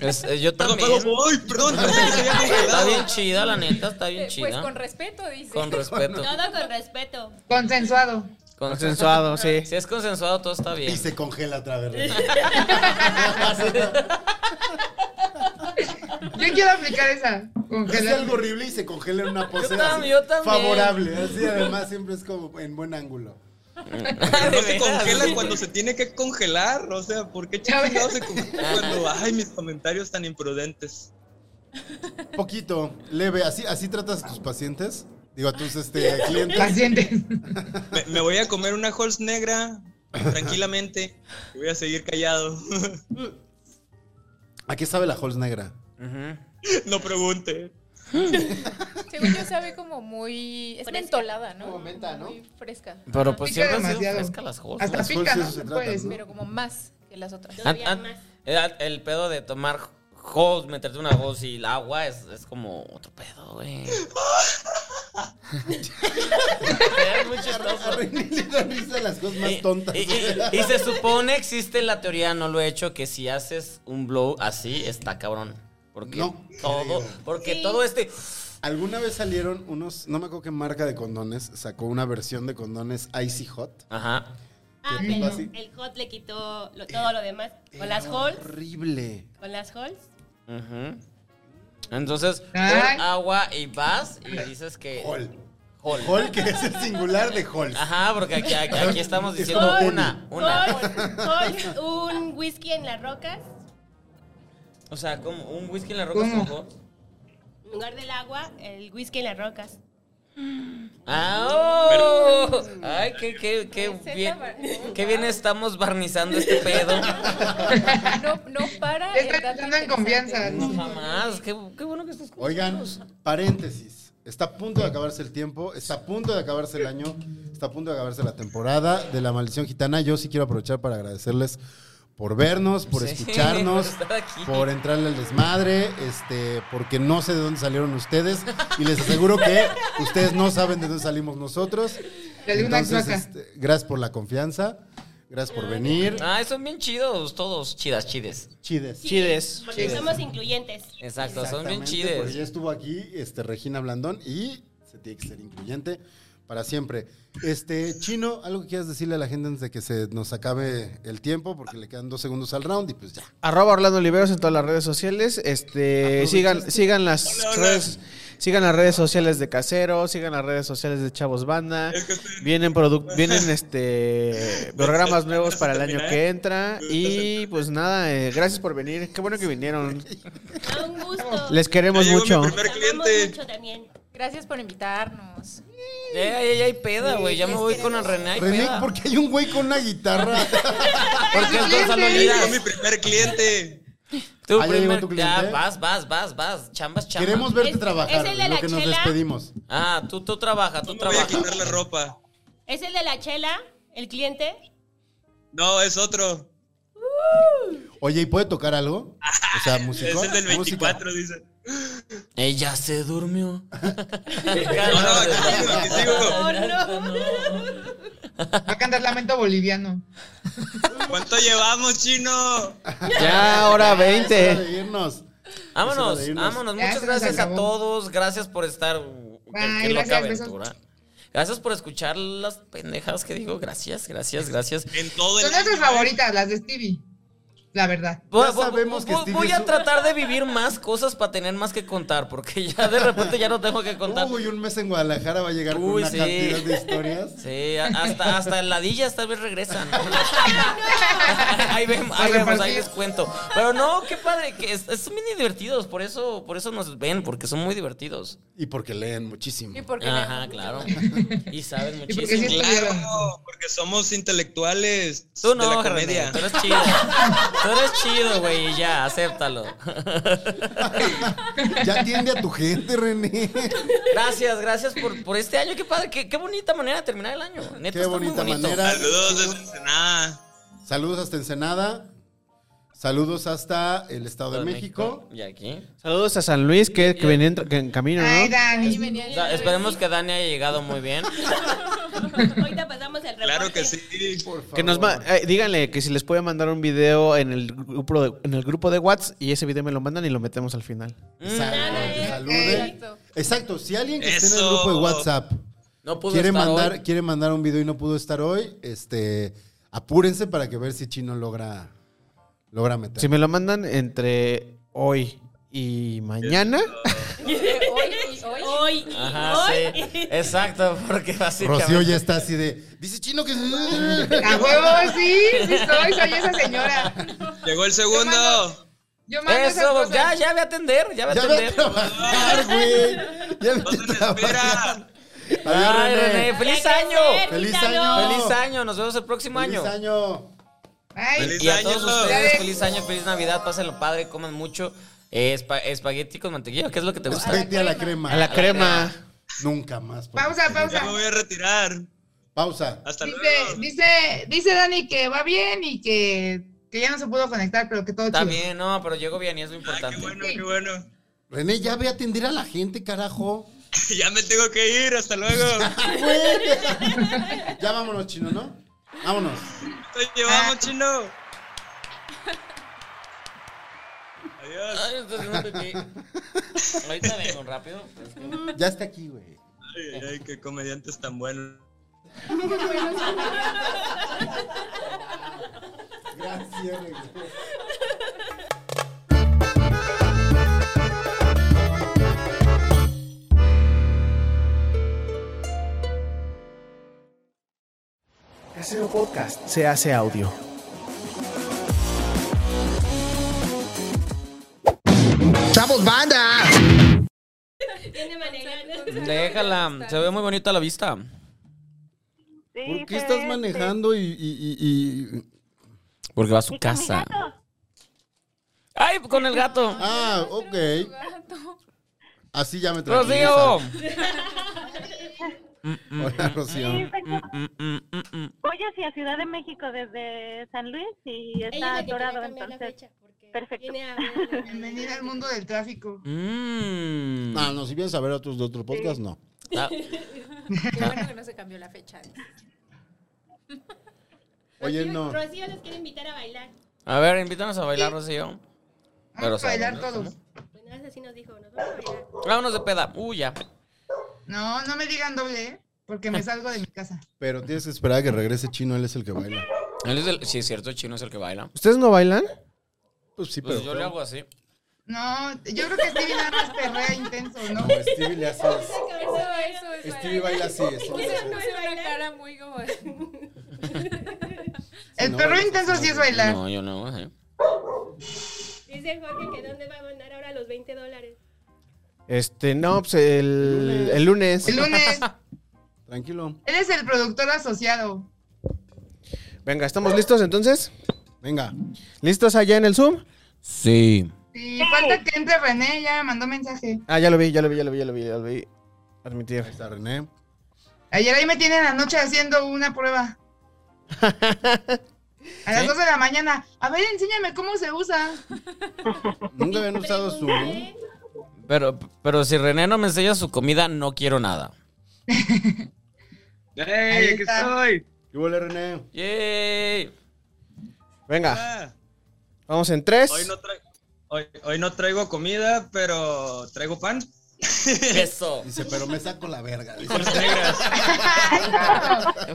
D: Es- eh, yo
E: Perdón,
D: también.
E: perdón, ay, perdón, pensé que se había
D: Está
E: congelado.
D: bien chida, la neta, está
H: Eh,
D: bien
H: pues con
D: chida.
H: respeto, dice.
D: Con respeto.
G: Todo con respeto.
F: Consensuado.
B: Consensuado, sí.
D: Si es consensuado, todo está bien.
C: Y se congela otra vez. René.
F: Yo quiero aplicar esa.
C: Hace
F: Congelar.
C: algo horrible y se congela en una pose
D: Yo
C: así,
D: también, yo también.
C: favorable. Así además siempre es como en buen ángulo.
E: No se congela cuando se tiene que congelar. O sea, ¿por qué
F: Ya ves.
E: chingados se congela cuando
D: Ah.
E: ay mis comentarios tan imprudentes?
C: Poquito, leve, así, así tratas a tus pacientes. Digo, a tus este, clientes.
F: Pacientes.
E: Me, me voy a comer una Halls negra tranquilamente. y Voy a seguir callado.
C: ¿A qué sabe la Halls negra?
D: Ujú.
E: No pregunte.
H: Según yo sabe como muy... Es
G: Fresca.
H: mentolada, ¿no?
B: Como menta, ¿no?
H: Muy fresca.
D: Pero
H: Ajá.
D: pues
F: Pica
D: siempre han sido
F: demasiado.
D: frescas las cosas.
F: Hasta
C: Las
F: pica, ¿no?
C: dulces se
F: Se puede
C: tratan,
F: decir.
H: Pero como más que las otras.
D: An-
G: Todavía
D: an-
G: más.
D: era el pedo de tomar jos, meterte una jos y el agua es, es como otro pedo, güey. es muy chistoso.
C: Dice las cosas más
D: Y-
C: tontas.
D: Y, y- y se supone, existe la teoría, no lo he hecho, que si haces un blow así, está cabrón. Porque
C: No
D: todo,
C: creo.
D: porque
G: Sí.
D: todo este.
C: Alguna vez salieron unos, no me acuerdo qué marca de condones, sacó una versión de condones Icy Hot.
D: Ajá.
G: Ah,
C: ¿Qué
G: pero
C: pasó así?
G: el hot le quitó lo- todo lo demás. Con
B: Eh,
G: las
C: Era
G: halls.
C: Horrible.
G: Con las halls.
D: ujú. Entonces, pon
F: Ay.
D: agua y vas y dices que.
C: Hall.
D: Hol.
C: Hall, que es el singular de Hall.
D: Ajá, porque aquí, aquí- aquí estamos
C: Es
D: diciendo
C: como
D: una,
C: tenis.
D: una.
G: Halls, un whisky en las rocas.
D: O sea, como un whisky en la roca
F: ¿Cómo?
D: es mejor.
G: En lugar del agua, el whisky en las rocas.
D: ¡Ah! oh. ¡Ay, qué, qué, qué
H: Receta
D: bien!
H: bar-
D: ¡Qué bien estamos barnizando este pedo!
H: No, no para.
F: Está
H: el dato
F: entrando en confianza.
D: No
H: interesante.
D: jamás. Qué, qué bueno que estás con
C: Oigan,
D: nosotros.
C: paréntesis. Está a punto de acabarse el tiempo, está a punto de acabarse el año, está a punto de acabarse la temporada de La Maldición Gitana. Yo sí quiero aprovechar para agradecerles por vernos, por
D: Sí,
C: escucharnos,
D: por estar aquí.
C: por entrarle al desmadre, este, porque no sé de dónde salieron ustedes y les aseguro que ustedes no saben de dónde salimos nosotros.
F: De alguna
C: Entonces,
F: cloaca.
C: este, gracias por la confianza, gracias por venir.
D: Ay, son bien chidos, todos chidas, chides.
C: Chides.
B: Chides.
G: Porque somos incluyentes.
D: Exacto, son bien
C: Exactamente, porque ya
D: chides.
C: estuvo aquí este, Regina Blandón y se tiene que ser incluyente para siempre. Este, Chino, algo que quieras decirle a la gente antes de que se nos acabe el tiempo, porque le quedan dos segundos al round y pues ya.
B: Arroba Orlando Oliveros en todas las redes sociales.
E: Ah,
B: Este, sigan, sigan las redes, sigan las redes sociales de Casero, sigan las redes sociales de Chavos Banda.
E: Es que estoy-
B: Vienen produc- vienen este programas nuevos para el año
E: terminar.
B: que entra. Y pues nada, eh, gracias por venir. Qué bueno que vinieron.
G: A un gusto.
B: Les queremos
E: Ya llegó mi
B: mucho.
E: primer-
G: Los amamos
E: cliente.
G: mucho también.
H: Gracias por invitarnos.
D: Ya, ya, ya hay peda, güey. Ya me voy con el René. Hay
C: René,
D: peda.
C: ¿por qué hay un güey con una guitarra?
D: Porque es Gonzalo
E: Ya llegó mi
D: Olidas.
E: primer cliente.
D: Tú
C: Ah, ya llegó
D: primer,
C: tu
D: ya
C: cliente.
D: vas, vas, vas, vas. Chambas, chambas.
C: Queremos verte
G: Es-
C: trabajar,
G: es el de
C: en lo
G: la
C: que nos
G: chela.
C: despedimos.
D: Ah, tú, tú trabaja,
E: No
D: tú
E: me voy a
D: trabaja.
E: quitar la ropa.
G: ¿Es el de la chela? ¿El cliente?
E: No, es otro.
C: Oye, ¿y puede tocar algo? O sea, música.
E: Es el del
C: música.
E: 24, dice.
D: Ella se durmió.
E: No, no, aquí sigo, aquí sigo.
G: Oh, no.
F: Va a cantar Lamento Boliviano.
E: ¿Cuánto llevamos, chino?
B: Ya, ahora
C: Es hora
B: 20.
C: de irnos.
D: Vámonos,
C: irnos.
D: vámonos.
F: Ya,
D: Muchas
F: se nos
D: gracias a
F: acabó.
D: todos. Gracias por estar. uh, qué-
F: Bye,
D: qué loca
F: gracias, besos.
D: aventura. Gracias por escuchar las pendejas que digo. Gracias, gracias, gracias.
E: En todo el.
F: Son nuestras
E: año.
F: favoritas, las de Stevie. La verdad.
D: Voy,
C: Ya
D: voy-
C: sabemos que
D: voy-
C: Stevie
D: voy
C: es
D: a
C: un-
D: tratar de vivir más cosas para tener más que contar, porque ya de repente ya no tengo que contar.
C: Uy, un mes en Guadalajara va a llegar con
D: Uy,
C: una
D: sí.
C: cantidad de historias.
D: Sí, a- hasta, hasta en ladillas tal vez regresan. ahí vemos, ahí, vemos, ahí les cuento. Pero no, qué padre, que es, es bien divertidos, por eso, por eso nos ven, porque son muy divertidos.
C: Y porque leen muchísimo.
H: Y porque
D: Ajá, claro. Y saben
F: Y porque sí
D: muchísimo.
F: estuvieron.
E: Claro, porque somos intelectuales
D: Tú
E: de la
D: no, René,
E: comedia.
D: tú eres chido. Tú eres chido, güey, y ya, acéptalo.
C: Ya atiende a tu gente, René.
D: Gracias, gracias por, por este año. Qué padre, qué, qué bonita manera de terminar el año. Neta,
C: Qué
D: está muy
C: bonita
D: bonito.
C: manera.
E: Saludos desde Ensenada.
C: Saludos hasta Ensenada. Saludos hasta el Estado de,
D: De
C: México.
D: Y aquí.
B: Saludos a San Luis que, que venía en, que en camino,
F: Ay,
B: ¿no?
H: Ahí
F: Dani.
H: venía
D: O
H: yo.
D: sea, esperemos que Dani haya llegado muy bien.
G: Ahorita pasamos el reporte.
E: Claro que sí.
C: Por favor.
B: Que nos ma- eh, díganle que si les puede mandar un video en el grupo de, en el grupo de WhatsApp y ese video me lo mandan y lo metemos al final.
D: Mm,
C: Exacto.
G: Dale.
D: eh.
C: que salude.
H: Exacto.
C: Exacto. Si alguien que esté en el
E: Eso.
C: grupo de WhatsApp
D: No pudo
C: quiere
D: estar
C: mandar,
D: hoy.
C: quiere mandar un video y no pudo estar hoy, este, apúrense para que ver si Chino logra, logra meter.
B: Si me lo mandan entre hoy y mañana,
H: Eh, Hoy y hoy.
G: Hoy, y
D: Ajá,
G: hoy.
D: sí. Exacto, porque básicamente.
C: Rocío ya está así de. Dice Chino que.
F: A huevo, sí, sí soy, soy esa señora.
E: Llegó el
F: mando-
E: segundo.
F: Yo mando esas
D: Eso,
F: cosas.
D: ya, ya voy a atender, ya voy
C: Ya
D: a
C: vete a
D: atender.
C: trabajar, güey. Ya
E: No
C: vete
E: se
C: a
E: te
C: trabajar.
E: espera.
C: Adiós,
D: Ay,
C: René.
D: René, feliz año.
C: Feliz
G: Quítalo.
C: año.
D: Feliz año, nos vemos el próximo
C: Feliz
D: año.
C: año.
F: Ay,
E: Feliz
D: Y a
E: año.
D: todos ustedes,
F: Feliz-
D: feliz año, feliz Navidad, pásenlo padre, coman mucho. Eh, espa- espagueti con mantequilla, ¿qué es lo que te gusta?
C: Espagueti a la crema.
B: A la crema.
C: Nunca más. por
F: Pausa,
C: favor.
E: Ya me
F: pausa.
E: voy a retirar.
C: Pausa.
E: Hasta
F: Dice,
E: luego.
F: dice, dice Dani que va bien y que, que ya no se pudo conectar, pero que todo
D: Está
F: chido.
D: bien, no, pero llego bien y es lo
E: Ah, qué
D: importante.
E: bueno, qué bueno.
C: René, ya ve a atender a la gente, carajo.
E: Ya me tengo que ir, hasta luego.
C: ya vámonos, chino, ¿no? Vámonos.
E: Te
F: Ah.
E: llevamos, chino. Adiós.
D: Ay, entonces, no te vi. Ahorita vengo rápido.
I: Pues
C: Ya está aquí, güey.
E: Ay, ay, qué comediantes tan buenos.
C: Gracias, güey.
B: Casero Podcast se hace audio. ¡Chavos, banda!
G: Tiene manera. ¿no?
D: Déjala, se ve muy bonita la vista.
I: Sí,
C: ¿Por
I: se
C: qué estás
I: ve,
C: manejando y, y- y- y-
D: Porque va a
I: este,
D: su
I: ¿y con mi
D: casa.
I: gato?
D: ¡Ay, con el gato!
C: Ah, ok. Así ya me
D: ¡Rocío!
C: tranquiliza. Hola, Rocío.
I: Sí, vengo-
D: Mm, mm, mm, mm.
I: Voy hacia Ciudad de México desde San Luis y
G: Ella
I: está
G: es la que quería
I: atorado,
G: cambiar la
I: entonces.
G: fecha, porque
I: perfecto.
G: viene a-
F: Bienvenida al mundo del tráfico.
D: Mm.
C: No, no, si vienes a ver otros de otros podcast, no.
D: Ah,
H: Qué bueno que no se cambió la fecha.
C: Oye,
G: Rocío-
C: no.
G: Rocío los quiere invitar a bailar.
D: A ver, invítanos a bailar, Rocío. Pero
F: Vamos a bailar
D: sabemos,
F: todos.
G: Pues nada, así nos dijo, nos vamos a bailar.
D: Vámonos de peda. Uy, ya.
F: No, no me digan doble, ¿eh? porque me salgo de mi casa.
C: Pero tienes que esperar a que regrese Chino, él es el que baila.
D: Él es el, sí, es cierto, el chino es el que baila.
B: ¿Ustedes no bailan?
C: Pues sí,
D: Pues
C: pero.
D: yo le hago así.
F: No, yo creo que Stevie nada más perrea este intenso, ¿no?
C: No, Stevie le hace así.
H: Eso, eso es
C: Pues Stevie baila así. Stevie
H: Puse,
C: le hace así.
H: puse una cara muy como...
F: El
C: no
F: perreo
C: bailas,
F: intenso sí es bailar.
D: No, yo no. eh. sí.
G: Dice Jorge que dónde va a mandar ahora los 20 dólares.
B: Este, no, pues el, el lunes.
F: El lunes,
C: Tranquilo.
F: él es el productor asociado.
B: Venga, ¿estamos listos entonces?
C: Venga.
B: ¿Listos allá en el Zoom?
D: Sí.
F: Si falta que entre René, ya mandó mensaje.
B: Ah, ya lo vi, ya lo vi, ya lo vi, ya lo vi, ya lo vi. Admitir.
C: Ahí está René.
F: Ayer ahí me tienen la noche haciendo una prueba. A las
D: ¿Sí?
F: 2 de la mañana. A ver, enséñame cómo se usa.
C: Nunca habían usado su.
G: Pregúntale.
D: Pero, pero si René no me enseña su comida, no quiero nada.
E: ¡Ey, aquí
F: está.
E: estoy!
C: ¿Qué huele, René?
D: ¡Yay!
B: Venga,
E: Ah,
B: vamos en tres.
E: Hoy no, tra- hoy, hoy no traigo comida, pero traigo pan.
D: Eso.
C: Dice, pero me saco la verga. Dice,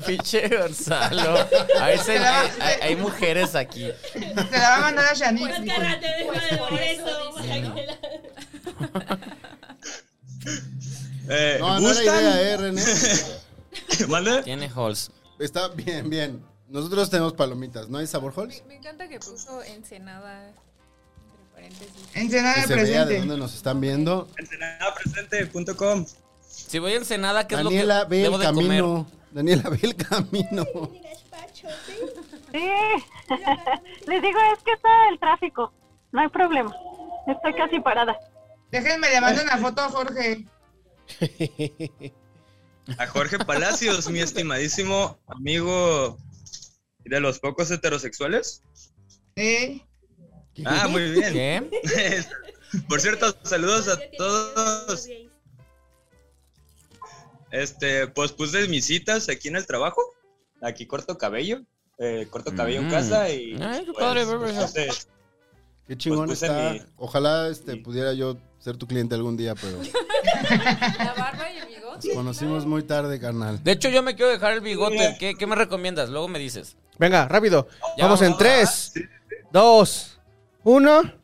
D: Pinche Gonzalo. Hay, se-
C: eh,
D: hay- hay- hay mujeres aquí.
F: Se la va a mandar a Shanice.
G: Pues
F: dijo.
G: cárrate, deja de por eso.
E: Eh,
C: no, no era
E: ¿Gustan?
C: idea, eh, René.
E: ¿Vale?
D: Tiene holes.
C: Está bien, bien. Nosotros tenemos palomitas. ¿No hay sabor
H: Me,
C: halls?
H: me encanta que puso ensenada, entre paréntesis.
C: Que
F: Ensenada
C: se vea de
F: presente.
C: dónde nos están viendo.
E: Ah, Ensenadapresente.com.
D: Si voy a Ensenada, ¿qué es
C: Daniela
D: lo que
C: ve
D: debo
C: el
D: de comer?
C: camino. Daniela ve el camino.
I: Sí, les digo, es que está el tráfico. No hay problema. Estoy casi parada.
F: Déjenme le mando una foto a Jorge.
E: A Jorge Palacios, mi estimadísimo amigo de los pocos heterosexuales.
F: ¿Eh?
E: Ah, muy bien.
D: ¿Qué?
E: Por cierto, saludos a
G: Ya tiene
E: todos.
G: gays.
E: Este, pues puse mis citas aquí en el trabajo. Aquí corto cabello. eh, corto cabello en
D: Mm.
E: casa y.
D: Ay, qué padre,
E: pues,
D: bárbaro.
E: puse-
C: Qué chingón
E: Pues puse
C: está.
E: mi-
C: Ojalá este,
E: mi-
C: pudiera yo ser tu cliente algún día, pero
H: La barba y el bigote.
C: nos conocimos muy tarde, carnal.
D: De hecho, yo me quiero dejar el bigote. ¿Qué, qué me recomiendas? Luego me dices.
B: Venga, rápido.
D: Ya,
B: vamos en
D: vamos,
B: tres, dos, uno.